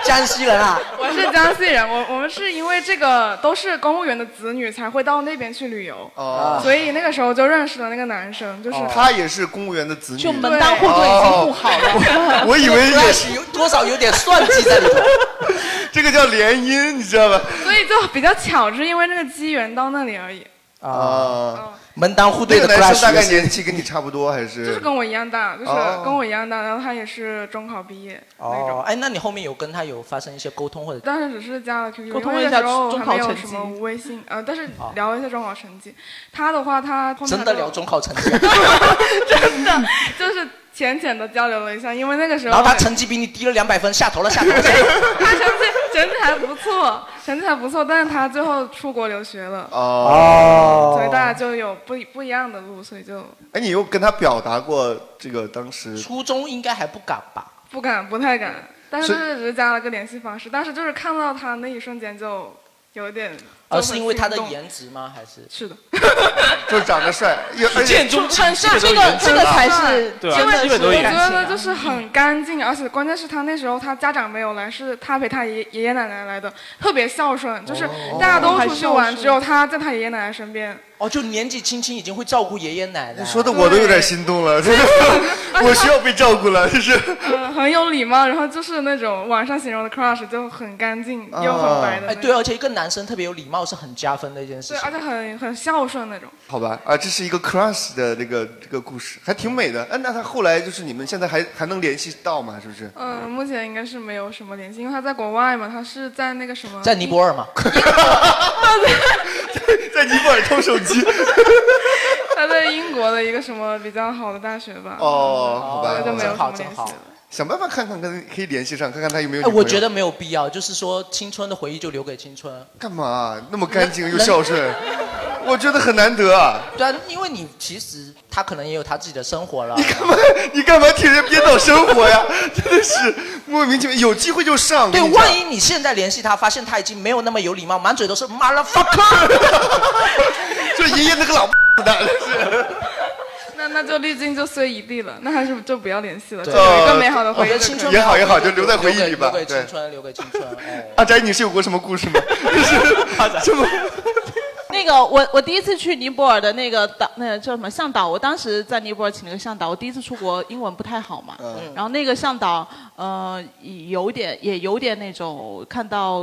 [SPEAKER 7] 江西人啊？
[SPEAKER 12] 我是江西人，我我们是因为这个都是公务员的子女才会到那边去旅游，
[SPEAKER 7] 啊
[SPEAKER 2] 哦
[SPEAKER 12] 所以那个时候就认识了那个男生，
[SPEAKER 7] 哦
[SPEAKER 12] 就是
[SPEAKER 2] 他也是公务员的子女，
[SPEAKER 12] 就门当户对已经不好了
[SPEAKER 2] 哦 我以为
[SPEAKER 7] 这个
[SPEAKER 2] 也
[SPEAKER 7] crush 有多少有点算计在里头。
[SPEAKER 2] 这个叫联姻，你知道吧？
[SPEAKER 12] 所以就比较巧，是因为那个机缘到那里而已，
[SPEAKER 2] 啊，
[SPEAKER 7] 门当户对的
[SPEAKER 2] 那个男生大
[SPEAKER 7] crush
[SPEAKER 2] 概
[SPEAKER 7] 也是
[SPEAKER 2] 年纪跟你差不多，还
[SPEAKER 12] 就是
[SPEAKER 2] 是？
[SPEAKER 12] 跟我一样大，就是
[SPEAKER 2] 哦
[SPEAKER 12] 跟我一样大，然后他也是中考毕业，
[SPEAKER 7] 哦，哎，那你后面有跟他有发生一些沟通或者？
[SPEAKER 12] 当时只是加了 QQ，
[SPEAKER 5] 沟通
[SPEAKER 12] 因为
[SPEAKER 5] 一
[SPEAKER 12] 那
[SPEAKER 5] 下
[SPEAKER 12] 时候
[SPEAKER 5] 中
[SPEAKER 12] 还
[SPEAKER 5] 考
[SPEAKER 12] 没有
[SPEAKER 5] 成
[SPEAKER 12] 什
[SPEAKER 5] 绩
[SPEAKER 12] 么微信，呃，但是聊一下中考成绩。他的话，他后面
[SPEAKER 7] 哦真的
[SPEAKER 12] 就
[SPEAKER 7] 聊中考成绩，
[SPEAKER 12] 真的就是浅浅的交流了一下，因为那个时候
[SPEAKER 7] 然后他成绩比你低了两百分，下头了下头了。
[SPEAKER 12] 他成绩成绩还不错，成绩还不错，但是他最后出国留学了，
[SPEAKER 2] 哦
[SPEAKER 12] 所以大家就有不一不一样的路，所以就
[SPEAKER 2] 哎，你有跟他表达过这个当时？
[SPEAKER 7] 初中应该还不敢吧？
[SPEAKER 12] 不敢不太敢，但是
[SPEAKER 2] 是
[SPEAKER 12] 就是只是加了个联系方式，但是就是看到他那一瞬间就有点，
[SPEAKER 7] 呃，
[SPEAKER 12] 就是很
[SPEAKER 7] 因为他的
[SPEAKER 12] 心动
[SPEAKER 7] 颜值吗？还是
[SPEAKER 12] 是的，
[SPEAKER 2] 就是长得帅，也而且
[SPEAKER 4] 见中
[SPEAKER 12] 很
[SPEAKER 4] 情
[SPEAKER 12] 帅，
[SPEAKER 4] 这个都是原则吧对啊
[SPEAKER 12] 因为
[SPEAKER 4] 基本都是
[SPEAKER 12] 我
[SPEAKER 4] 原则
[SPEAKER 12] 觉得就是很干
[SPEAKER 4] 啊
[SPEAKER 12] 净，而且关键是他那时候他家长没有来，是他陪他爷爷爷奶奶来的，特别孝顺，就是大家都出去玩，只有他在他爷爷奶奶身边。
[SPEAKER 7] 哦，就年纪轻轻已经会照顾爷爷奶啊奶。
[SPEAKER 2] 说的我都有点心动了， 我需要被照顾了，就是。
[SPEAKER 12] 嗯，很有礼貌，然后就是那种网上形容的 crush 就很干净
[SPEAKER 2] 哦
[SPEAKER 12] 又很白
[SPEAKER 7] 哎，
[SPEAKER 12] 的那种，
[SPEAKER 7] 对，而且一个男生特别有礼貌是很加分的一件事
[SPEAKER 12] 对，
[SPEAKER 7] 情。
[SPEAKER 12] 而且很很孝顺那种。
[SPEAKER 2] 好吧，啊，这是一个 crush 的这个这个故事，还挺美的。哎、那他后来就是你们现在还还能联系到吗？是不是？
[SPEAKER 12] 嗯，目前应该是没有什么联系，因为他在国外嘛，他是在那个什么，
[SPEAKER 7] 在尼泊尔嘛，
[SPEAKER 2] 在尼泊尔偷手机。
[SPEAKER 12] 他在英国的一个什么比较好的大学吧。
[SPEAKER 2] 哦，好吧，
[SPEAKER 12] 那就没
[SPEAKER 7] 真
[SPEAKER 12] 有什么
[SPEAKER 7] 好
[SPEAKER 12] 联
[SPEAKER 7] 真
[SPEAKER 12] 系了
[SPEAKER 7] 好。。
[SPEAKER 2] 想办法看看跟可以联系上，看看他有没有
[SPEAKER 7] 哎
[SPEAKER 2] 女，朋友。
[SPEAKER 7] 我觉得没有必要，就是说青春的回忆就留给青春。
[SPEAKER 2] 干嘛那么干净又孝顺，我觉得很难得啊！
[SPEAKER 7] 对啊，因为你其实他可能也有他自己的生活了。
[SPEAKER 2] 你干嘛替人编导生活呀？真的是莫名其妙，有机会就上。
[SPEAKER 7] 对，
[SPEAKER 2] 我跟你讲
[SPEAKER 7] 万一你现在联系他，发现他已经没有那么有礼貌，满嘴都是 motherfucker，
[SPEAKER 2] 就爷爷那个老 的。
[SPEAKER 12] 那那就滤镜就碎一地了，那还是就不要联系了，就
[SPEAKER 2] 对
[SPEAKER 12] 有一个美好的回忆就可以了。
[SPEAKER 7] 青春
[SPEAKER 2] 也好也好，就留在回忆里吧。
[SPEAKER 7] 留给
[SPEAKER 2] 对
[SPEAKER 7] 青，春，留给青春。哎
[SPEAKER 2] 阿宅，你是有过什么故事吗？就是这么
[SPEAKER 5] 那个我我第一次去尼泊尔的那个导那个叫什么向导，我当时在尼泊尔请了个向导，我第一次出国英文不太好嘛，
[SPEAKER 13] 嗯
[SPEAKER 5] 然后那个向导呃有点也有点那种看到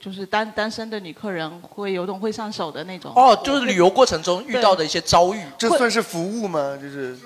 [SPEAKER 5] 就是单单身的女客人会有种会上手的那种。
[SPEAKER 7] 哦，就是旅游过程中遇到的一些遭遇，
[SPEAKER 5] 这算
[SPEAKER 2] 是服务吗？就是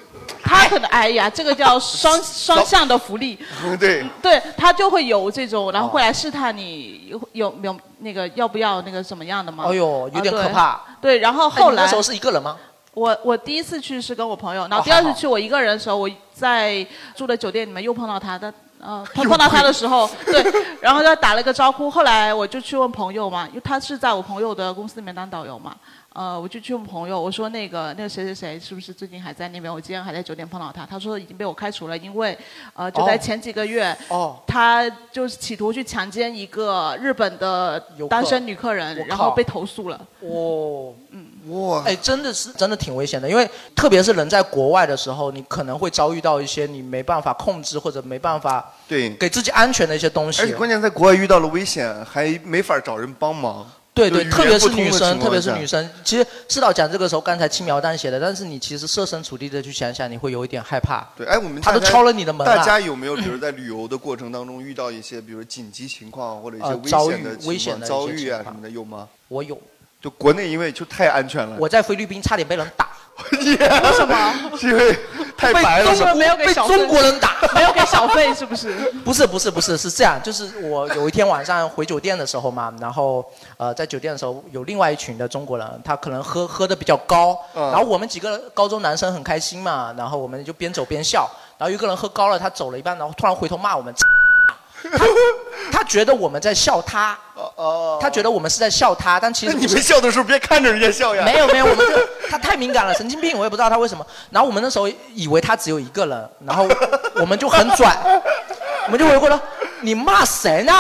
[SPEAKER 5] 他可能哎呀，这个叫双双向的福利。
[SPEAKER 2] 对，
[SPEAKER 5] 对他就会有这种，然后会来试探你有有有那个要不要那个什么样的吗？
[SPEAKER 7] 哎呦有点
[SPEAKER 5] 啊对
[SPEAKER 7] 可怕
[SPEAKER 5] 对，然后
[SPEAKER 7] 哎
[SPEAKER 5] 后
[SPEAKER 7] 你
[SPEAKER 5] 来、
[SPEAKER 7] 那时候是一个人吗？
[SPEAKER 5] 我我第一次去是跟我朋友，然
[SPEAKER 7] 哦
[SPEAKER 5] 后第二
[SPEAKER 7] 还
[SPEAKER 5] 次
[SPEAKER 7] 好
[SPEAKER 5] 去我一个人的时候，我在住的酒店里面又碰到他，但 呃碰碰到他的时候，对， 然后他打了个招呼，后来我就去问朋友嘛，因为他是在我朋友的公司里面当导游嘛，呃，我就去问朋友，我说那个那个谁谁谁是不是最近还在那边？我今天还在酒店碰到他，他说已经被我开除了，因为呃就在
[SPEAKER 13] 哦
[SPEAKER 5] 前几个月，
[SPEAKER 7] 哦，
[SPEAKER 5] 他就是企图去强奸一个日本的单身女客人
[SPEAKER 7] 我，靠
[SPEAKER 5] 然后被投诉了。
[SPEAKER 7] 哦，
[SPEAKER 5] 嗯，
[SPEAKER 2] 哇，
[SPEAKER 7] 哎，真的是真的挺危险的，因为特别是人在国外的时候，你可能会遭遇到一些你没办法控制或者没办法
[SPEAKER 2] 对
[SPEAKER 7] 给自己安全的一些东西。
[SPEAKER 2] 而且关键在国外遇到了危险，还没法找人帮忙。
[SPEAKER 7] 对
[SPEAKER 2] 就
[SPEAKER 7] 对，
[SPEAKER 2] 语言
[SPEAKER 7] 特别
[SPEAKER 2] 不
[SPEAKER 7] 是
[SPEAKER 2] 通的
[SPEAKER 7] 女生，
[SPEAKER 2] 情况
[SPEAKER 7] 特别是
[SPEAKER 2] 下
[SPEAKER 7] 女。生。其实知道讲这个时候，刚才轻描淡写的，但是你其实设身处地的去想想，你会有一点害怕。
[SPEAKER 2] 对，哎，我们
[SPEAKER 7] 他都
[SPEAKER 2] 大家
[SPEAKER 7] 敲了你的门了
[SPEAKER 2] 大家有没有比如在旅游的过程当中遇到一些，比如紧急情况或者一些
[SPEAKER 7] 呃
[SPEAKER 2] 危
[SPEAKER 7] 遭
[SPEAKER 2] 险
[SPEAKER 7] 遇
[SPEAKER 2] 的情
[SPEAKER 7] 危险
[SPEAKER 2] 况
[SPEAKER 7] 的一
[SPEAKER 2] 遭
[SPEAKER 7] 些
[SPEAKER 2] 遇
[SPEAKER 7] 情
[SPEAKER 2] 啊什
[SPEAKER 7] 况
[SPEAKER 2] 么的有吗？
[SPEAKER 7] 我有。
[SPEAKER 2] 就国内因为就太安全了。
[SPEAKER 7] 我在菲律宾差点被人打。
[SPEAKER 5] 为什么？
[SPEAKER 2] 是因为太白了。
[SPEAKER 7] 被中国没有给小费被中国人打，
[SPEAKER 5] 没有给小费是不是？
[SPEAKER 7] 不是不是不是是这样，就是我有一天晚上回酒店的时候嘛，然后呃在酒店的时候有另外一群的中国人，他可能喝喝的比较高，
[SPEAKER 15] 嗯
[SPEAKER 7] 然后我们几个高中男生很开心嘛，然后我们就 边走边笑，然后有一个人喝高了，他走了一半，然后突然回头骂我们，他他觉得我们在笑他，
[SPEAKER 2] 呃
[SPEAKER 7] 他觉得我们是在笑他，但其实
[SPEAKER 2] 哦那你们笑的时候别看着人家笑呀
[SPEAKER 7] 没有没有，我们就他太敏感了，神经病，我也不知道他为什么。然后我们那时候以为他只有一个人，然后我们就很拽，我们就回过头，你骂谁呢？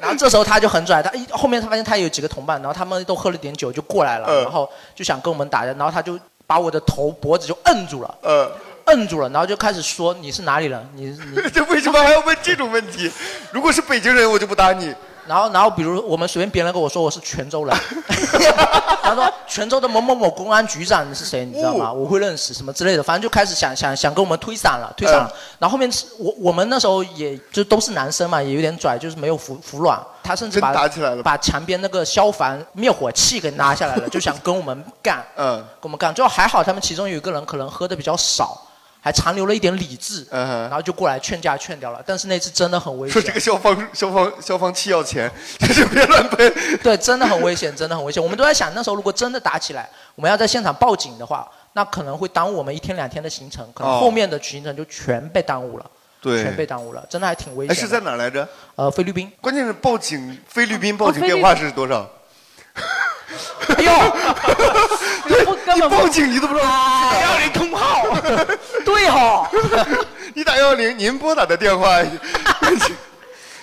[SPEAKER 7] 然后这时候他就很拽，他一后面他发现他有几个同伴，然后他们都喝了点酒就过来了，
[SPEAKER 2] 嗯
[SPEAKER 7] 然后就想跟我们打架，然后他就把我的头脖子就摁住了，
[SPEAKER 2] 嗯
[SPEAKER 7] 摁住了，然后就开始说你是哪里人，你你
[SPEAKER 2] 这为什么还要问这种问题？如果是北京人，我就不打你。
[SPEAKER 7] 然后，然后，比如我们随便别人跟我说我是泉州人， 他说泉州的某某某公安局长你是谁，你知道吗？啊我会认识什么之类的，反正就开始想想想跟我们推搡了，推搡了。
[SPEAKER 10] 嗯
[SPEAKER 7] 然后后面是我我们那时候也就都是男生嘛，也有点拽，就是没有服服软。他甚至把
[SPEAKER 2] 真打起来了
[SPEAKER 7] 把墙边那个消防灭火器给拿下来 了，就想跟我们干，
[SPEAKER 2] 嗯，
[SPEAKER 7] 跟我们干。最后还好他们其中有一个人可能喝的比较少。还残留了一点理智，然后就过来劝架劝掉了。但是那次真的很危
[SPEAKER 2] 嗯
[SPEAKER 7] 险。
[SPEAKER 2] 说这个消防消防消防器要钱，
[SPEAKER 7] 对，真的很危险，真的很危险。我们都在想，那时候如果真的打起来，我们要在现场报警的话，那可能会耽误我们一天两天的行程，可能
[SPEAKER 2] 哦
[SPEAKER 7] 后面的行程就全被耽误了，
[SPEAKER 2] 对
[SPEAKER 7] 全被耽误了，真的还挺危
[SPEAKER 2] 哎，
[SPEAKER 7] 险的。
[SPEAKER 2] 是在哪儿来着？
[SPEAKER 7] 呃，菲律宾。
[SPEAKER 2] 关键是报警，菲律宾报
[SPEAKER 5] 哦
[SPEAKER 2] 警电话是多 少？
[SPEAKER 7] 哎呦，
[SPEAKER 2] 对，你报警你都不知道。
[SPEAKER 7] 哎
[SPEAKER 2] 打幺零
[SPEAKER 7] 空号，
[SPEAKER 2] 啊
[SPEAKER 7] 对哦哈、
[SPEAKER 2] 你哦打幺幺零，您拨打的电 话，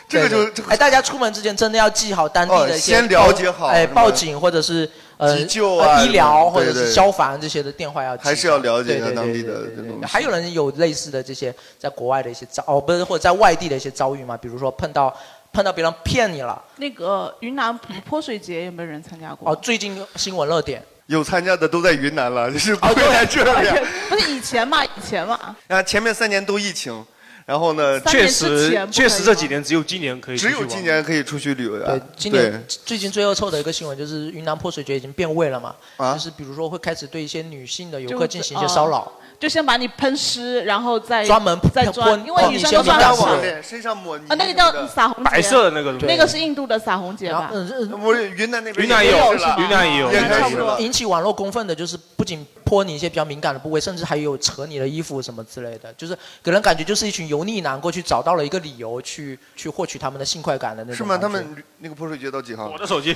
[SPEAKER 2] 这个就
[SPEAKER 7] 对对哎，大家出门之前真的要记好当地
[SPEAKER 2] 哦
[SPEAKER 7] 的一些报、
[SPEAKER 2] 先了解好
[SPEAKER 7] 哎，
[SPEAKER 2] 什么
[SPEAKER 7] 报警或者是呃
[SPEAKER 2] 急救啊
[SPEAKER 7] 呃医疗
[SPEAKER 2] 什么
[SPEAKER 7] 或
[SPEAKER 2] 的
[SPEAKER 7] 者
[SPEAKER 2] 对
[SPEAKER 7] 是
[SPEAKER 2] 对
[SPEAKER 7] 消防这些的电话要记
[SPEAKER 2] 还是要了解一下
[SPEAKER 7] 对对对
[SPEAKER 2] 当地
[SPEAKER 7] 对
[SPEAKER 2] 的
[SPEAKER 7] 对
[SPEAKER 2] 这种
[SPEAKER 7] 对。还有人有类似的这些在国外的一些遭哦，不是或者在外地的一些遭遇嘛？比如说碰到碰到别人骗你了
[SPEAKER 5] 那个云南泼水节有没有人参加过？
[SPEAKER 7] 哦，最近新闻热点。
[SPEAKER 2] 有参加的都在云南了，就是不
[SPEAKER 7] 啊
[SPEAKER 2] 会在这里。
[SPEAKER 5] 不是以前嘛，以前嘛，
[SPEAKER 2] 啊，前面三年都疫情，然后呢，
[SPEAKER 5] 三年之前确实不可以吗确实这几
[SPEAKER 4] 年只有今年可以
[SPEAKER 2] 只有今年可以出去旅游啊。
[SPEAKER 7] 今
[SPEAKER 2] 对
[SPEAKER 7] 年最近最恶臭的一个新闻就是云南泼水节已经变味了嘛，
[SPEAKER 2] 啊
[SPEAKER 7] 就是比如说会开始对一些女性的游
[SPEAKER 5] 就
[SPEAKER 7] 客进行一些
[SPEAKER 5] 哦
[SPEAKER 7] 骚扰。
[SPEAKER 5] 就先把你喷湿，然后再
[SPEAKER 7] 专门
[SPEAKER 5] 再
[SPEAKER 7] 喷
[SPEAKER 5] 抓，
[SPEAKER 7] 喷
[SPEAKER 5] 因为
[SPEAKER 7] 哦
[SPEAKER 5] 女
[SPEAKER 7] 你
[SPEAKER 5] 生
[SPEAKER 7] 先
[SPEAKER 5] 都
[SPEAKER 7] 敏
[SPEAKER 5] 抓
[SPEAKER 7] 感
[SPEAKER 5] 到
[SPEAKER 7] 我
[SPEAKER 5] 了
[SPEAKER 7] 脸
[SPEAKER 2] 身上抹泥
[SPEAKER 5] 啊，那个叫撒红节
[SPEAKER 4] 白色的那个东西
[SPEAKER 5] 那个是印度的撒红节吧？
[SPEAKER 7] 嗯呃
[SPEAKER 2] 我云南那
[SPEAKER 4] 边云南也有是吧云南也有也开始了
[SPEAKER 7] 引起网络公愤的就是不仅泼你一些比较敏感的部位，甚至还有扯你的衣服什么之类的，就是给人感觉就是一群油腻男过去找到了一个理由去去获取他们的性快感的那种。
[SPEAKER 2] 是吗？他们那个泼水节到几号？我
[SPEAKER 4] 的手 机。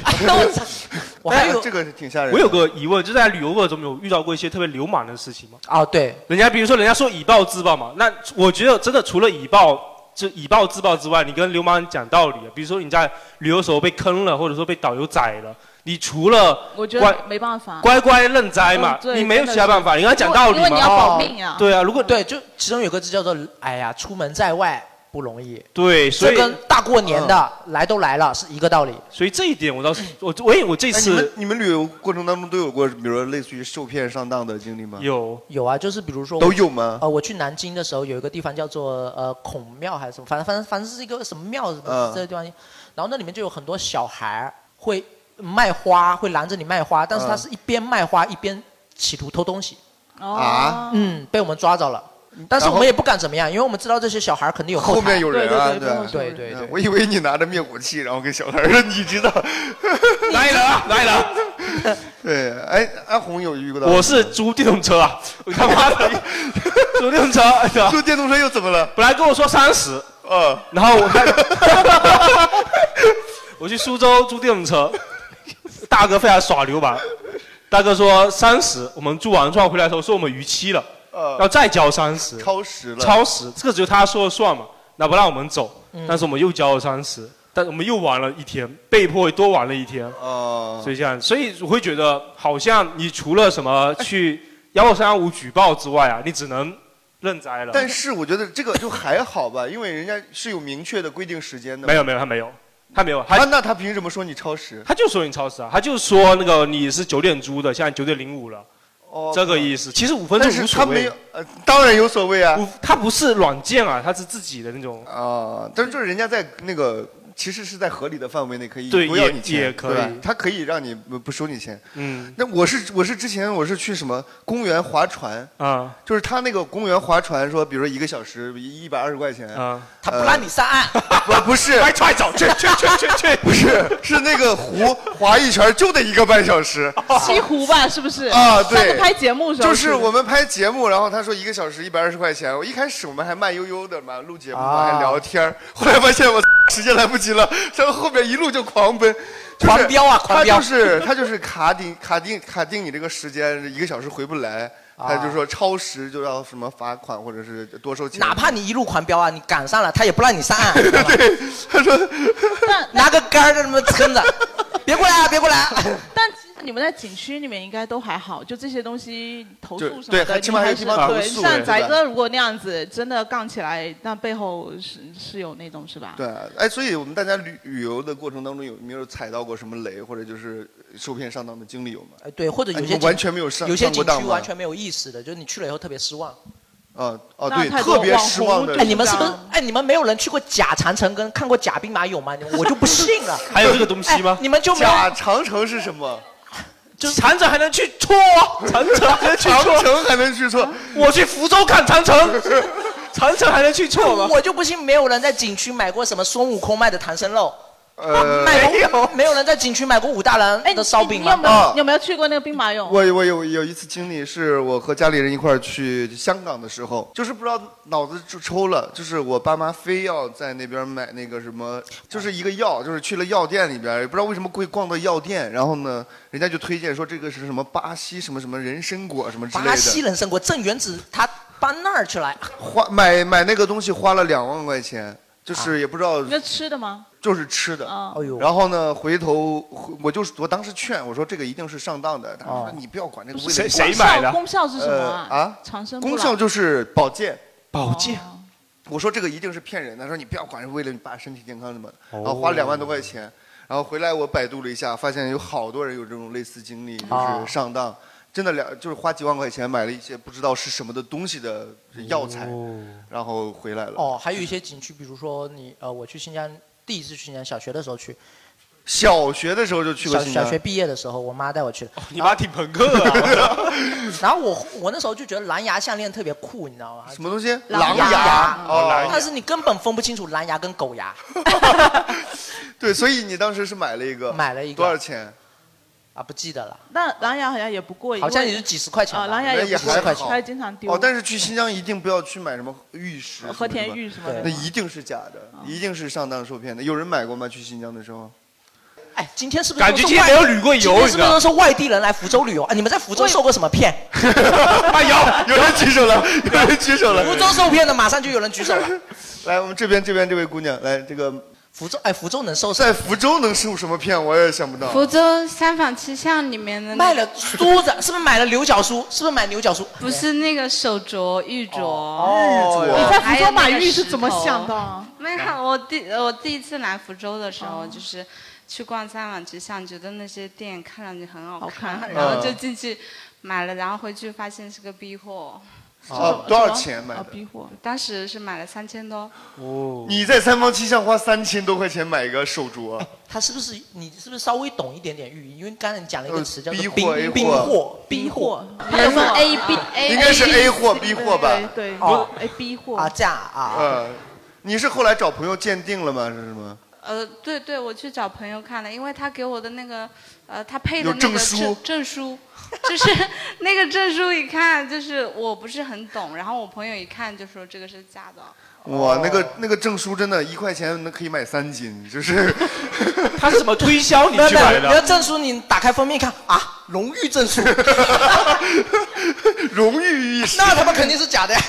[SPEAKER 7] 我还有
[SPEAKER 2] 这个挺吓人的。
[SPEAKER 4] 我有个疑问，就在旅游过程中有遇到过一些特别流氓的事情吗？
[SPEAKER 7] 啊，对，
[SPEAKER 4] 人家比如说人家说以暴制暴嘛，那我觉得真的除了以暴就以暴制暴之外，你跟流氓讲道理，啊比如说你在旅游时候被坑了，或者说被导游宰了，你除了
[SPEAKER 5] 我觉
[SPEAKER 4] 乖
[SPEAKER 5] 得没办法。
[SPEAKER 4] 乖乖认栽嘛
[SPEAKER 5] 嗯，对
[SPEAKER 4] 你没有
[SPEAKER 5] 真的
[SPEAKER 4] 其他
[SPEAKER 5] 是
[SPEAKER 4] 办法，你跟他讲道理嘛。
[SPEAKER 5] 因为你要保命啊
[SPEAKER 4] 对啊，如果
[SPEAKER 7] 对，就其中有个字叫做“哎呀，出门在外不容易”，
[SPEAKER 4] 对，所
[SPEAKER 7] 这
[SPEAKER 4] 以
[SPEAKER 7] 跟大过年的、来都来了是一个道理。
[SPEAKER 4] 所以这一点我倒是 我我也我这
[SPEAKER 2] 哎你们
[SPEAKER 4] 次
[SPEAKER 2] 你们旅游过程当中都有过，比如说类似于受骗上当的经历吗？
[SPEAKER 4] 有
[SPEAKER 7] 有啊，就是比如说
[SPEAKER 2] 都有吗
[SPEAKER 7] 呃，我去南京的时候有一个地方叫做呃孔庙还是什么，反正反正反正是一个什么庙什么
[SPEAKER 2] 嗯
[SPEAKER 7] 这个地方，然后那里面就有很多小孩儿会卖花，会拦着你卖花，但是他
[SPEAKER 2] 嗯
[SPEAKER 7] 是一边卖花一边企图偷东西。
[SPEAKER 5] 哦
[SPEAKER 2] 啊嗯
[SPEAKER 7] 嗯，被我们抓着了。但是我们也不敢怎么样，因为我们知道这些小孩儿肯定有
[SPEAKER 2] 后
[SPEAKER 7] 台
[SPEAKER 2] 面有人啊，
[SPEAKER 7] 对对对
[SPEAKER 2] 对。我以为你拿着灭火器，然后跟小孩儿说：“你知道，来人啊，来人啊！” 对，哎，阿红有遇过到？
[SPEAKER 4] 我是租电动车啊，我他妈的租电动车，
[SPEAKER 2] 租电动车又怎么了？
[SPEAKER 4] 本来跟我说三十，
[SPEAKER 2] 嗯，
[SPEAKER 4] 然后我在 我去苏州租电动车，大哥非常耍流氓，大哥说三十，我们租完转回来的时候说我们逾期了，
[SPEAKER 2] 呃
[SPEAKER 4] 要再交三十，
[SPEAKER 2] 超时了，
[SPEAKER 4] 超时，这个只有他说了算嘛，那不让我们走
[SPEAKER 2] 嗯，
[SPEAKER 4] 但是我们又交了三十，但我们又玩了一天，被迫多玩了一天，
[SPEAKER 2] 哦，
[SPEAKER 4] 所以这样，所以我会觉得好像你除了什么
[SPEAKER 2] 哎
[SPEAKER 4] 去幺二三五举报之外啊，你只能认栽了。
[SPEAKER 2] 但是我觉得这个就还好吧，因为人家是有明确的规定时间的。
[SPEAKER 4] 没有没有，他没有，他没有，他
[SPEAKER 2] 啊，那他凭什么说你超时？
[SPEAKER 4] 他就说你超时啊，他就说那个你是九点租的，现在九点零五了，
[SPEAKER 2] 哦
[SPEAKER 4] 这个意思。其实五分钟
[SPEAKER 2] 但是
[SPEAKER 4] 无
[SPEAKER 2] 他
[SPEAKER 4] 所
[SPEAKER 2] 没
[SPEAKER 4] 谓
[SPEAKER 2] 有，，呃，当然有所谓啊。
[SPEAKER 4] 他不是软件啊，他是自己的那种。
[SPEAKER 2] 啊，但是就是人家在那个其实是在合理的范围内可以
[SPEAKER 4] 对
[SPEAKER 2] 不要
[SPEAKER 4] 也
[SPEAKER 2] 你钱，
[SPEAKER 4] 也可
[SPEAKER 2] 对吧
[SPEAKER 4] 以
[SPEAKER 2] 他可以让你不不收你钱。
[SPEAKER 4] 嗯，
[SPEAKER 2] 那我是我是之前我是去什么公园划船
[SPEAKER 4] 啊，
[SPEAKER 2] 就是他那个公园划船说，比如说一个小时一百二十块钱
[SPEAKER 4] 啊，
[SPEAKER 2] 他
[SPEAKER 7] 不让你上 岸，
[SPEAKER 2] 不不 是，快
[SPEAKER 4] 踹走，去去去去去，
[SPEAKER 2] 不是是那个湖划一圈就得一个半小时，
[SPEAKER 5] 西湖吧，是不是？
[SPEAKER 2] 啊，对，
[SPEAKER 5] 上次拍节目的时候
[SPEAKER 2] 就是我们拍节目，然后他说一个小时一百二十块钱，我一开始我们还慢悠悠的嘛，录节目嘛
[SPEAKER 7] 啊
[SPEAKER 2] 还聊天儿后来发现我 时间来不及了，然后后面一路就狂奔。就是
[SPEAKER 7] 狂飙啊狂飙
[SPEAKER 2] 他 就是他就是卡定卡定卡定你这个时间一个小时回不来，他
[SPEAKER 7] 啊
[SPEAKER 2] 就说超时就要什么罚款或者是多收钱。
[SPEAKER 7] 哪怕你一路狂飙啊，你赶上了，他也不让你 上岸。
[SPEAKER 2] 他说
[SPEAKER 7] 拿个杆儿在那 么撑着，别过来啊，别过来啊。
[SPEAKER 5] 但其实你们在景区里面应该都还好，就这些东西投诉
[SPEAKER 7] 就
[SPEAKER 5] 什么的，
[SPEAKER 7] 对还起码还有
[SPEAKER 5] 你
[SPEAKER 7] 地方投
[SPEAKER 5] 对
[SPEAKER 7] 诉
[SPEAKER 5] 像
[SPEAKER 7] 对
[SPEAKER 5] 翟
[SPEAKER 7] 吧
[SPEAKER 5] 哥如果那样子真的杠起来，那背后是是有那种是吧？
[SPEAKER 2] 对，哎，所以我们大家旅旅游的过程当中有没有踩到过什么雷，或者就是受骗上当的经历有吗？
[SPEAKER 7] 哎对，或者
[SPEAKER 2] 哎
[SPEAKER 7] 有
[SPEAKER 2] 你
[SPEAKER 7] 些
[SPEAKER 2] 们
[SPEAKER 7] 景
[SPEAKER 2] 完全没有上
[SPEAKER 7] 有些
[SPEAKER 2] 上过
[SPEAKER 7] 景
[SPEAKER 2] 当
[SPEAKER 7] 区
[SPEAKER 2] 吗
[SPEAKER 7] 完全没有意识的，就是你去了以后特别失望。
[SPEAKER 2] 啊哦对，特别失望的。。
[SPEAKER 7] 哎，你们是不是？哎，你们没有人去过假长城跟看过假兵马俑吗？你们我就不信 了
[SPEAKER 2] 还有这个东西吗
[SPEAKER 7] 哎你们就没有
[SPEAKER 2] 假长城是什么？
[SPEAKER 7] 就长城还能去 搓，
[SPEAKER 4] 长城还 能去错
[SPEAKER 2] 长城还能去错？
[SPEAKER 4] 我去福州看长城，长城还能去错吗？
[SPEAKER 7] 我就不信没有人在景区买过什么孙悟空卖的唐僧肉。
[SPEAKER 2] 呃
[SPEAKER 7] 卖过没有人在景区买过武大郎的烧饼
[SPEAKER 5] 你
[SPEAKER 7] 吗
[SPEAKER 5] 有？没
[SPEAKER 2] 哦
[SPEAKER 5] 有你有没有去过那个兵马
[SPEAKER 7] 哦
[SPEAKER 5] 俑？
[SPEAKER 2] 我我有有一次经历，是我和家里人一块儿去香港的时候，就是不知道脑子就抽了，就是我爸妈非要在那边买那个什么，就是一个药，就是去了药店里边，也不知道为什么会逛到药店，然后呢，人家就推荐说这个是什么巴西什么什么人参果什么之类的。
[SPEAKER 7] 巴西人参果，郑元子他搬那儿去了。
[SPEAKER 2] 花买买那个东西花了两万块钱，
[SPEAKER 7] 啊
[SPEAKER 2] 就是也不知道
[SPEAKER 5] 那吃的吗？
[SPEAKER 2] 就是吃的。
[SPEAKER 4] 哦
[SPEAKER 5] 啊
[SPEAKER 7] 哎呦
[SPEAKER 2] 然后呢，回头回我就我当时劝我说这个一定是上当的，他们
[SPEAKER 7] 哦
[SPEAKER 2] 说你不要管这个味
[SPEAKER 4] 不
[SPEAKER 2] 道。
[SPEAKER 4] 是谁谁买的
[SPEAKER 5] 功效是什么啊
[SPEAKER 2] 呃啊，
[SPEAKER 5] 长生不老
[SPEAKER 2] 功效就是保健。
[SPEAKER 4] 保健。
[SPEAKER 7] 哦
[SPEAKER 2] 我说这个一定是骗人的，他说你不要管，是为了你爸身体健康什么的。
[SPEAKER 4] 哦
[SPEAKER 2] 然后花两万多块钱，然后回来我百度了一下，发现有好多人有这种类似经历，就
[SPEAKER 4] 啊
[SPEAKER 2] 是上当。真的两就是花几万块钱买了一些不知道是什么的东西的药材，然后回来了。
[SPEAKER 7] 哦，还有一些景区，比如说你呃，我去新疆第一次去新疆，小学的时候去，
[SPEAKER 2] 小学的时候就去过
[SPEAKER 7] 小
[SPEAKER 2] 新疆
[SPEAKER 7] 小学毕业的时候，我妈 带我去的。
[SPEAKER 4] 哦你妈挺朋克啊！
[SPEAKER 7] 然后我我那时候就觉得蓝牙项链特别酷，你知道吗？
[SPEAKER 2] 什么东西？
[SPEAKER 7] 狼
[SPEAKER 2] 狼牙哦狼牙
[SPEAKER 7] 但是你根本分不清楚蓝牙跟狗牙。
[SPEAKER 2] 对，所以你当时是买了一个，买
[SPEAKER 7] 了一个
[SPEAKER 2] 多少钱？
[SPEAKER 7] 啊，不记得了。
[SPEAKER 5] 那狼牙好像也不贵，
[SPEAKER 7] 好像
[SPEAKER 5] 因为
[SPEAKER 7] 也是几十块钱吧
[SPEAKER 5] 啊，狼牙
[SPEAKER 2] 那
[SPEAKER 5] 也
[SPEAKER 2] 也
[SPEAKER 5] 不贵
[SPEAKER 2] 还好，
[SPEAKER 5] 它经常丢。
[SPEAKER 2] 哦，但是去新疆一定不要去买什么玉石、
[SPEAKER 5] 和田玉什么的
[SPEAKER 2] 那一定是假的，一定是上当受骗的。有人买过吗？去新疆的时候？
[SPEAKER 7] 哎，今天是不是
[SPEAKER 2] 感
[SPEAKER 7] 都
[SPEAKER 2] 觉
[SPEAKER 7] 是
[SPEAKER 2] 今天
[SPEAKER 7] 外
[SPEAKER 2] 没有旅过游
[SPEAKER 7] 今天是不是
[SPEAKER 2] 你
[SPEAKER 7] 都
[SPEAKER 2] 知
[SPEAKER 7] 是
[SPEAKER 2] 道
[SPEAKER 7] 外地人来福州旅游啊？你们在福州受过什么骗？
[SPEAKER 2] 有人举手了， 有人举手了。
[SPEAKER 7] 福州受骗的，马上就有人举 手了。
[SPEAKER 2] 来，我们这边这边这位姑娘，来这个
[SPEAKER 7] 福州，哎，福州能受
[SPEAKER 2] 在福州能受什么骗？我也想不到。
[SPEAKER 11] 福州三坊七巷里面的那
[SPEAKER 7] 卖了梳子，是不是买了牛角梳？是不是买牛角梳？
[SPEAKER 11] 不是那个手镯、玉镯。
[SPEAKER 7] 哦玉镯
[SPEAKER 11] 然后
[SPEAKER 7] 你在福州
[SPEAKER 11] 还有那个
[SPEAKER 7] 买玉是怎么想的
[SPEAKER 5] 啊
[SPEAKER 11] 石头？没有，我第我第一次来福州的时
[SPEAKER 2] 哦
[SPEAKER 11] 候，就是去逛三坊七巷，觉得那些店看上去很好看，
[SPEAKER 5] 看
[SPEAKER 11] 然后就
[SPEAKER 2] 嗯
[SPEAKER 11] 进去买了，然后回去发现是个逼货。
[SPEAKER 2] 哦，多少钱买的？
[SPEAKER 11] 当时是买了三千多，
[SPEAKER 4] 哦，
[SPEAKER 2] 你在三坊七巷花三千多块钱买一个手镯啊？
[SPEAKER 7] 他是不是你是不是稍微懂一点点寓意？因为刚才你讲了一个词叫做
[SPEAKER 2] 呃逼货
[SPEAKER 7] 冰
[SPEAKER 2] A 货
[SPEAKER 7] 冰货，
[SPEAKER 5] 逼货，
[SPEAKER 7] 他有说
[SPEAKER 5] A B A
[SPEAKER 2] 应该是 A 货 B 货吧？
[SPEAKER 5] 对对
[SPEAKER 2] 哦
[SPEAKER 5] ，A B 货
[SPEAKER 7] 啊价啊
[SPEAKER 2] 嗯，你是后来找朋友鉴定了吗？是什么？
[SPEAKER 11] 呃，对对，我去找朋友看了，因为他给我的那个，呃，他配
[SPEAKER 2] 有
[SPEAKER 11] 的那个
[SPEAKER 2] 证
[SPEAKER 11] 证
[SPEAKER 2] 书
[SPEAKER 11] 证书，就是 那个证书一看就是我不是很懂，然后我朋友一看就说这个是假的，
[SPEAKER 4] 哦
[SPEAKER 2] 哇，那个那个证书真的，一块钱能可以买三斤，就是。
[SPEAKER 4] 他是怎么推销你
[SPEAKER 7] 没有
[SPEAKER 4] 去买
[SPEAKER 7] 没有没有
[SPEAKER 4] 的？
[SPEAKER 7] 证书，你打开封面看啊，荣誉证书，
[SPEAKER 2] 荣誉意识，
[SPEAKER 7] 那他妈肯定是假的呀。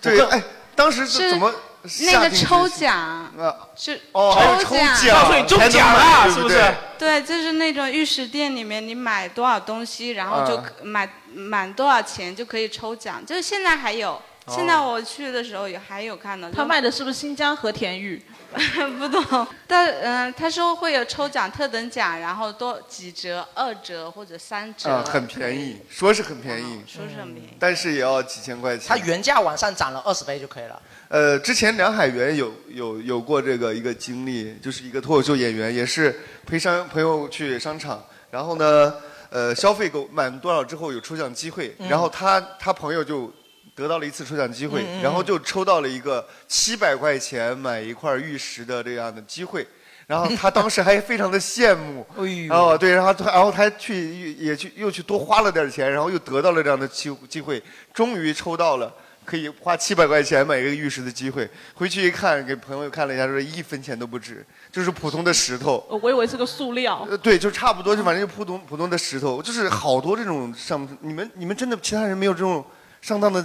[SPEAKER 2] 对，哎，当时
[SPEAKER 11] 是
[SPEAKER 2] 是怎么
[SPEAKER 11] 那
[SPEAKER 2] 下
[SPEAKER 11] 个
[SPEAKER 2] 定决心？
[SPEAKER 11] 抽奖
[SPEAKER 2] 啊，
[SPEAKER 11] 是
[SPEAKER 2] 哦，还有抽
[SPEAKER 11] 奖，
[SPEAKER 2] 奖，才能买对对？
[SPEAKER 11] 对，就是那种玉石店里面，你买多少东西，然后就
[SPEAKER 2] 啊
[SPEAKER 11] 可买满多少钱就可以抽奖，就是现在还有。
[SPEAKER 4] 哦
[SPEAKER 11] 现在我去的时候也还有看到，
[SPEAKER 5] 他卖的是不是新疆和田玉？
[SPEAKER 11] 不懂，但嗯、他说会有抽奖、特等奖，然后多几折、二折或者三折，
[SPEAKER 2] 啊，很便宜，说是很便宜，
[SPEAKER 11] 哦说是很便宜。
[SPEAKER 2] 但是也要几千块钱。
[SPEAKER 7] 它原价往上涨了二十倍就可以了。
[SPEAKER 2] 呃，之前梁海源有有有过这个一个经历，就是一个脱口秀演员，也是陪商朋友去商场，然后呢，呃，消费够满多少之后有抽奖机会，
[SPEAKER 15] 嗯
[SPEAKER 2] 然后他他朋友就得到了一次抽奖机会，
[SPEAKER 15] 嗯嗯嗯
[SPEAKER 2] 然后就抽到了一个七百块钱买一块玉石的这样的机会。然后他当时还非常的羡慕，
[SPEAKER 5] 哎
[SPEAKER 2] 然后哦对，然后他然后他去也去又去多花了点钱，然后又得到了这样的机机会，终于抽到了可以花七百块钱买一个玉石的机会。回去一看，给朋友看了一下，说一分钱都不值，就是普通的石头。
[SPEAKER 7] 哦
[SPEAKER 2] 呃
[SPEAKER 5] 我以为是个塑料。
[SPEAKER 2] 对，就差不多，就反正就普通普通的石头，就是好多这种上，你们你们真的其他人没有这种上当的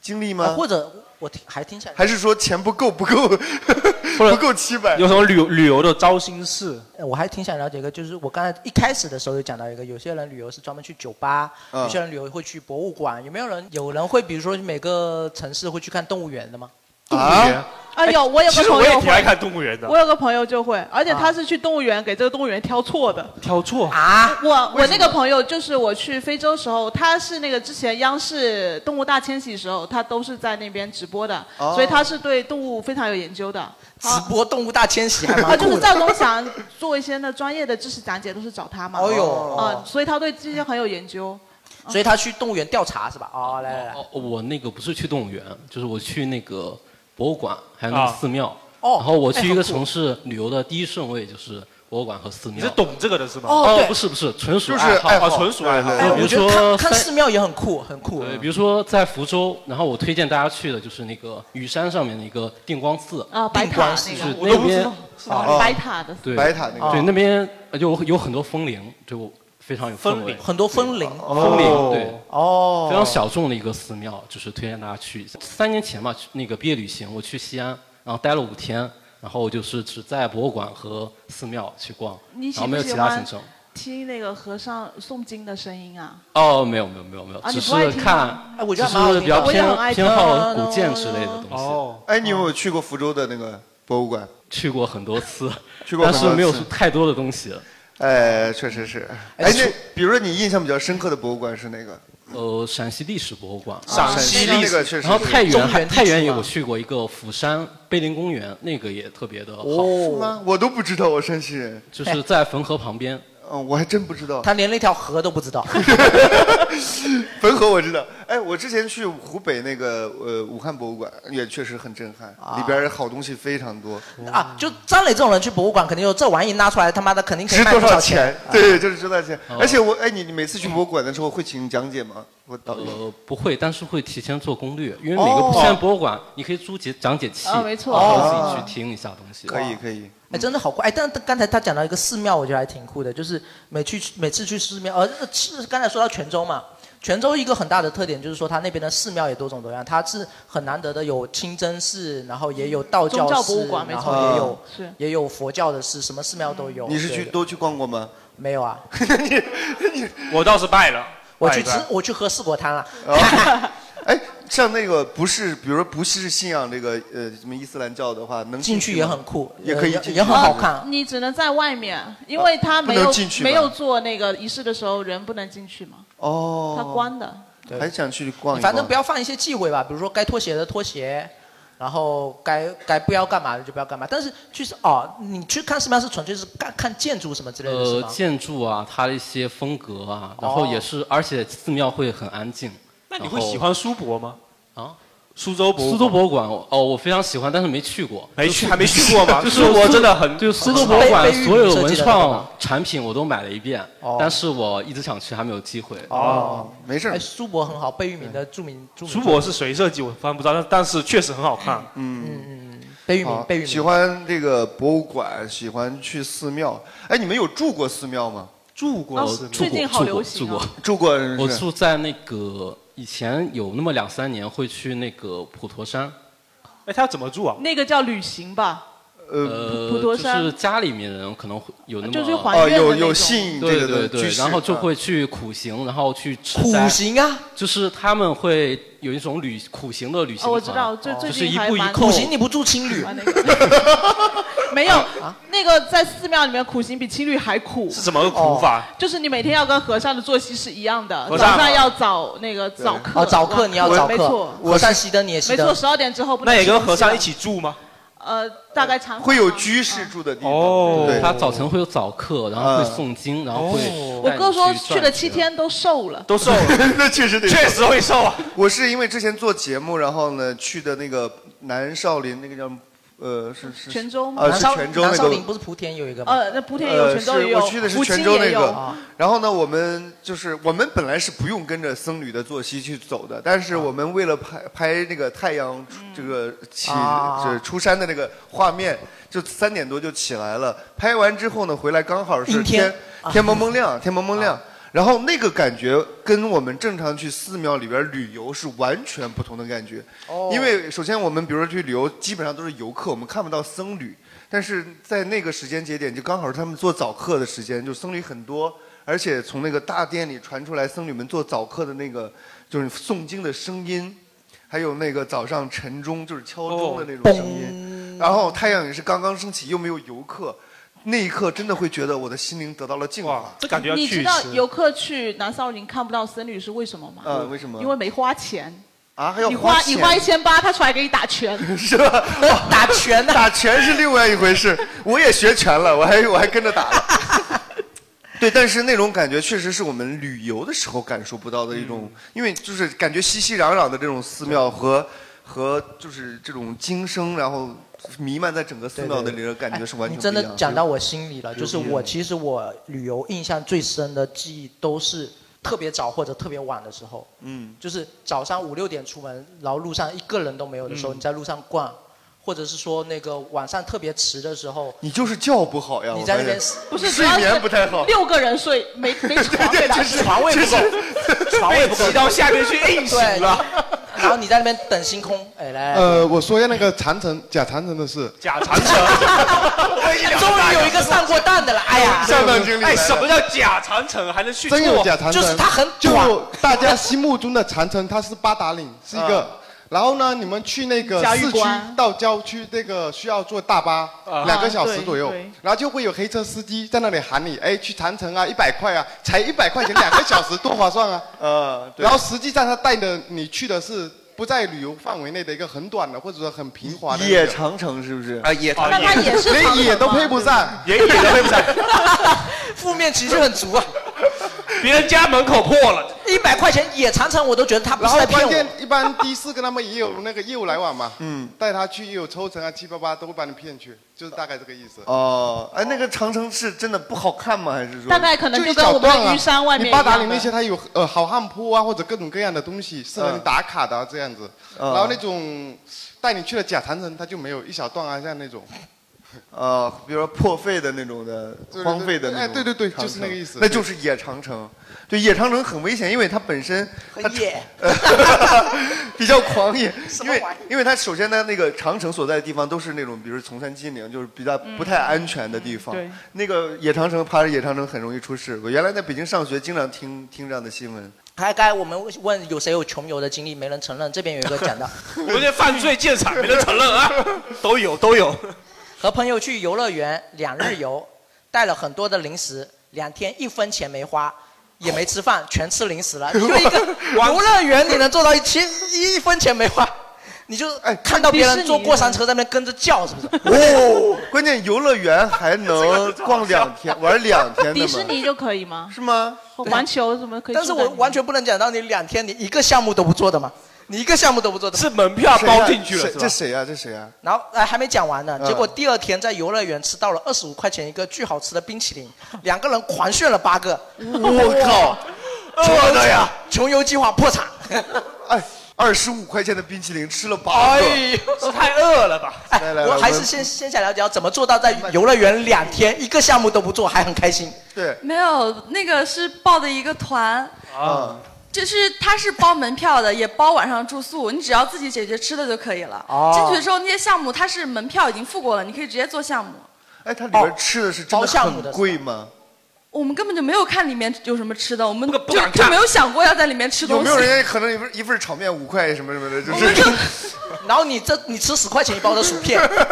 [SPEAKER 2] 经历吗？
[SPEAKER 7] 啊或者我听还听起来，
[SPEAKER 2] 还是说钱不够不够 不够七百？
[SPEAKER 4] 有什么旅游旅游的糟心事？
[SPEAKER 7] 呃我还挺想了解一个，就是我刚才一开始的时候就讲到一个，有些人旅游是专门去酒吧，
[SPEAKER 2] 嗯
[SPEAKER 7] 有些人旅游会去博物馆，有没有人有人会比如说每个城市会去看动物园的吗？
[SPEAKER 2] 动
[SPEAKER 7] 物
[SPEAKER 4] 园
[SPEAKER 7] 园
[SPEAKER 5] 啊，有我有个朋友会，
[SPEAKER 4] 动物园
[SPEAKER 5] 我有个朋友就会，而且
[SPEAKER 7] 啊
[SPEAKER 5] 他是去动物园给这个动物园挑错的。
[SPEAKER 4] 挑错
[SPEAKER 7] 啊！
[SPEAKER 5] 我我那个朋友就是我去非洲时候，他是那个之前央视动物大迁徙时候，他都是在那边直播的，
[SPEAKER 7] 哦
[SPEAKER 5] 所以他是对动物非常有研究的。
[SPEAKER 7] 直播动物大迁徙还
[SPEAKER 5] 他
[SPEAKER 7] 蛮
[SPEAKER 5] 啊就
[SPEAKER 7] 酷
[SPEAKER 5] 是
[SPEAKER 7] 的。
[SPEAKER 5] 赵忠祥做一些那专业的知识讲解，都是找他嘛。
[SPEAKER 7] 哦哟
[SPEAKER 5] 啊，所以他对这些很有研究。啊
[SPEAKER 7] 所以他去动物园调查是吧？哦，来来来，
[SPEAKER 16] 哦，我那个不是去动物园，就是我去那个博物馆，还有那个
[SPEAKER 4] 啊
[SPEAKER 16] 寺庙。
[SPEAKER 4] 哦
[SPEAKER 16] 然后我
[SPEAKER 4] 哎
[SPEAKER 16] 去一个
[SPEAKER 4] 很酷
[SPEAKER 16] 城市旅游的第一顺位就是博物馆和寺庙。
[SPEAKER 4] 你是懂这个的是吗哦
[SPEAKER 16] 哦，
[SPEAKER 4] 对
[SPEAKER 16] 不是不是，纯属
[SPEAKER 4] 就是
[SPEAKER 16] 好，
[SPEAKER 4] 爱好
[SPEAKER 16] 哦纯属爱好。
[SPEAKER 4] 对对对
[SPEAKER 16] 比如
[SPEAKER 7] 哎我觉得
[SPEAKER 16] 说
[SPEAKER 7] 看看
[SPEAKER 16] 三
[SPEAKER 7] 寺庙也很酷，很酷。
[SPEAKER 16] 对，比如说在福州，然后我推荐大家去的就是那个雨山上面的一个定光寺
[SPEAKER 5] 啊白
[SPEAKER 16] 定
[SPEAKER 5] 塔
[SPEAKER 16] 光寺就
[SPEAKER 5] 那个
[SPEAKER 16] 是
[SPEAKER 5] 我都
[SPEAKER 16] 那
[SPEAKER 5] 不知
[SPEAKER 16] 边
[SPEAKER 5] 道是哪里白塔的
[SPEAKER 16] 对
[SPEAKER 2] 白塔那个
[SPEAKER 16] 对那边呃有有很多风铃，就非常有氛围，
[SPEAKER 7] 很多风铃，
[SPEAKER 16] 风铃对
[SPEAKER 7] 哦，
[SPEAKER 16] 非常小众的一个寺庙，就是推荐大家去一下。三年前吧，去那个毕业旅行，我去西安，然后待了五天，然后就是只在博物馆和寺庙去逛，
[SPEAKER 5] 你
[SPEAKER 16] 然
[SPEAKER 5] 喜
[SPEAKER 16] 后没有
[SPEAKER 5] 不喜
[SPEAKER 16] 其他
[SPEAKER 5] 欢
[SPEAKER 16] 行程。
[SPEAKER 5] 听那个和尚诵经的声音啊？
[SPEAKER 16] 哦，没有没有没有没有，
[SPEAKER 5] 啊
[SPEAKER 16] 只
[SPEAKER 5] 你
[SPEAKER 16] 是
[SPEAKER 5] 不爱听
[SPEAKER 16] 看
[SPEAKER 5] 吗，哎我觉得
[SPEAKER 16] 只
[SPEAKER 5] 蛮好
[SPEAKER 16] 是比较
[SPEAKER 5] 听的我也很爱
[SPEAKER 16] 偏
[SPEAKER 5] 听
[SPEAKER 16] 偏好古建之类的东西。
[SPEAKER 2] 哎，你有没有去过福州的那
[SPEAKER 7] 哎
[SPEAKER 2] 个博物馆？
[SPEAKER 16] 去过很多次，
[SPEAKER 2] 去过很
[SPEAKER 16] 但
[SPEAKER 2] 多
[SPEAKER 16] 是没有
[SPEAKER 2] 次
[SPEAKER 16] 太多的东西。
[SPEAKER 2] 哎，确实是。哎，那比如说你印象比较深刻的博物馆是哪个？
[SPEAKER 16] 呃，陕西历史博物馆，
[SPEAKER 2] 啊陕西历史那个确实是
[SPEAKER 16] 然后太
[SPEAKER 2] 中原
[SPEAKER 16] 原还
[SPEAKER 2] 地区啊
[SPEAKER 16] 太原也
[SPEAKER 2] 嘛
[SPEAKER 16] 有去过一个釜山碑林公园，那个也特别的好。
[SPEAKER 7] 哦
[SPEAKER 2] 是吗？我都不知道，我山西人。
[SPEAKER 16] 就是在汾河 旁边。
[SPEAKER 2] 嗯，我还真不知道。
[SPEAKER 7] 他连那条河都不知道。
[SPEAKER 2] 汾河我知道。哎，我之前去湖北那个呃武汉博物馆，也确实很震撼，里边好东西非常多。
[SPEAKER 7] 啊，就张磊这种人去博物馆，肯定有这玩意拿出来，他妈的肯定可以
[SPEAKER 2] 值
[SPEAKER 7] 卖
[SPEAKER 2] 多
[SPEAKER 7] 不
[SPEAKER 2] 少
[SPEAKER 7] 少
[SPEAKER 2] 钱？
[SPEAKER 7] 啊
[SPEAKER 2] 对，就是值多少钱。
[SPEAKER 16] 哦
[SPEAKER 2] 而且我哎，你你每次去博物馆的时候会请讲解吗？我导游。
[SPEAKER 16] 呃，不会，但是会提前做攻略，因为每
[SPEAKER 2] 哦
[SPEAKER 16] 个现在博物馆你可以租解讲解器，
[SPEAKER 7] 啊没错
[SPEAKER 16] 然后自己去听一下东西。
[SPEAKER 2] 哦可以可以。
[SPEAKER 7] 哎，真的好酷！哎，但但刚才他讲到一个寺庙，我觉得还挺酷的，就是每去每次去寺庙，呃，是刚才说到泉州嘛，泉州一个很大的特点就是说它那边的寺庙也多种多样，它是很难得的有清真寺，然后也有道教
[SPEAKER 5] 宗教
[SPEAKER 7] 寺，
[SPEAKER 5] 博物馆没
[SPEAKER 7] 然
[SPEAKER 5] 错
[SPEAKER 7] 后也有
[SPEAKER 5] 是嗯
[SPEAKER 7] 也有佛教的寺，什么寺庙都有。
[SPEAKER 2] 你是去
[SPEAKER 7] 对
[SPEAKER 2] 都去逛过吗？
[SPEAKER 7] 没有啊？
[SPEAKER 4] 我倒是败了，
[SPEAKER 7] 我
[SPEAKER 4] 拜
[SPEAKER 7] 去
[SPEAKER 4] 一
[SPEAKER 7] 吃
[SPEAKER 4] 拜，
[SPEAKER 7] 我去喝四果汤了。
[SPEAKER 2] 哦哎，像那个不是，比如说不是信仰这个呃什么伊斯兰教的话，能
[SPEAKER 7] 进
[SPEAKER 2] 去
[SPEAKER 7] 去也
[SPEAKER 2] 吗
[SPEAKER 7] 很酷
[SPEAKER 2] 也
[SPEAKER 7] 呃
[SPEAKER 2] 可以
[SPEAKER 7] 也
[SPEAKER 2] 进
[SPEAKER 7] 也
[SPEAKER 2] 去
[SPEAKER 7] 很好
[SPEAKER 2] 吗
[SPEAKER 7] 看。
[SPEAKER 5] 你只能在外面，因为他没有、
[SPEAKER 2] 不能进去吧
[SPEAKER 5] 没有做那个仪式的时候，人不能进去嘛，
[SPEAKER 2] 哦，
[SPEAKER 5] 他关的。
[SPEAKER 7] 对
[SPEAKER 2] 还想去逛一逛。
[SPEAKER 7] 反正不要犯一些忌讳吧，比如说该脱鞋的脱鞋，然后该该不要干嘛的就不要干嘛。但是去哦，你去看寺庙是纯粹是看看建筑什么之类的，是
[SPEAKER 16] 呃，
[SPEAKER 7] 吗？
[SPEAKER 16] 建筑啊，它的一些风格啊，
[SPEAKER 2] 哦
[SPEAKER 16] 然后也是，而且寺庙会很安静。
[SPEAKER 4] 那你
[SPEAKER 16] 然
[SPEAKER 4] 会
[SPEAKER 16] 后
[SPEAKER 4] 喜欢苏博吗？
[SPEAKER 16] 啊，
[SPEAKER 4] 苏州博物
[SPEAKER 16] 苏州博物馆，我哦，我非常喜欢，但是没去过，
[SPEAKER 4] 没去
[SPEAKER 16] 就是
[SPEAKER 4] 还没去过吗
[SPEAKER 16] 就是
[SPEAKER 4] 苏博
[SPEAKER 16] 苏
[SPEAKER 4] 真的很
[SPEAKER 16] 就是苏州博物
[SPEAKER 4] 悲
[SPEAKER 16] 馆
[SPEAKER 4] 悲郁
[SPEAKER 16] 所有的文
[SPEAKER 4] 设计的那个
[SPEAKER 16] 创
[SPEAKER 4] 吗
[SPEAKER 16] 产品我都买了一遍，
[SPEAKER 7] 哦
[SPEAKER 16] 但是我一直想去，还没有机会。
[SPEAKER 7] 哦，
[SPEAKER 2] 没事
[SPEAKER 7] 哎，苏博很好，贝聿铭的著名著名。
[SPEAKER 4] 苏博是谁设计我反正不知道，但但是确实很好看。
[SPEAKER 2] 嗯
[SPEAKER 7] 嗯，贝聿铭
[SPEAKER 2] 好，
[SPEAKER 7] 贝聿铭
[SPEAKER 2] 喜欢这个博物馆，喜欢去寺庙。哎，你们有住过寺庙吗？
[SPEAKER 4] 住
[SPEAKER 16] 过哦寺庙最近好流行啊
[SPEAKER 2] 住过是不
[SPEAKER 16] 我
[SPEAKER 2] 是
[SPEAKER 16] 住在那个以前有那么两三年会去那个普陀山，
[SPEAKER 4] 哎，他怎么住啊？
[SPEAKER 5] 那个叫旅行吧，
[SPEAKER 2] 呃
[SPEAKER 5] 普陀山
[SPEAKER 16] 就是家里面人可能会有那么
[SPEAKER 5] 就是还愿的那种哦有有
[SPEAKER 2] 信这
[SPEAKER 16] 对
[SPEAKER 2] 个的啊
[SPEAKER 16] 对对
[SPEAKER 2] 居，士
[SPEAKER 16] 然后就会去苦行，然后去吃
[SPEAKER 7] 苦
[SPEAKER 16] 斋
[SPEAKER 7] 行啊，
[SPEAKER 16] 就是他们会有一种旅苦行的旅行
[SPEAKER 5] 哦
[SPEAKER 16] 团，
[SPEAKER 5] 我知道最最
[SPEAKER 16] 就是
[SPEAKER 5] 近
[SPEAKER 16] 一
[SPEAKER 5] 还
[SPEAKER 16] 步一
[SPEAKER 5] 蛮
[SPEAKER 16] 扣。
[SPEAKER 5] 苦行
[SPEAKER 7] 你不住青旅？ 啊
[SPEAKER 5] 没有，那个在寺庙里面苦行比青旅还苦。哦
[SPEAKER 4] 是怎么个苦法？
[SPEAKER 2] 哦
[SPEAKER 5] 就是你每天要跟和尚的作息是一样的，
[SPEAKER 4] 和尚
[SPEAKER 5] 早上要早那个早课。
[SPEAKER 7] 哦，早课你要早课，
[SPEAKER 5] 没错，
[SPEAKER 7] 和尚熄灯你也熄
[SPEAKER 5] 没
[SPEAKER 7] 灯。
[SPEAKER 5] 错，十二点之后不能
[SPEAKER 4] 那也
[SPEAKER 5] 吃东
[SPEAKER 4] 跟
[SPEAKER 5] 西
[SPEAKER 4] 和尚
[SPEAKER 5] 了
[SPEAKER 4] 一起住吗？
[SPEAKER 5] 呃，大概长
[SPEAKER 2] 会有居士住的地方。
[SPEAKER 16] 哦
[SPEAKER 2] 对嗯
[SPEAKER 16] 他早晨会有早课，然后会诵经，然后会
[SPEAKER 5] 哦我
[SPEAKER 16] 带你转。
[SPEAKER 5] 哥说去了七天都瘦了，
[SPEAKER 4] 都瘦了，
[SPEAKER 2] 那确实得，
[SPEAKER 4] 确实会瘦啊。
[SPEAKER 2] 我是因为之前做节目，然后呢去的那个南少林，那个叫呃是是
[SPEAKER 5] 泉州吗
[SPEAKER 2] 啊
[SPEAKER 7] 南
[SPEAKER 2] 是
[SPEAKER 7] 少
[SPEAKER 2] 泉州那
[SPEAKER 7] 南少林
[SPEAKER 2] 个。
[SPEAKER 7] 不是莆田有一个吗？啊
[SPEAKER 5] 呃，那莆田也有，泉州也有，
[SPEAKER 2] 我去的是
[SPEAKER 5] 福
[SPEAKER 2] 泉
[SPEAKER 5] 清
[SPEAKER 2] 州
[SPEAKER 5] 也
[SPEAKER 2] 那
[SPEAKER 5] 有
[SPEAKER 2] 个。然后呢，我们就是我们本来是不用跟着僧侣的作息去走的，但是我们为了拍拍那个太阳
[SPEAKER 5] 嗯
[SPEAKER 2] 这个起
[SPEAKER 7] 啊
[SPEAKER 2] 这出山的那个画面，就三点多就起来了。拍完之后呢，回来刚好是
[SPEAKER 7] 阴天啊
[SPEAKER 2] 天天蒙蒙亮，天蒙蒙亮。然后那个感觉跟我们正常去寺庙里边旅游是完全不同的感觉，
[SPEAKER 7] 哦
[SPEAKER 2] 因为首先我们比如说去旅游，基本上都是游客，我们看不到僧侣，但是在那个时间节点，就刚好是他们做早课的时间，就僧侣很多，而且从那个大殿里传出来僧侣们做早课的那个就是诵经的声
[SPEAKER 7] 嗯
[SPEAKER 2] 音，还有那个早上晨钟就是敲钟的那种声音，然后太阳也是刚刚升起，又没有游客，那一刻真的会觉得我的心灵得到了净化，
[SPEAKER 4] 这感
[SPEAKER 5] 你知道游客去南少林看不到僧侣是为什么吗？
[SPEAKER 2] 呃为什么
[SPEAKER 5] 因为没花钱。
[SPEAKER 2] 啊，还要
[SPEAKER 5] 你花
[SPEAKER 2] 钱
[SPEAKER 5] 你花一千八，他出来给你打拳。
[SPEAKER 2] 是吧？
[SPEAKER 7] 打拳
[SPEAKER 2] 的，打拳是另外一回事。我也学拳了，我还我还跟着打了。对，但是那种感觉确实是我们旅游的时候感受不到的一种，
[SPEAKER 4] 嗯
[SPEAKER 2] 因为就是感觉熙熙攘攘的这种寺庙和和就是这种经声，然后弥漫在整个寺庙的里的感觉是完全
[SPEAKER 7] 哎你
[SPEAKER 2] 不一
[SPEAKER 7] 真
[SPEAKER 2] 样
[SPEAKER 7] 的讲到我心里了，
[SPEAKER 2] 有
[SPEAKER 7] 就是
[SPEAKER 2] 有
[SPEAKER 7] 我其实我旅游印象最深的记忆都是特别早或者特别晚的时候，
[SPEAKER 2] 嗯，
[SPEAKER 7] 就是早上五六点出门，然后路上一个人都没有的时候，
[SPEAKER 2] 嗯
[SPEAKER 7] 你在路上逛，或者是说那个晚上特别迟的时候，
[SPEAKER 2] 你就是觉不好呀，
[SPEAKER 7] 你
[SPEAKER 2] 我
[SPEAKER 7] 在
[SPEAKER 2] 发
[SPEAKER 7] 那边
[SPEAKER 2] 现
[SPEAKER 5] 不是
[SPEAKER 2] 睡眠不太好。
[SPEAKER 5] 六个人睡没没床给他
[SPEAKER 7] 就是床位不够，床位不够，
[SPEAKER 4] 挤到下面去硬
[SPEAKER 7] 行了。然后你在那边等星空，哎来，
[SPEAKER 15] 呃，我说一下那个长城假长城的事。
[SPEAKER 4] 假长城，
[SPEAKER 7] 终于有一个上过蛋的了，哎呀，
[SPEAKER 15] 上当经历来
[SPEAKER 4] 哎，
[SPEAKER 15] 了
[SPEAKER 4] 什么叫假长城？还能去
[SPEAKER 15] 真有
[SPEAKER 4] 做啊
[SPEAKER 15] 假长城，就大家心目中的长城，它是八达岭，是一 个。然后呢，你们去那个
[SPEAKER 4] 嗯嘉峪
[SPEAKER 15] 市区
[SPEAKER 4] 关
[SPEAKER 15] 到郊区，那个需要坐大巴，
[SPEAKER 4] 啊
[SPEAKER 15] 两个小时
[SPEAKER 4] 对
[SPEAKER 15] 左右
[SPEAKER 4] 对，
[SPEAKER 15] 然后就会有黑车司机在那里喊你，哎，去长城啊，一百块啊，才一百块钱，两个小时多划算 啊！
[SPEAKER 2] 呃，对
[SPEAKER 15] 然后实际上他带的你去的是不在旅游范围内的一个很短的，或者说很平滑的那
[SPEAKER 2] 野
[SPEAKER 15] 种
[SPEAKER 2] 长城是不是？
[SPEAKER 15] 啊
[SPEAKER 2] 野
[SPEAKER 15] 野长城那它也是连长城野都吗配不上
[SPEAKER 4] 连野都配不上，
[SPEAKER 7] 负面情绪很足啊。
[SPEAKER 4] 别人家门口破了，
[SPEAKER 7] 一百块钱野长城我都觉得他 不
[SPEAKER 15] 然
[SPEAKER 7] 是
[SPEAKER 15] 后
[SPEAKER 7] 在骗
[SPEAKER 15] 关键
[SPEAKER 7] 我。
[SPEAKER 15] 一般的士跟他们也有那个业务来往嘛，
[SPEAKER 2] 嗯，
[SPEAKER 15] 带他去也有抽成啊，七八八都会把你骗去，就是大概这个意思。
[SPEAKER 2] 哦，哎，那个长城是真的不好看吗？还是说
[SPEAKER 15] 一小段啊你八达岭那
[SPEAKER 2] 一
[SPEAKER 15] 些
[SPEAKER 2] 样的
[SPEAKER 15] 它有呃好汉坡啊，或者各种各样的东西适合你打卡的、啊、这样子。
[SPEAKER 2] 嗯
[SPEAKER 15] 然后那种带你去了假长城，它就没有一小段啊，像那种。
[SPEAKER 2] 呃，比如说破废的那种的
[SPEAKER 15] 对对对、
[SPEAKER 2] 荒废的那种长城，
[SPEAKER 15] 哎对对对就是那个意思
[SPEAKER 2] 那就是野长城。对，野长城很危险，因为它本身它
[SPEAKER 7] 很野，
[SPEAKER 2] 比较狂野，因为因为它首先呢，那个长城所在的地方都是那种，比如崇山峻岭，就是比较
[SPEAKER 7] 嗯
[SPEAKER 2] 不太安全的地方。
[SPEAKER 7] 嗯对
[SPEAKER 2] 那个野长城爬着野长城很容易出事。我原来在北京上学，经常听听这样的新闻。
[SPEAKER 7] 还该我们问有谁有穷游的经历，没人承认。这边有一个讲到，
[SPEAKER 4] 我这犯罪现场没人承认啊，都有都有。
[SPEAKER 7] 和朋友去游乐园两日 游，带了很多的零食，两天一分钱没花，也没吃饭，全吃零食 了。因为一个游乐园你能做到一千一分钱没花，你就
[SPEAKER 2] 哎
[SPEAKER 7] 看到别人坐过山车在那边跟着叫，是不是？
[SPEAKER 2] 哦，关键游乐园还能逛两天，玩两天的
[SPEAKER 5] 迪
[SPEAKER 2] 吗？
[SPEAKER 5] 士尼就可以吗？
[SPEAKER 2] 是吗？
[SPEAKER 5] 环球什么可以住
[SPEAKER 7] 但
[SPEAKER 5] 在
[SPEAKER 7] 是
[SPEAKER 5] 里面？
[SPEAKER 7] 我完全不能讲到你两天你一个项目都不做的嘛，你一个项目都不做的嘛。
[SPEAKER 4] 是门
[SPEAKER 2] 谁呀谁这谁啊？这谁啊？
[SPEAKER 7] 然后呃还没讲完呢，
[SPEAKER 2] 嗯
[SPEAKER 7] 结果第二天在游乐园吃到了二十五块钱一个巨好吃的冰 淇淋，两个人狂炫了八个。
[SPEAKER 2] 我靠！
[SPEAKER 7] 穷游
[SPEAKER 2] 饿的呀！
[SPEAKER 7] 穷游计划破产。
[SPEAKER 2] 哎，二十五块钱的冰淇淋吃了八
[SPEAKER 7] 哎
[SPEAKER 2] 个，
[SPEAKER 7] 呦，太饿了吧！
[SPEAKER 2] 来来来
[SPEAKER 7] 哎我还是
[SPEAKER 2] 们
[SPEAKER 7] 先先想了解要怎么做到在游乐园两天一个项目都不做还很开心。
[SPEAKER 2] 对
[SPEAKER 8] 没有，那个是报的一个团，
[SPEAKER 2] 啊，
[SPEAKER 8] 就是它是包门票的，也包晚上住宿，你只要自己解决吃的就可以了。
[SPEAKER 2] 哦
[SPEAKER 8] 进去的时候那些项目它是门票已经付过了，你可以直接做项目。
[SPEAKER 2] 哎，它里边吃的是真
[SPEAKER 8] 包
[SPEAKER 2] 的
[SPEAKER 8] 项目
[SPEAKER 2] 很
[SPEAKER 8] 的
[SPEAKER 2] 贵
[SPEAKER 7] 哦
[SPEAKER 2] 吗？
[SPEAKER 8] 我们根本就没有看里面有什么吃的，我们就就没有想过要在里面吃东
[SPEAKER 2] 有
[SPEAKER 8] 西。
[SPEAKER 2] 没有人家可能一份一份炒面五块什么什么的，就是
[SPEAKER 7] 然后你这你吃十块钱一包的薯片，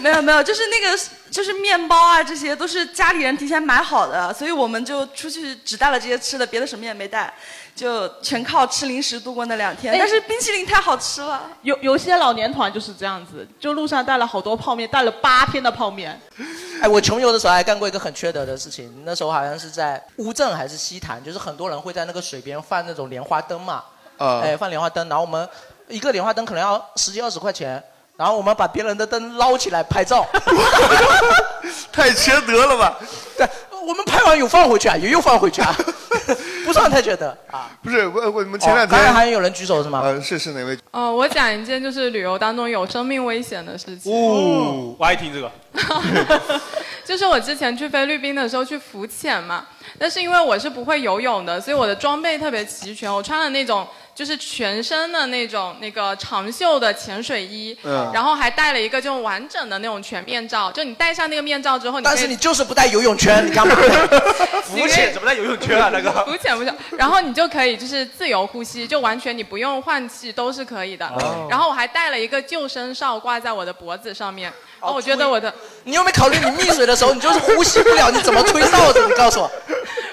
[SPEAKER 8] 没有没有，就是那个就是面包啊，这些都是家里人提前买好的，所以我们就出去只带了这些吃的，别的什么也没带，就全靠吃零食度过那两天。
[SPEAKER 5] 哎
[SPEAKER 8] 但是冰淇淋太好吃了，
[SPEAKER 5] 有有些老年团就是这样子，就路上带了好多泡面，带了八天的泡面。
[SPEAKER 7] 哎，我穷游的时候还干过一个很缺德的事情，那时候好像是在乌镇还是西坛，就是很多人会在那个水边放那种莲花灯嘛，
[SPEAKER 2] 啊
[SPEAKER 7] 哎，放莲花灯，然后我们一个莲花灯可能要十几二十块钱，然后我们把别人的灯捞起来拍照，
[SPEAKER 2] 太缺德了吧？
[SPEAKER 7] 对，我们拍完有放回去啊，也又放回去啊， 不算太缺德啊。
[SPEAKER 2] 不是我呃我们前两
[SPEAKER 7] 哦刚才
[SPEAKER 2] 天
[SPEAKER 7] 还有人举手是吗？
[SPEAKER 2] 呃，是是哪位？
[SPEAKER 14] 呃，我讲一件就是旅游当中有生命危险的事情。
[SPEAKER 4] 哦，我爱听这个。
[SPEAKER 14] 就是我之前去菲律宾的时候去浮潜嘛，但是因为我是不会游泳的，所以我的装备特别齐全，我穿了那种就是全身的那种那个长袖的潜水衣，
[SPEAKER 7] 嗯
[SPEAKER 14] 然后还戴了一个就完整的那种全面罩，就你戴上那个面罩之后，
[SPEAKER 7] 但
[SPEAKER 14] 可以
[SPEAKER 7] 是你就是不带游泳圈，你干嘛？浮
[SPEAKER 14] 潜
[SPEAKER 7] 怎么带游泳圈啊，那个？
[SPEAKER 14] 浮潜不行， 然后你就可以就是自由呼吸，就完全你不用换气都是可以的。
[SPEAKER 7] 哦
[SPEAKER 14] 然后我还带了一个救生哨挂在我的脖子上面，然后我觉得我的，
[SPEAKER 7] 哦你有没有考虑你溺水的时候，你就是呼吸不了，你怎么吹哨子？你告诉我。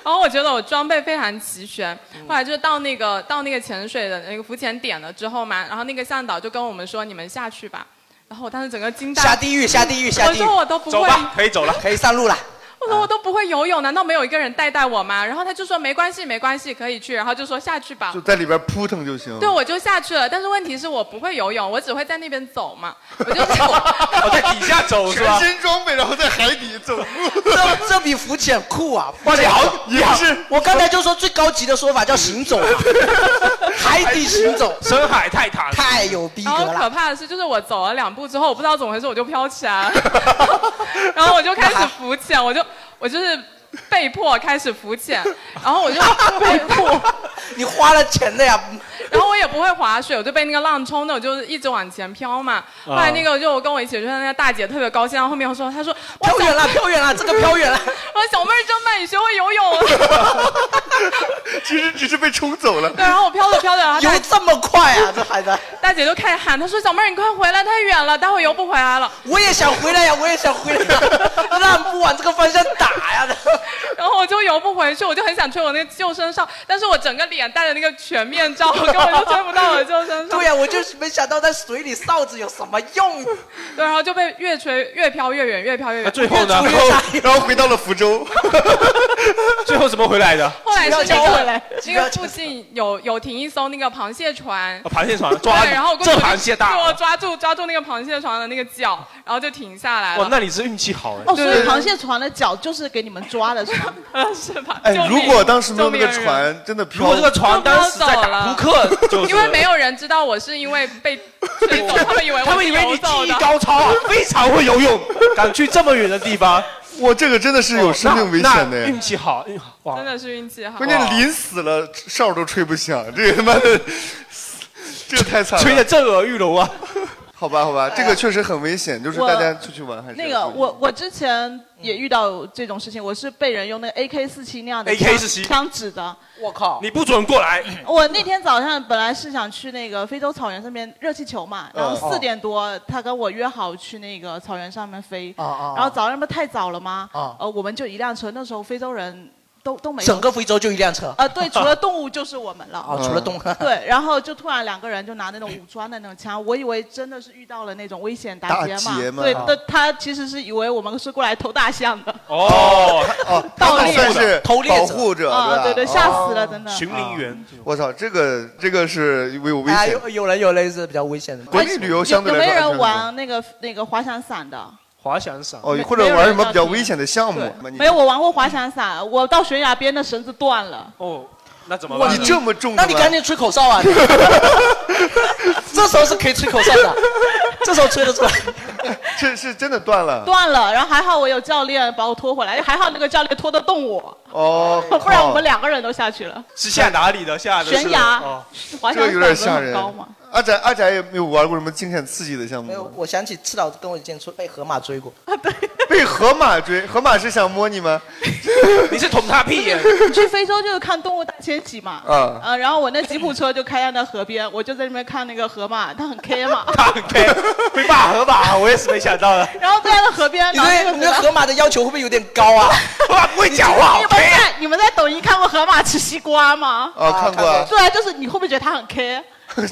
[SPEAKER 14] 然后我觉得我装备非常齐全。
[SPEAKER 7] 嗯
[SPEAKER 14] 后来就是到那个到那个潜水的那个浮潜点了之后嘛，然后那个向导就跟我们说你们下去吧。然后我当时整个惊呆，
[SPEAKER 7] 下地狱，下地狱，下地狱！
[SPEAKER 14] 我说我都不会
[SPEAKER 7] 走吧，可以走了，可以上路了。
[SPEAKER 14] 我说我都不会游泳，难道没有一个人带带我吗？然后他就说没关系，没关系，可以去。然后就说下去吧。
[SPEAKER 2] 就在里边扑腾就行。
[SPEAKER 14] 对，我就下去了。但是问题是我不会游泳，我只会在那边走嘛。
[SPEAKER 4] 我在底下走是吧？
[SPEAKER 2] 全身装备，然后在海底走路。
[SPEAKER 7] 这这比浮潜酷啊！
[SPEAKER 4] 哇你好
[SPEAKER 7] 哇
[SPEAKER 4] 也是
[SPEAKER 7] 我刚才就说最高级的说法叫 行走啊，海底行走，
[SPEAKER 4] 深海泰坦，
[SPEAKER 7] 太有逼
[SPEAKER 14] 然后
[SPEAKER 7] 格
[SPEAKER 14] 可
[SPEAKER 7] 了。
[SPEAKER 14] 怕的是，就是我走了两步之后，我不知道怎么回事，我就飘起来 了，然后我就开始浮潜，我就我就是被迫开始浮潜，然 后我就被迫，
[SPEAKER 7] 你花了钱的呀。
[SPEAKER 14] 然后我也不会划水，我就被那个浪冲的，我就一直往前飘
[SPEAKER 7] 啊
[SPEAKER 14] 嘛。后来那个就跟我一起去的那个大姐特别高兴，然后后面我说，她说
[SPEAKER 7] 飘远了，飘远了，这个飘远了。
[SPEAKER 14] 我说 小妹儿真美，学会游泳了。
[SPEAKER 2] 其实只是被冲走了。
[SPEAKER 14] 对，然后我飘着飘着，然后
[SPEAKER 7] 游这么快啊，这孩子！
[SPEAKER 14] 大姐就开始喊，她说小妹儿你快回来，太远了，待会游不回来了。
[SPEAKER 7] 我也想回来呀，我也想回来呀， 浪不往这个方向打呀。
[SPEAKER 14] 然后我就游不回去，我就很想吹我那个救生哨，但是我整个脸戴着那个全面罩，哦我根本就吹不到我 的救生哨。
[SPEAKER 7] 对呀、我就是没想到在水里哨子有什么用。
[SPEAKER 14] 对，然后就被越吹越飘越远，越飘越远。
[SPEAKER 4] 最后呢
[SPEAKER 14] 越吹
[SPEAKER 2] 然
[SPEAKER 14] 越
[SPEAKER 2] 后
[SPEAKER 14] 远
[SPEAKER 2] 然后回到了福州。
[SPEAKER 4] 最后怎么回来的？
[SPEAKER 14] 后来是那
[SPEAKER 4] 交回来
[SPEAKER 14] 个那个附近有有停一艘那个螃蟹船
[SPEAKER 4] 啊，螃蟹船抓
[SPEAKER 14] 对，然后我
[SPEAKER 4] 这
[SPEAKER 14] 公主就
[SPEAKER 4] 螃蟹大
[SPEAKER 14] 对我抓住抓住那个螃蟹船的那个脚，然后就停下来了。
[SPEAKER 4] 哦哇，那你是运气好哎。
[SPEAKER 5] 哦，所以螃蟹船的脚就是给你们抓的，是 吗？
[SPEAKER 14] 是吧？
[SPEAKER 2] 哎
[SPEAKER 14] 救，命
[SPEAKER 2] 如果当时没有那个
[SPEAKER 14] 救命人
[SPEAKER 2] 船，真的
[SPEAKER 4] 如
[SPEAKER 2] 飘。
[SPEAKER 4] 果这个船当时在打扑克，就是
[SPEAKER 14] 因为没有人知道我是因为 被吹走，他们以为我
[SPEAKER 4] 他们以为你
[SPEAKER 14] 游走
[SPEAKER 4] 技艺
[SPEAKER 14] 的
[SPEAKER 4] 高超啊，非常会游泳，敢去这么远的地方。哦
[SPEAKER 2] 哇，这个真的是有生命危险的
[SPEAKER 4] 运气好，运气好哇！
[SPEAKER 14] 真的是运气好。
[SPEAKER 2] 关键淋死了，哨都吹不响，这他妈的， 这个太惨了，
[SPEAKER 4] 吹得震耳欲聋啊！
[SPEAKER 2] 好吧，好吧，这个确实很危险，就是
[SPEAKER 5] 我
[SPEAKER 2] 大家出去玩还是
[SPEAKER 5] 那个，我我之前也遇到这种事情，我是被人用那个 AK 四七那样的
[SPEAKER 4] AK-47
[SPEAKER 5] 枪枪指的。
[SPEAKER 7] 我靠！
[SPEAKER 4] 你不准过来，
[SPEAKER 5] 我那天早上本来是想去那个非洲草原上面热气球嘛，然后
[SPEAKER 4] 嗯
[SPEAKER 7] 哦
[SPEAKER 5] 四点多他跟我约好去那个草原上面飞，
[SPEAKER 8] 啊
[SPEAKER 7] 哦哦
[SPEAKER 5] 然后早上不太早了吗？
[SPEAKER 7] 哦
[SPEAKER 5] 呃，我们就一辆车，那时候非洲人都都没有
[SPEAKER 7] 整个非洲就一辆车。
[SPEAKER 14] 呃
[SPEAKER 5] 啊，对，除 了动物就是我们了。嗯
[SPEAKER 7] 哦除了动物
[SPEAKER 5] 对，然后就突然两个人就拿那种武装的那种枪，我以为真的是遇到了那种危险打劫
[SPEAKER 2] 打劫嘛
[SPEAKER 5] 对
[SPEAKER 2] 啊，
[SPEAKER 5] 但他其实是以为我们是过来偷大象的。
[SPEAKER 4] 哦
[SPEAKER 2] 哦，
[SPEAKER 5] 盗
[SPEAKER 2] 他们
[SPEAKER 5] 猎
[SPEAKER 2] 算是
[SPEAKER 5] 偷猎者
[SPEAKER 2] 保护者，
[SPEAKER 5] 啊
[SPEAKER 2] 吧？哦啊
[SPEAKER 5] 对对吓死了真的
[SPEAKER 4] 巡林员。
[SPEAKER 2] 我操，这个这个是有危
[SPEAKER 7] 啊，
[SPEAKER 2] 险
[SPEAKER 7] 有。有人有类似比较危险的。
[SPEAKER 2] 国内旅游相对
[SPEAKER 5] 有
[SPEAKER 2] 来
[SPEAKER 5] 没
[SPEAKER 2] 说安全
[SPEAKER 5] 有
[SPEAKER 2] 很
[SPEAKER 5] 人
[SPEAKER 2] 多
[SPEAKER 5] 玩那个那个滑翔伞的？
[SPEAKER 4] 滑翔伞
[SPEAKER 2] 哦
[SPEAKER 5] 没，
[SPEAKER 2] 或者玩什么比较危险的项目？你
[SPEAKER 5] 没有，我玩过滑翔伞，我到悬崖边的绳子断了。
[SPEAKER 4] 哦，那怎么
[SPEAKER 2] 哇，
[SPEAKER 4] 办呢？
[SPEAKER 2] 你这么重的吗，
[SPEAKER 7] 那你赶紧吹口哨 啊！ 这时候是可以吹口哨的，这时候吹得出来。
[SPEAKER 2] 是是真的断了。
[SPEAKER 5] 断了，然后还好我有教练把我拖回来，还好那个教练拖得动我，
[SPEAKER 2] 哦，
[SPEAKER 5] 不然我们两个人都下去了。
[SPEAKER 4] 是下哪里的？下的是
[SPEAKER 5] 悬崖
[SPEAKER 4] 哦
[SPEAKER 5] 滑翔
[SPEAKER 2] 这有点吓
[SPEAKER 5] 伞不是很
[SPEAKER 2] 人
[SPEAKER 5] 高吗？。
[SPEAKER 2] 阿宅阿宅有没有玩过什么惊险刺激的项目
[SPEAKER 7] 没
[SPEAKER 2] 吗？
[SPEAKER 7] 有，我想起赤岛跟我以前出被河马追过，
[SPEAKER 2] 被河马追，河马是想摸你吗？
[SPEAKER 4] 你是捅他屁眼
[SPEAKER 5] 去非洲就是看动物大迁徙嘛，
[SPEAKER 2] 啊
[SPEAKER 5] 呃，然后我那吉普车就开在那河边，我就在那边看那个河马，它很 K 嘛，
[SPEAKER 4] 被骂河马，我也是没想到的。
[SPEAKER 5] 然后在那河边，
[SPEAKER 7] 你
[SPEAKER 5] 然后那
[SPEAKER 7] 对
[SPEAKER 5] 个
[SPEAKER 7] 你对河马的要求会不会有点高啊？
[SPEAKER 4] 河马不会讲话
[SPEAKER 5] 你们在你们在抖音看过河马吃西瓜吗？
[SPEAKER 7] 哦看过啊
[SPEAKER 5] 对啊，就是你会不会觉得它很 K？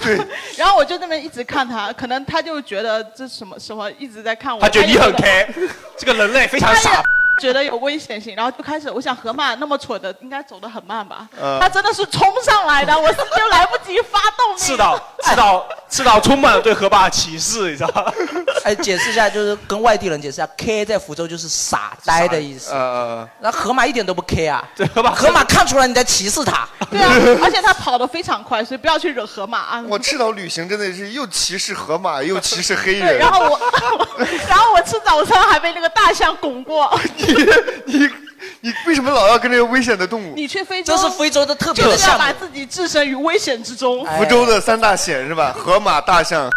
[SPEAKER 2] 对。
[SPEAKER 5] 然后我就那边一直看它，可能它就觉得这什么什么一直在看我。
[SPEAKER 4] 他觉得你很
[SPEAKER 5] 它也
[SPEAKER 4] K，这个人类非常
[SPEAKER 5] 他
[SPEAKER 4] 傻
[SPEAKER 5] 也。觉得有危险性，然后就开始，我想河马那么蠢的，应该走得很慢吧？
[SPEAKER 4] 嗯
[SPEAKER 5] 它真的是冲上来的，我是就来不及发动那
[SPEAKER 4] 赤
[SPEAKER 5] 个。
[SPEAKER 4] 岛，赤岛，赤岛充满了对河马的歧视，你知道吗？
[SPEAKER 7] 哎，解释一下，就是跟外地人解释一下，K 在福州就是傻呆的意思。那河马一点都不 K 啊，对河马河马看出来你在歧视他。
[SPEAKER 5] 对啊，而且它跑得非常快，所以不要去惹河马啊。
[SPEAKER 2] 我赤道旅行真的是又歧视河马又歧视黑
[SPEAKER 5] 对，
[SPEAKER 2] 人。
[SPEAKER 5] 然后我， 然后我吃早餐还被那个大象拱过。
[SPEAKER 2] 你为什么老要跟这些危险的动物？
[SPEAKER 5] 你去非洲，
[SPEAKER 2] 这是非
[SPEAKER 7] 洲的哎特
[SPEAKER 2] 别的
[SPEAKER 5] 就是要
[SPEAKER 2] 项目
[SPEAKER 5] 把自己置身于危险之中。
[SPEAKER 2] 福州的三大险是吧？河马、大象，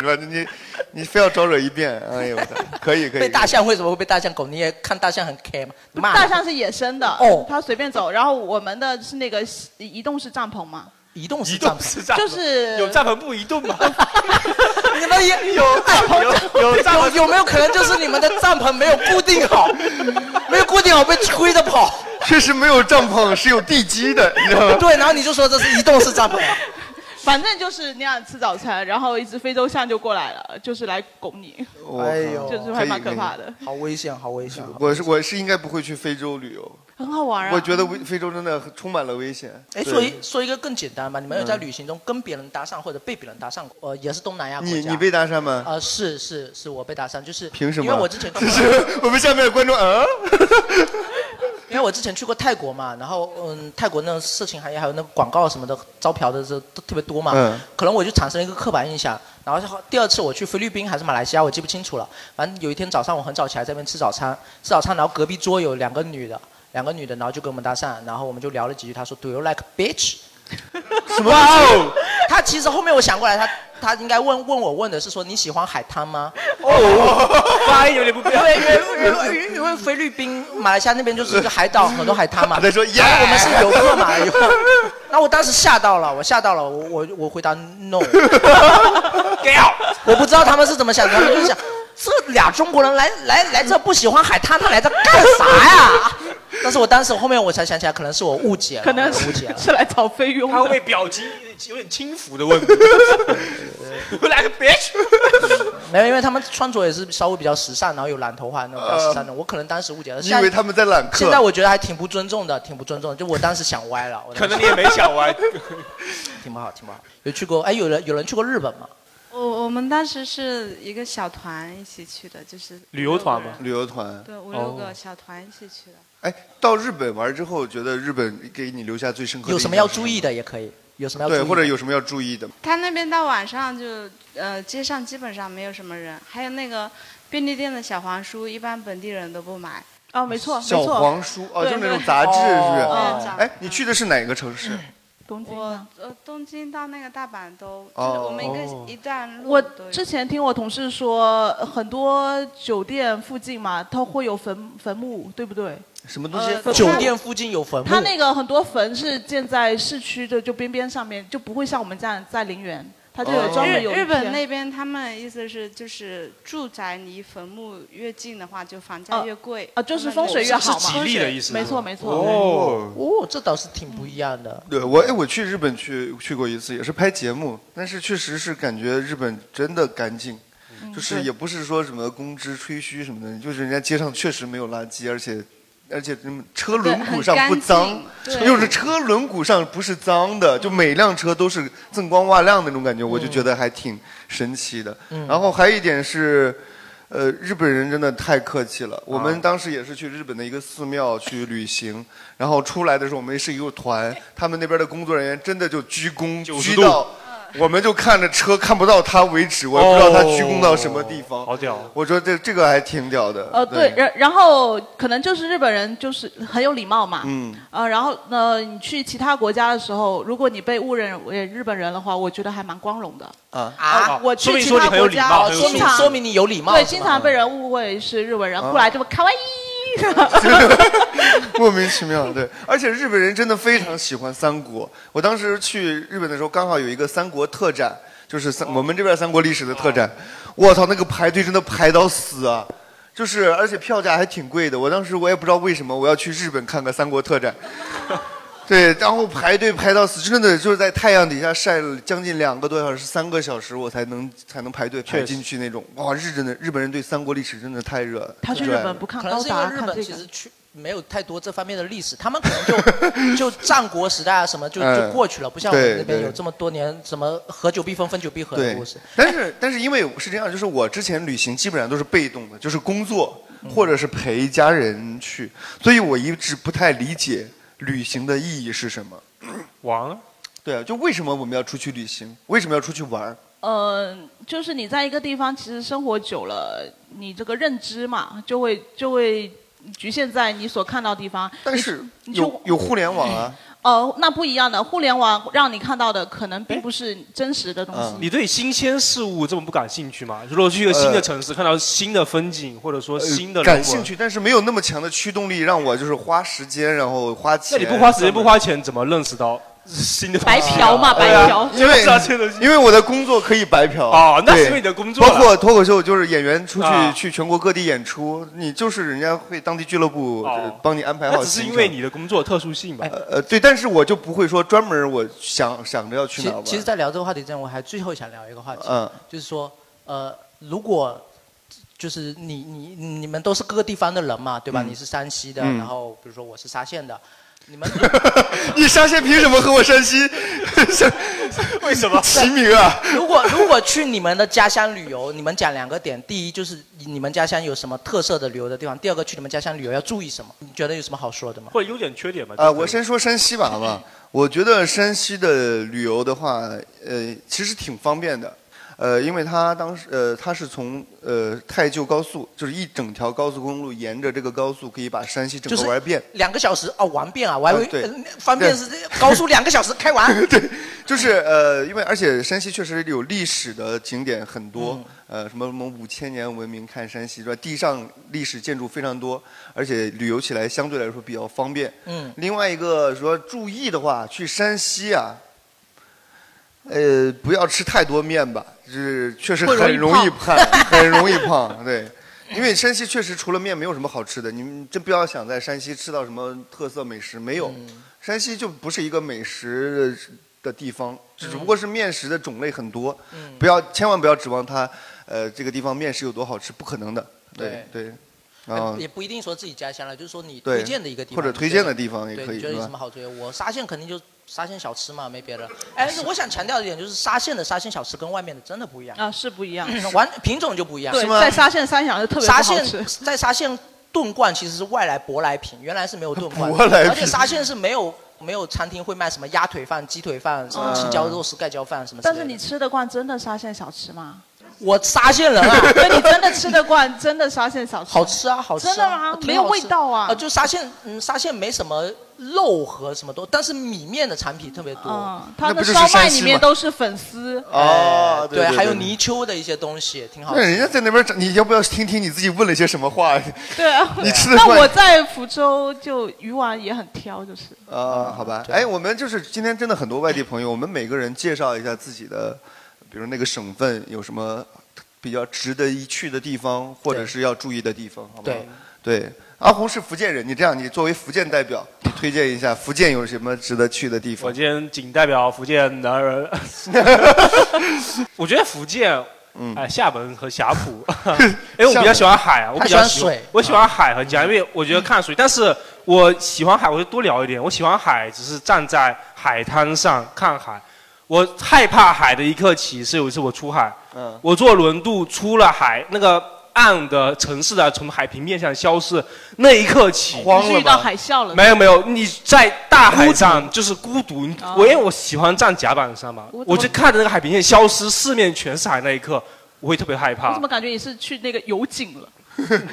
[SPEAKER 2] 是吧？你你非要招惹一遍，哎呦我的，可以可以。
[SPEAKER 7] 被大象为什么会被大象拱？你也看大象很 K 嘛？骂
[SPEAKER 5] 大象是野生的，
[SPEAKER 7] 哦
[SPEAKER 5] 它随便走。然后我们的是那个移动式帐篷嘛，
[SPEAKER 7] 移动式帐篷，
[SPEAKER 5] 篷就是
[SPEAKER 4] 有帐篷不移动吗？
[SPEAKER 7] 你们也有
[SPEAKER 4] 有有帐篷
[SPEAKER 7] 有有没有可能就是你们的帐篷没有固定好，没有固定好被吹着跑？
[SPEAKER 2] 确实没有帐篷，是有地基的，你知道吗？
[SPEAKER 7] 对，然后你就说这是移动式帐篷。啊
[SPEAKER 5] 反正就是那样吃早餐，然后一只非洲象就过来了，就是来拱你。
[SPEAKER 2] 哦
[SPEAKER 7] 哎呦，
[SPEAKER 5] 就是还蛮可怕的，
[SPEAKER 7] 好危险，好危险。
[SPEAKER 2] 我是我是应该不会去非洲旅游，
[SPEAKER 5] 很好玩啊。
[SPEAKER 2] 我觉得危非洲真的充满了危险。
[SPEAKER 7] 哎，
[SPEAKER 2] 对
[SPEAKER 7] 嗯说一说一个更简单吧，你们有在旅行中跟别人搭讪或者被别人搭讪过？呃，也是东南亚国家。
[SPEAKER 2] 你你被搭讪吗？
[SPEAKER 7] 呃，是是是我被搭讪，就是
[SPEAKER 2] 凭什么？
[SPEAKER 7] 因为我之 前
[SPEAKER 2] 就是我们下面的观众，嗯，
[SPEAKER 7] 因为我之前去过泰国嘛，然后嗯，泰国那种色情行业还有那个广告什么的招嫖的这都特别多嘛，
[SPEAKER 2] 嗯
[SPEAKER 7] 可能我就产生了一个刻板印象。然后第二次我去菲律宾还是马来西亚，我记不清楚了。反正有一天早上我很早起来在那边吃早餐，吃早餐，然后隔壁桌有两个女的，两个女的，然后就跟我们搭讪，然后我们就聊了几句。她说 “Do you like bitch？”
[SPEAKER 2] 什么？哇
[SPEAKER 7] 哦！她其实后面我想过来，她她应该问问我问的是说你喜欢海滩吗？
[SPEAKER 4] 发音有点不标
[SPEAKER 7] 对，因为因为因为菲律宾、马来西亚那边就是一个海岛，很多海滩嘛。
[SPEAKER 2] 他说
[SPEAKER 7] 然后我们是
[SPEAKER 2] Yeah！
[SPEAKER 7] 游客嘛，游客。那我当时吓到了，我吓到了，我我我回答 no。我不知道他们是怎么想的，他们就想，这俩中国人来来来这不喜欢海滩，他来这干啥呀？但是我当时后面我才想起来，可能是我误解了，
[SPEAKER 5] 可能
[SPEAKER 7] 我误解了。
[SPEAKER 5] 是来找菲佣
[SPEAKER 4] 他会
[SPEAKER 5] 的。
[SPEAKER 4] 被表情有点轻浮的问题。我来个 bitch，
[SPEAKER 7] 没有，因为他们穿着也是稍微比较时尚，然后有染头发那种比较时尚的，我可能当时误解了。
[SPEAKER 2] 你以为他们在揽客
[SPEAKER 7] 呃现在我觉得还挺不尊重的，挺不尊重的。就我当时想歪了，我
[SPEAKER 4] 可
[SPEAKER 7] 当时
[SPEAKER 4] 能你也没想歪。
[SPEAKER 7] 挺不好，挺不好。有去过？哎，有人有人去过日本吗？
[SPEAKER 11] 我我们当时是一个小团一起去的，就是
[SPEAKER 2] 旅游团吗？旅游团。哦
[SPEAKER 11] 对五六个小团一起去的。
[SPEAKER 2] 哎，到日本玩之后，觉得日本给你留下最深刻的
[SPEAKER 7] 有什么要注意的也可以，有什么要注意
[SPEAKER 2] 对，
[SPEAKER 7] 的
[SPEAKER 2] 或者有什么要注意的？
[SPEAKER 11] 他那边到晚上就呃街上基本上没有什么人，还有那个便利店的小黄书，一般本地人都不买。
[SPEAKER 5] 哦，没错，没
[SPEAKER 2] 小
[SPEAKER 5] 错。
[SPEAKER 2] 黄书哦，
[SPEAKER 11] 对
[SPEAKER 2] 就是那
[SPEAKER 11] 对
[SPEAKER 2] 种杂志，是不是
[SPEAKER 11] 哦嗯？
[SPEAKER 2] 哎，你去的是哪个城市？
[SPEAKER 5] 东京
[SPEAKER 11] 我呃东京到那个大阪都，
[SPEAKER 2] 哦
[SPEAKER 11] 就是我们一个、
[SPEAKER 2] 哦
[SPEAKER 11] 一段路
[SPEAKER 5] 我
[SPEAKER 11] 都有。
[SPEAKER 5] 之前听我同事说，很多酒店附近嘛，它会有坟坟墓，对不对？
[SPEAKER 2] 什么
[SPEAKER 5] 东西
[SPEAKER 7] 酒店附近有坟墓。
[SPEAKER 5] 它那个很多坟是建在市区的，就边边上面，就不会像我们这样在陵园，它就有专门有一
[SPEAKER 11] 日日本
[SPEAKER 5] 片
[SPEAKER 11] 那边他们意思是就是住宅离坟墓越近的话，就房价越贵
[SPEAKER 5] 啊就是风水越好嘛
[SPEAKER 11] 他们那边
[SPEAKER 5] 没错没错。
[SPEAKER 2] 哦
[SPEAKER 7] 哦，这倒是挺不一样的。
[SPEAKER 2] 对我，哎，我去日本去去过一次，也是拍节目，但是确实是感觉日本真的干净，
[SPEAKER 7] 嗯
[SPEAKER 2] 就是
[SPEAKER 7] 对
[SPEAKER 2] 也不是说什么公知吹嘘什么的，就是人家街上确实没有垃圾，而且而且什么车轮毂上不脏
[SPEAKER 7] 对 很干净，对
[SPEAKER 2] 就是车轮毂上不是脏的，就每辆车都是锃光瓦亮的那种感觉，我就觉得还挺神奇的。
[SPEAKER 7] 嗯
[SPEAKER 2] 然后还有一点是。呃，日本人真的太客气了。我们当时也是去日本的一个寺庙去旅行，然后出来的时候我们是一个团，他们那边的工作人员真的就鞠躬
[SPEAKER 4] 90
[SPEAKER 2] 鞠到
[SPEAKER 4] 度
[SPEAKER 2] 我们就看着车看不到他为止，我也不知道他鞠躬到什么地方。
[SPEAKER 4] 好屌！
[SPEAKER 2] 我说这这个还挺屌的。
[SPEAKER 5] 呃，对，，然然后可能就是日本人就是很有礼貌嘛，
[SPEAKER 2] 嗯，
[SPEAKER 5] 呃，然后呃，你去其他国家的时候，如果你被误认为日本人的话，我觉得还蛮光荣的。
[SPEAKER 2] 啊
[SPEAKER 5] 啊我去其他国家，
[SPEAKER 7] 说明
[SPEAKER 5] 经常
[SPEAKER 7] 说明你有礼貌，
[SPEAKER 5] 对，
[SPEAKER 7] 是
[SPEAKER 5] 经
[SPEAKER 7] 吧
[SPEAKER 5] 常被人误会是日本人，
[SPEAKER 2] 啊
[SPEAKER 5] 过来就卡哇伊。
[SPEAKER 2] 莫名其妙，对。而且日本人真的非常喜欢三国。我当时去日本的时候，刚好有一个三国特展，就是三、我们这边三国历史的特展。我操，那个排队真的排到死啊！就是，而且票价还挺贵的。我当时我也不知道为什么我要去日本看个三国特展，对，然后排队排到死，真的就是在太阳底下晒了将近两个多小时、三个小时，我才能才能排队
[SPEAKER 7] 确
[SPEAKER 2] 排
[SPEAKER 7] 实
[SPEAKER 2] 进去那种。哇，日真的日本人对三国历史真的太热，热爱了
[SPEAKER 7] 可能是因为日本其实去没有太多这方面的历史，他们可能就 就战国时代啊什么就就
[SPEAKER 2] 嗯
[SPEAKER 7] 过去了，不像我们
[SPEAKER 2] 对
[SPEAKER 7] 那边
[SPEAKER 2] 对
[SPEAKER 7] 有这么多年什么合久必分，分久必合的
[SPEAKER 2] 对
[SPEAKER 7] 故事。，
[SPEAKER 2] 但是但是因为是这样，就是我之前旅行基本上都是被动的，就是工作
[SPEAKER 7] 嗯
[SPEAKER 2] 或者是陪家人去，所以我一直不太理解旅行的意义是什么。
[SPEAKER 4] 玩？
[SPEAKER 2] 对啊，就为什么我们要出去旅行？为什么要出去玩儿？
[SPEAKER 5] 呃，就是你在一个地方其实生活久了，你这个认知嘛，就会就会局限在你所看到的地方。
[SPEAKER 2] 但是有有互联网啊，
[SPEAKER 5] 呃，那不一样的，互联网让你看到的可能并不是真实的东
[SPEAKER 2] 嗯
[SPEAKER 5] 西。
[SPEAKER 7] 嗯
[SPEAKER 4] 你对新鲜事物这么不感兴趣吗？如果去一个新的城市，看到新的风景，或者说
[SPEAKER 2] 呃
[SPEAKER 4] 新的人文
[SPEAKER 2] 感兴趣，，但是没有那么强的驱动力让我就是花时间，然后花
[SPEAKER 4] 那
[SPEAKER 2] 钱。
[SPEAKER 4] 你不花时间不花钱，怎么认识到新的东西啊？
[SPEAKER 5] 白嫖嘛
[SPEAKER 2] 对啊因为
[SPEAKER 4] 知道这些东西
[SPEAKER 2] 因为我的工作可以白嫖
[SPEAKER 4] 哦那是
[SPEAKER 2] 对
[SPEAKER 4] 因为你的工作了
[SPEAKER 2] 包括脱口秀，就是演员出去
[SPEAKER 4] 啊
[SPEAKER 2] 去全国各地演出，你就是人家会当地俱乐部呃帮你安排
[SPEAKER 4] 哦那
[SPEAKER 2] 好
[SPEAKER 4] 只是
[SPEAKER 2] 行程。
[SPEAKER 4] 因为你的工作特殊性吧？
[SPEAKER 2] 呃对，但是我就不会说专门我想想着要去
[SPEAKER 7] 其
[SPEAKER 2] 哪
[SPEAKER 7] 实
[SPEAKER 2] 儿玩。
[SPEAKER 7] 其实，在聊这个话题之前，我还最后想聊一个话题，
[SPEAKER 2] 嗯
[SPEAKER 7] 就是说，呃，如果就是你你你们都是各个地方的人嘛，对吧？
[SPEAKER 2] 嗯
[SPEAKER 7] 你是山西的，
[SPEAKER 2] 嗯
[SPEAKER 7] 然后比如说我是沙县的，你们
[SPEAKER 2] 你沙县凭什么和我山西？
[SPEAKER 7] 为什
[SPEAKER 2] 么 齐名啊？
[SPEAKER 7] 如果如果去你们的家乡旅游，你们讲两个点：第一就是你们家乡有什么特色的旅游的地方；第二个去你们家乡旅游要注意什么？你觉得有什么好说的吗？
[SPEAKER 4] 或者优点缺点吧？
[SPEAKER 2] 呃，我先说山西吧，好 吧？我觉得山西的旅游的话，呃，其实挺方便的。呃，因为它当时呃，它是从呃太旧高速，就是一整条高速公路，沿着这个高速可以把山西整
[SPEAKER 7] 就
[SPEAKER 2] 个
[SPEAKER 7] 是
[SPEAKER 2] 玩遍。
[SPEAKER 7] 两个小时哦，玩遍啊，我还以为
[SPEAKER 2] 啊对
[SPEAKER 7] 呃方便是高速两个小时开完。
[SPEAKER 2] 就是呃，因为而且山西确实有历史的景点很多，
[SPEAKER 7] 嗯
[SPEAKER 2] 呃，什么什么五千年文明看山西，是吧？地上历史建筑非常多，而且旅游起来相对来说比较方便。
[SPEAKER 7] 嗯
[SPEAKER 2] 另外一个说注意的话，去山西啊，呃，不要吃太多面吧，就是确实
[SPEAKER 7] 会容
[SPEAKER 2] 很
[SPEAKER 7] 易
[SPEAKER 2] 容易
[SPEAKER 7] 胖
[SPEAKER 2] 胖，很容易胖，对。因为山西确实除了面没有什么好吃的，你们真不要想在山西吃到什么特色美食，没有。山西就不是一个美食的地方，只不过是面食的种类很多，不要千万不要指望它，呃，这个地方面食有多好吃，不可能的。对对，啊、
[SPEAKER 7] 呃也不一定说自己家乡了，就是说你
[SPEAKER 2] 对
[SPEAKER 7] 推荐的一个地方，
[SPEAKER 2] 或者
[SPEAKER 7] 你
[SPEAKER 2] 推
[SPEAKER 7] 觉得
[SPEAKER 2] 荐的地方也
[SPEAKER 7] 对
[SPEAKER 2] 可以
[SPEAKER 7] 你觉
[SPEAKER 2] 是
[SPEAKER 7] 得有
[SPEAKER 2] 吧
[SPEAKER 7] 什么好推荐？我沙县肯定就沙县小吃嘛，没别的。哎，我想强调一点，就是沙县的沙县小吃跟外面的真的不一样，。
[SPEAKER 5] 啊，是不一样
[SPEAKER 7] 完品种就不一样，
[SPEAKER 5] 对，在沙县三峡是特别不
[SPEAKER 7] 沙
[SPEAKER 5] 好
[SPEAKER 7] 县
[SPEAKER 5] 吃。
[SPEAKER 7] 在沙县炖罐其实是外来舶来品，原来是没有炖罐，
[SPEAKER 2] 舶来品
[SPEAKER 7] 而且沙县是没有没有餐厅会卖什么鸭腿饭、鸡腿饭、什么
[SPEAKER 5] 嗯
[SPEAKER 7] 青椒肉丝盖浇饭什么之类
[SPEAKER 5] 但
[SPEAKER 7] 的。
[SPEAKER 5] 是你吃得惯真的沙县小吃吗？
[SPEAKER 7] 我沙县人啊，
[SPEAKER 5] 对你真的吃得惯真的沙县小 吃？
[SPEAKER 7] 好吃啊，好吃、啊。
[SPEAKER 5] 真的吗
[SPEAKER 7] 挺好吃
[SPEAKER 5] 没有味道啊
[SPEAKER 7] 呃，就沙县，嗯，沙县没什么肉和什么多，但是米面的产品特别多。
[SPEAKER 5] 嗯，它的烧麦里面都是粉丝。
[SPEAKER 2] 哦
[SPEAKER 7] 哎
[SPEAKER 2] 对对对
[SPEAKER 7] 还有泥鳅的一些东西，挺好
[SPEAKER 2] 那人
[SPEAKER 7] 吃。
[SPEAKER 2] 家在那边长，你要不要听听你自己问了些什么话？
[SPEAKER 5] 对啊，
[SPEAKER 2] 你吃得
[SPEAKER 5] 那
[SPEAKER 2] 惯
[SPEAKER 5] 我在福州就鱼丸也很挑，就是。
[SPEAKER 2] 啊，好吧。哎，我们就是今天真的很多外地朋友，我们每个人介绍一下自己的，比如那个省份有什么比较值得一去的地方，或者是要注意的地方，好吧？
[SPEAKER 7] 对
[SPEAKER 2] 对。阿红是福建人，你这样，你作为福建代表，你推荐一下福建有什么值得去的地
[SPEAKER 4] 我
[SPEAKER 2] 方？
[SPEAKER 4] 今天仅代表福建男人，我觉得福建，哎，厦门和霞浦，哎，我比较喜欢海啊，我比较
[SPEAKER 7] 他喜欢水
[SPEAKER 4] 我喜欢海和江，因为我觉得看水，但是我喜欢海，我就多聊一点，我喜欢海，只是站在海滩上看海。我害怕海的一刻起是有一次我出海，
[SPEAKER 2] 嗯
[SPEAKER 4] 我坐轮渡出了海，那个岸的城市啊，从海平面上消失，那一刻起，
[SPEAKER 5] 你是遇到海啸了？
[SPEAKER 4] 没有没有，你在大海上就是孤独。你
[SPEAKER 5] 哦
[SPEAKER 4] 我因为我喜欢站甲板上嘛，
[SPEAKER 5] 我
[SPEAKER 4] 我就看着那个海平面消失，四面全是海那一刻，我会特别害
[SPEAKER 5] 我
[SPEAKER 4] 怕，
[SPEAKER 5] 怎。么感觉你是去那个油井了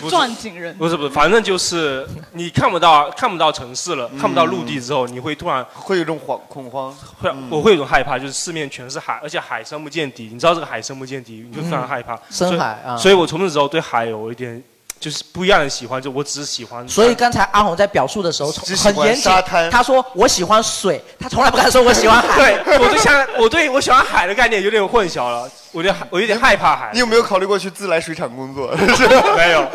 [SPEAKER 5] 撞井人？
[SPEAKER 4] 不是不是，反正就是你看不到看不到城市了，看不到陆地之后，你会突然
[SPEAKER 2] 嗯会有一种慌恐慌，嗯
[SPEAKER 4] 会我会有一种害怕，就是四面全是海，而且海深不见底。你知道这个海深不见底，你就非常害怕。
[SPEAKER 7] 深
[SPEAKER 4] 所以
[SPEAKER 7] 海啊
[SPEAKER 4] 所以我从那时候对海有一点就是不一样的喜欢，就我只是喜欢。
[SPEAKER 7] 所以刚才阿红在表述的时候
[SPEAKER 4] 喜欢
[SPEAKER 7] 很严谨
[SPEAKER 4] 沙滩，
[SPEAKER 7] 他说我喜欢水，他从来不敢说我喜欢海。
[SPEAKER 4] 对，我对像我对我喜欢海的概念有点混淆了，我有点我有点害怕海。
[SPEAKER 2] 你有没有考虑过去自来水厂工作？
[SPEAKER 4] 没有。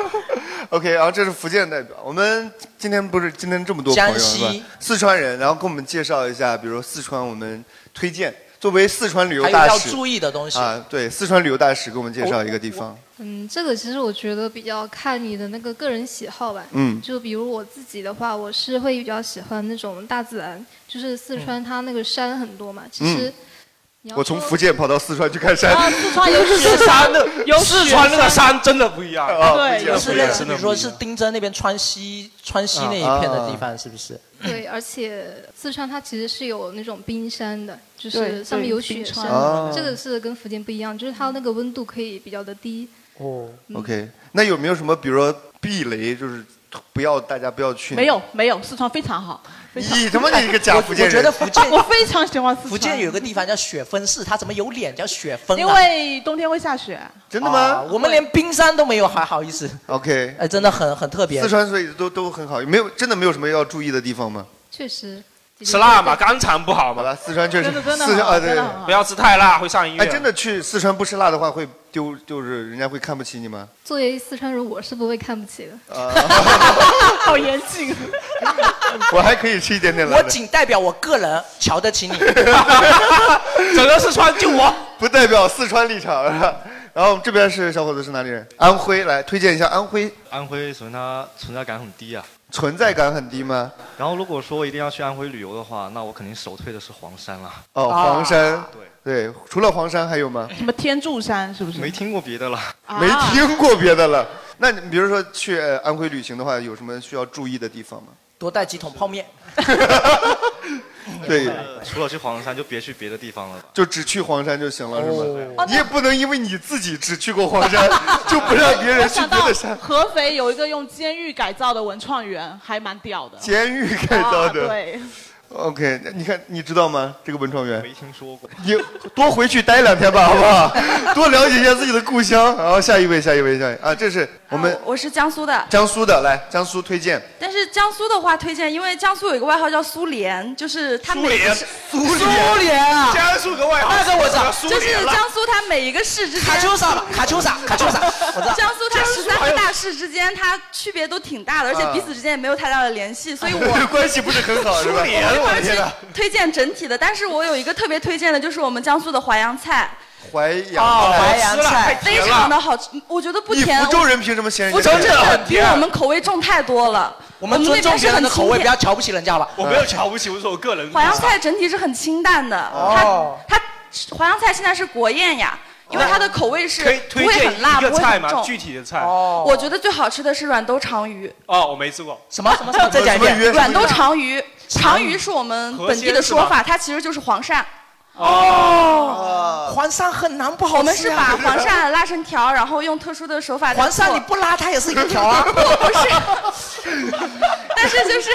[SPEAKER 2] OK，然后这是福建代表。我们今天不是今天这么多朋友
[SPEAKER 7] 江西
[SPEAKER 2] 是吧？四川人，然后给我们介绍一下，比如四川，我们推荐作为四川旅游大
[SPEAKER 7] 还有要
[SPEAKER 2] 使
[SPEAKER 7] 注意的东西
[SPEAKER 2] 啊，对，四川旅游大使给我们介绍一个地方。
[SPEAKER 9] 嗯，这个其实我觉得比较看你的那个个人喜好吧。
[SPEAKER 2] 嗯
[SPEAKER 9] 就比如我自己的话，我是会比较喜欢那种大自然，就是四川它那个山很多嘛。其实你要
[SPEAKER 2] 嗯我从福建跑到四川去看山，
[SPEAKER 9] 啊四川有雪
[SPEAKER 4] 山的，
[SPEAKER 9] 有雪
[SPEAKER 4] 四川那个
[SPEAKER 7] 山
[SPEAKER 4] 山真的哦不一样。
[SPEAKER 2] 啊对
[SPEAKER 7] 不是类似
[SPEAKER 4] 真
[SPEAKER 7] 比
[SPEAKER 4] 的
[SPEAKER 7] 如
[SPEAKER 4] 不
[SPEAKER 7] 说
[SPEAKER 4] 一
[SPEAKER 7] 是
[SPEAKER 4] 样。啊
[SPEAKER 7] 丁真那边川西川西那一片的地方，是不是？
[SPEAKER 9] 对，而且四川它其实是有那种冰山的，就
[SPEAKER 6] 对
[SPEAKER 9] 是上面有雪
[SPEAKER 6] 对冰
[SPEAKER 9] 山
[SPEAKER 6] 川
[SPEAKER 2] 哦，
[SPEAKER 9] 这个是跟福建不一样，就是它那个温度可以比较的低。
[SPEAKER 7] 哦
[SPEAKER 9] 嗯
[SPEAKER 2] OK，那有没有什么，比如说避雷，就是不要大家不要去？
[SPEAKER 5] 没有没有，四川非常好。
[SPEAKER 2] 你他妈你个假福建人
[SPEAKER 7] 我觉得福建，
[SPEAKER 5] 我非常喜欢四川。
[SPEAKER 7] 福建有个地方叫雪峰市，他怎么有脸叫雪峰啊？
[SPEAKER 5] 因为冬天会下雪。
[SPEAKER 2] 真的吗
[SPEAKER 7] 啊我们连冰山都没有，还好意思？
[SPEAKER 2] OK，
[SPEAKER 7] 哎，真的很很特别
[SPEAKER 2] 四川所以都都很好，没有真的没有什么要注意的地方吗？
[SPEAKER 9] 确实。
[SPEAKER 4] 吃辣嘛，肛肠不好嘛。
[SPEAKER 2] 四川确实，
[SPEAKER 4] 真的真的
[SPEAKER 2] 四川
[SPEAKER 4] 好
[SPEAKER 2] 啊，
[SPEAKER 4] 真
[SPEAKER 2] 对
[SPEAKER 4] 的好不要吃太辣会上医院
[SPEAKER 2] 哎，真的去四川不吃辣的话，会丢，就是人家会看不起你吗？
[SPEAKER 9] 作为四川人，我是不会看不起的。
[SPEAKER 2] 啊，
[SPEAKER 5] 好严谨。
[SPEAKER 2] 我还可以吃一点点辣
[SPEAKER 7] 我
[SPEAKER 2] 的。
[SPEAKER 7] 仅代表我个人瞧得起你。
[SPEAKER 2] 整
[SPEAKER 7] 个四川就我，
[SPEAKER 2] 不代表四川立场。 然后我们这边是小伙子是哪里人？安徽，来推荐一下安徽，
[SPEAKER 10] 安徽首先它存在感很低啊。
[SPEAKER 2] 存在感很低吗？
[SPEAKER 10] 然后如果说一定要去安徽旅游的话，那我肯定首推的是黄山啦。
[SPEAKER 2] 哦，
[SPEAKER 7] 啊
[SPEAKER 4] 啊
[SPEAKER 2] 黄山，
[SPEAKER 10] 对
[SPEAKER 2] 对，除了黄山还有吗？
[SPEAKER 5] 什么天柱山是不是？
[SPEAKER 10] 没听过别的了。
[SPEAKER 2] 没听过别的了。那你比如说去呃安徽旅行的话，有什么需要注意的地方吗？
[SPEAKER 7] 多带几桶泡面。
[SPEAKER 2] 对，
[SPEAKER 10] 除了去黄山，就别去别的地方了吧。
[SPEAKER 2] 就只去黄山就行了，是吗
[SPEAKER 5] 哦？
[SPEAKER 2] 你也不能因为你自己只去过黄 山，就不让别人
[SPEAKER 5] 我
[SPEAKER 2] 去
[SPEAKER 5] 想
[SPEAKER 2] 别
[SPEAKER 5] 到
[SPEAKER 2] 的山。
[SPEAKER 5] 合肥有一个用监狱改造的文创园，还蛮屌的。
[SPEAKER 2] 监狱改造的
[SPEAKER 5] 啊对，
[SPEAKER 2] OK，那你看你知道吗？这个文创园
[SPEAKER 10] 没听说过。
[SPEAKER 2] 你多回去待两天吧，好不好？ 多了解一下自己的故乡。然后下一位，下一位，下一位啊，这是我们
[SPEAKER 8] 我是江苏的，
[SPEAKER 2] 江苏的，来江苏推荐。
[SPEAKER 8] 但是江苏的话推荐，因为江苏有一个外号叫苏联，就是他每
[SPEAKER 2] 联
[SPEAKER 8] 苏
[SPEAKER 2] 联
[SPEAKER 8] 苏联啊，
[SPEAKER 2] 江苏个外号
[SPEAKER 7] 那个我知道苏联
[SPEAKER 8] 就
[SPEAKER 7] 了
[SPEAKER 8] 是江苏它每一个市之间，
[SPEAKER 7] 卡秋 莎吧卡秋莎卡秋莎我知道
[SPEAKER 8] 江苏它
[SPEAKER 7] 江苏
[SPEAKER 8] 十三
[SPEAKER 7] 还
[SPEAKER 8] 个
[SPEAKER 7] 有
[SPEAKER 8] 大市之间，它区别都挺大的，而且彼此之间也没有太大的联系，所以我
[SPEAKER 2] 关系不是很好，是吧？
[SPEAKER 8] 苏联我
[SPEAKER 2] 我的天哪！
[SPEAKER 8] 推荐整体的。但是我有一个特别推荐的，就是我们江苏的淮扬菜，
[SPEAKER 2] 淮扬
[SPEAKER 10] 啊
[SPEAKER 7] 哦
[SPEAKER 2] 菜
[SPEAKER 7] 淮扬菜
[SPEAKER 8] 非常的好吃，我觉得不
[SPEAKER 2] 你
[SPEAKER 8] 甜。
[SPEAKER 2] 福州人凭什么嫌人
[SPEAKER 8] 福
[SPEAKER 2] 家
[SPEAKER 8] 州
[SPEAKER 2] 甜？啊
[SPEAKER 8] 真的啊比我们口味重太多了。
[SPEAKER 7] 我
[SPEAKER 8] 们
[SPEAKER 7] 们
[SPEAKER 8] 那
[SPEAKER 7] 尊重
[SPEAKER 8] 边是
[SPEAKER 7] 别人
[SPEAKER 8] 很
[SPEAKER 7] 的口味，
[SPEAKER 8] 清
[SPEAKER 7] 不要瞧不起人家吧。
[SPEAKER 4] 我没有瞧不起，我是我
[SPEAKER 10] 啊
[SPEAKER 4] 个人。
[SPEAKER 8] 淮扬菜整体是很清淡的，
[SPEAKER 7] 哦
[SPEAKER 8] 它它淮扬菜现在是国宴呀，因为它的口味
[SPEAKER 7] 哦
[SPEAKER 8] 是
[SPEAKER 4] 可以
[SPEAKER 8] 不
[SPEAKER 4] 推
[SPEAKER 8] 会
[SPEAKER 4] 荐
[SPEAKER 8] 很
[SPEAKER 4] 一
[SPEAKER 8] 辣，不
[SPEAKER 4] 个
[SPEAKER 8] 会
[SPEAKER 4] 菜
[SPEAKER 8] 很
[SPEAKER 4] 吗？
[SPEAKER 8] 重。
[SPEAKER 4] 具体的菜。
[SPEAKER 2] 哦
[SPEAKER 8] 我觉得最好吃的是软兜长鱼。
[SPEAKER 4] 哦，我没吃过。
[SPEAKER 7] 什 么什么什么再讲一遍什么鱼
[SPEAKER 8] 软
[SPEAKER 2] 啊
[SPEAKER 8] 兜长鱼，长鱼是我们本地的说
[SPEAKER 7] 河鲜是
[SPEAKER 8] 法，
[SPEAKER 7] 吧
[SPEAKER 8] 它其实就是黄鳝。
[SPEAKER 7] 哦，黄鳝很难不好吃啊
[SPEAKER 8] 我们是把黄鳝拉成条，然后用特殊的手法。
[SPEAKER 7] 黄鳝你不拉它也是一个条啊
[SPEAKER 8] 不不 是，但是就是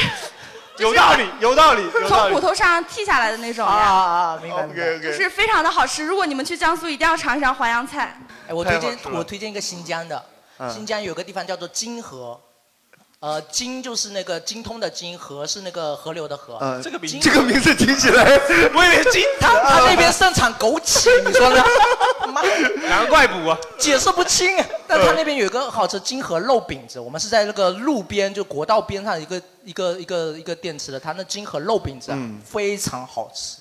[SPEAKER 4] 有道理，有道理，有道
[SPEAKER 8] 从
[SPEAKER 4] 理
[SPEAKER 8] 骨头上剃下来的那种呀。
[SPEAKER 7] 啊，明白。
[SPEAKER 8] 就
[SPEAKER 2] OK，OK
[SPEAKER 8] 是非常的好吃。如果你们去江苏，一定要尝一尝淮扬菜。
[SPEAKER 7] 哎，我
[SPEAKER 8] 太
[SPEAKER 7] 推
[SPEAKER 8] 好
[SPEAKER 7] 荐
[SPEAKER 8] 吃了
[SPEAKER 7] 我推荐一个新疆的，
[SPEAKER 8] 嗯
[SPEAKER 7] 新疆有个地方叫做金河，呃，金就是那个精通的金，河是那个河流的河。
[SPEAKER 2] 呃这
[SPEAKER 7] 个名，
[SPEAKER 2] 这个名字听起来
[SPEAKER 7] 他 他那边盛产枸杞，你说呢？妈，
[SPEAKER 4] 难怪补啊，
[SPEAKER 7] 解释不清。但他那边有一个好吃金河肉饼子，我们是在那个路边就国道边上一个一个一个一个店吃的，他那金河肉饼子啊
[SPEAKER 2] 嗯
[SPEAKER 7] 非常好吃，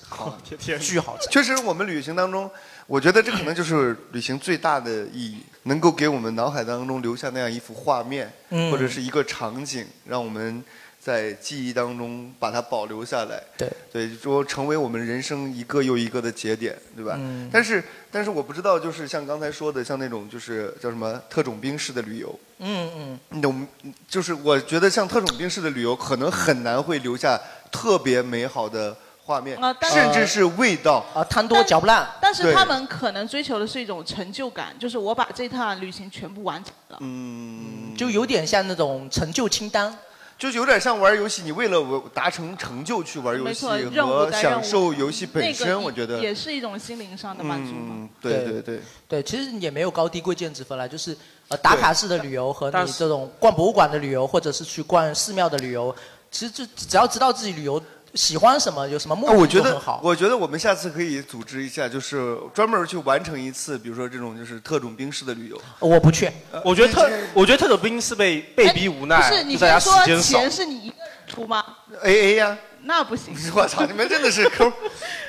[SPEAKER 7] 巨好吃。
[SPEAKER 2] 确实，我们旅行当中，我觉得这可能就是旅行最大的意义，能够给我们脑海当中留下那样一幅画面，
[SPEAKER 7] 嗯
[SPEAKER 2] 或者是一个场景，让我们在记忆当中把它保留下来。
[SPEAKER 7] 对
[SPEAKER 2] 对，说成为我们人生一个又一个的节点，对吧？
[SPEAKER 7] 嗯
[SPEAKER 2] 但是但是我不知道，就是像刚才说的，像那种就是叫什么特种兵式的旅游，
[SPEAKER 7] 嗯嗯，
[SPEAKER 2] 你懂？就是我觉得像特种兵式的旅游，可能很难会留下特别美好的画面，
[SPEAKER 5] 啊但是呃
[SPEAKER 2] 甚至是味道。
[SPEAKER 7] 啊，贪多嚼不烂。
[SPEAKER 5] 但是
[SPEAKER 2] 对
[SPEAKER 5] 他们可能追求的是一种成就感，就是我把这趟旅行全部完成了。
[SPEAKER 7] 嗯，就有点像那种成就清单。
[SPEAKER 2] 就有点像玩游戏，你为了我达成成就去玩游
[SPEAKER 5] 没
[SPEAKER 2] 戏
[SPEAKER 5] 错任务
[SPEAKER 2] 和
[SPEAKER 5] 带任务
[SPEAKER 2] 享受游戏本
[SPEAKER 5] 那
[SPEAKER 2] 身，
[SPEAKER 5] 个
[SPEAKER 2] 我觉得
[SPEAKER 5] 也是一种心灵上的满足嘛。
[SPEAKER 2] 嗯，对对对。
[SPEAKER 7] 对，其实也没有高低贵贱之分啦，就是呃打卡式的旅游和
[SPEAKER 2] 但
[SPEAKER 7] 你这种逛博物馆的旅游，或者是去逛寺庙的旅游，其实就只要知道自己旅游喜欢什么，有什么目
[SPEAKER 2] 啊，我
[SPEAKER 7] 的
[SPEAKER 2] 觉
[SPEAKER 7] 就
[SPEAKER 2] 得
[SPEAKER 7] 很好。，
[SPEAKER 2] 我觉得我们下次可以组织一下，就是专门去完成一次，比如说这种就是特种兵式的旅游。呃
[SPEAKER 7] 我不去，
[SPEAKER 4] 哦我觉得特，我觉得特种兵是被被逼无奈，
[SPEAKER 5] 哎不是，你
[SPEAKER 4] 就
[SPEAKER 5] 不
[SPEAKER 4] 大家
[SPEAKER 5] 是
[SPEAKER 4] 时
[SPEAKER 5] 说
[SPEAKER 4] 间少。
[SPEAKER 5] 钱是你一个人出吗
[SPEAKER 2] A A 呀，。
[SPEAKER 5] 那不行
[SPEAKER 2] 我操，你们真的是 抠，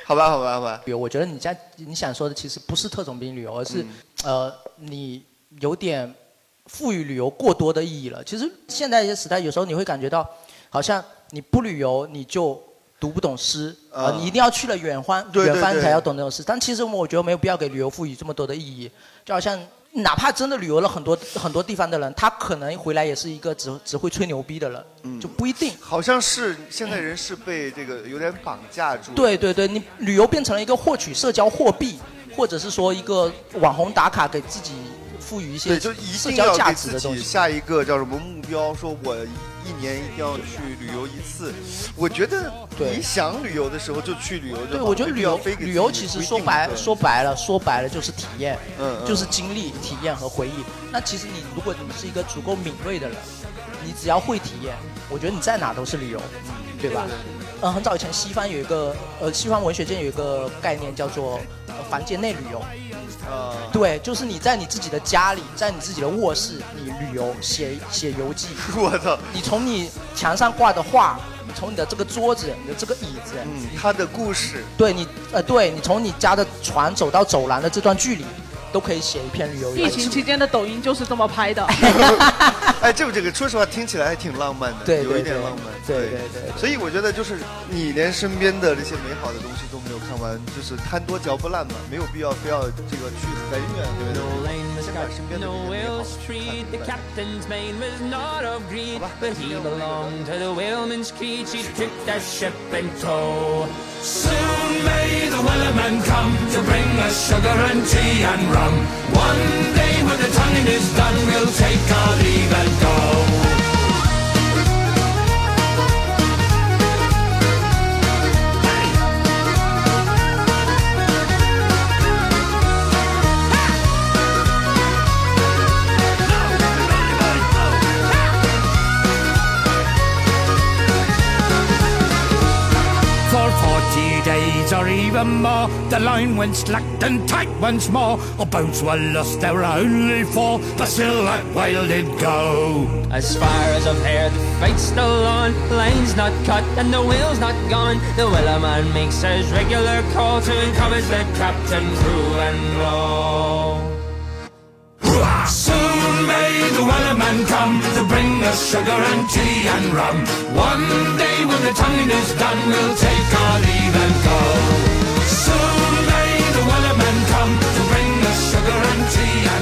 [SPEAKER 2] 好吧，好吧，好吧。
[SPEAKER 7] 旅游，我觉得你家你想说的其实不是特种兵旅游，而
[SPEAKER 2] 嗯
[SPEAKER 7] 是、呃你有点赋予旅游过多的意义了。其实现在一些时代，有时候你会感觉到，好像你不旅游你就读不懂诗啊、
[SPEAKER 2] 啊
[SPEAKER 7] 你一定要去了远方，
[SPEAKER 2] 对对
[SPEAKER 7] 远方
[SPEAKER 2] 对
[SPEAKER 7] 才要懂这种诗。但其实我觉得没有必要给旅游赋予这么多的意义，就好像。哪怕真的旅游了很多很多地方的人，他可能回来也是一个只只会吹牛逼的人，就不一定。
[SPEAKER 2] 嗯好像是现在人是被这个有点绑架住。
[SPEAKER 7] 对对对，你旅游变成了一个获取社交货币，或者是说一个网红打卡，给自己赋予一些
[SPEAKER 2] 对，就一
[SPEAKER 7] 社
[SPEAKER 2] 定
[SPEAKER 7] 交
[SPEAKER 2] 要
[SPEAKER 7] 价
[SPEAKER 2] 给
[SPEAKER 7] 值
[SPEAKER 2] 自
[SPEAKER 7] 的东
[SPEAKER 2] 己
[SPEAKER 7] 西。
[SPEAKER 2] 下一个叫什么目标，说我一年一定要去旅游一次。我觉得
[SPEAKER 7] 对
[SPEAKER 2] 你想旅游的时候就去旅游就好。
[SPEAKER 7] 对，我觉得
[SPEAKER 2] 没
[SPEAKER 7] 旅
[SPEAKER 2] 必要
[SPEAKER 7] 游
[SPEAKER 2] 非给
[SPEAKER 7] 旅游
[SPEAKER 2] 自己
[SPEAKER 7] 其实
[SPEAKER 2] 规
[SPEAKER 7] 说
[SPEAKER 2] 定
[SPEAKER 7] 白
[SPEAKER 2] 一个
[SPEAKER 7] 说白了说白了就是体验，
[SPEAKER 2] 嗯嗯
[SPEAKER 7] 就是经历、体验和回忆。那其实你如果你是一个足够敏锐的人，你只要会体验，我觉得你在哪都是旅游，对吧？嗯，很早以前西方有一个呃，西方文学界有一个概念叫做、呃、房间内旅游，
[SPEAKER 2] 呃，
[SPEAKER 7] 对，就是你在你自己的家里，在你自己的卧室，你旅游写写游记。
[SPEAKER 2] 我操！
[SPEAKER 7] 你从你墙上挂的画，你从你的这个桌子、你的这个椅子，
[SPEAKER 2] 嗯，他的故事，
[SPEAKER 7] 对你呃，对你从你家的床走到走廊的这段距离，都可以写一篇旅游游
[SPEAKER 5] 疫
[SPEAKER 7] 记。
[SPEAKER 5] 情期间的抖音就是这么拍的。
[SPEAKER 2] 哎，这个这个，说实话听起来还挺浪漫的，
[SPEAKER 7] 对
[SPEAKER 2] 有一
[SPEAKER 7] 对
[SPEAKER 2] 点
[SPEAKER 7] 对
[SPEAKER 2] 浪漫，
[SPEAKER 7] 对
[SPEAKER 2] 对
[SPEAKER 7] 对对对
[SPEAKER 2] 所以我觉得就是你连身边的这些美好的东西都没有看完，就是贪多嚼不烂嘛，没有必要非要这个去很远，对不对？先把身边的这些美好
[SPEAKER 1] Wales
[SPEAKER 2] 的
[SPEAKER 1] Street. The captain's mane was not of green, but he belonged to the whaleman's creed. She took our ship in tow. Soon may the whaleman come to bring us sugar and tea and rum. One day when the tonguing is done, we'll take our leave and go. For 40 days or even more, the line went slack and tight once more. Our boats were lost, there were only four, but still that whale did go.
[SPEAKER 17] As far as I've heard, the fight's still on. The line's not cut and the whale's not gone. The whaler man makes his regular call to encourage the captain, crew, and all.
[SPEAKER 1] Soon may the wellerman come to bring us sugar and tea and rum. One day when the tonguing is done, we'll take our leave and go. Soon may the wellerman come to bring us sugar and tea and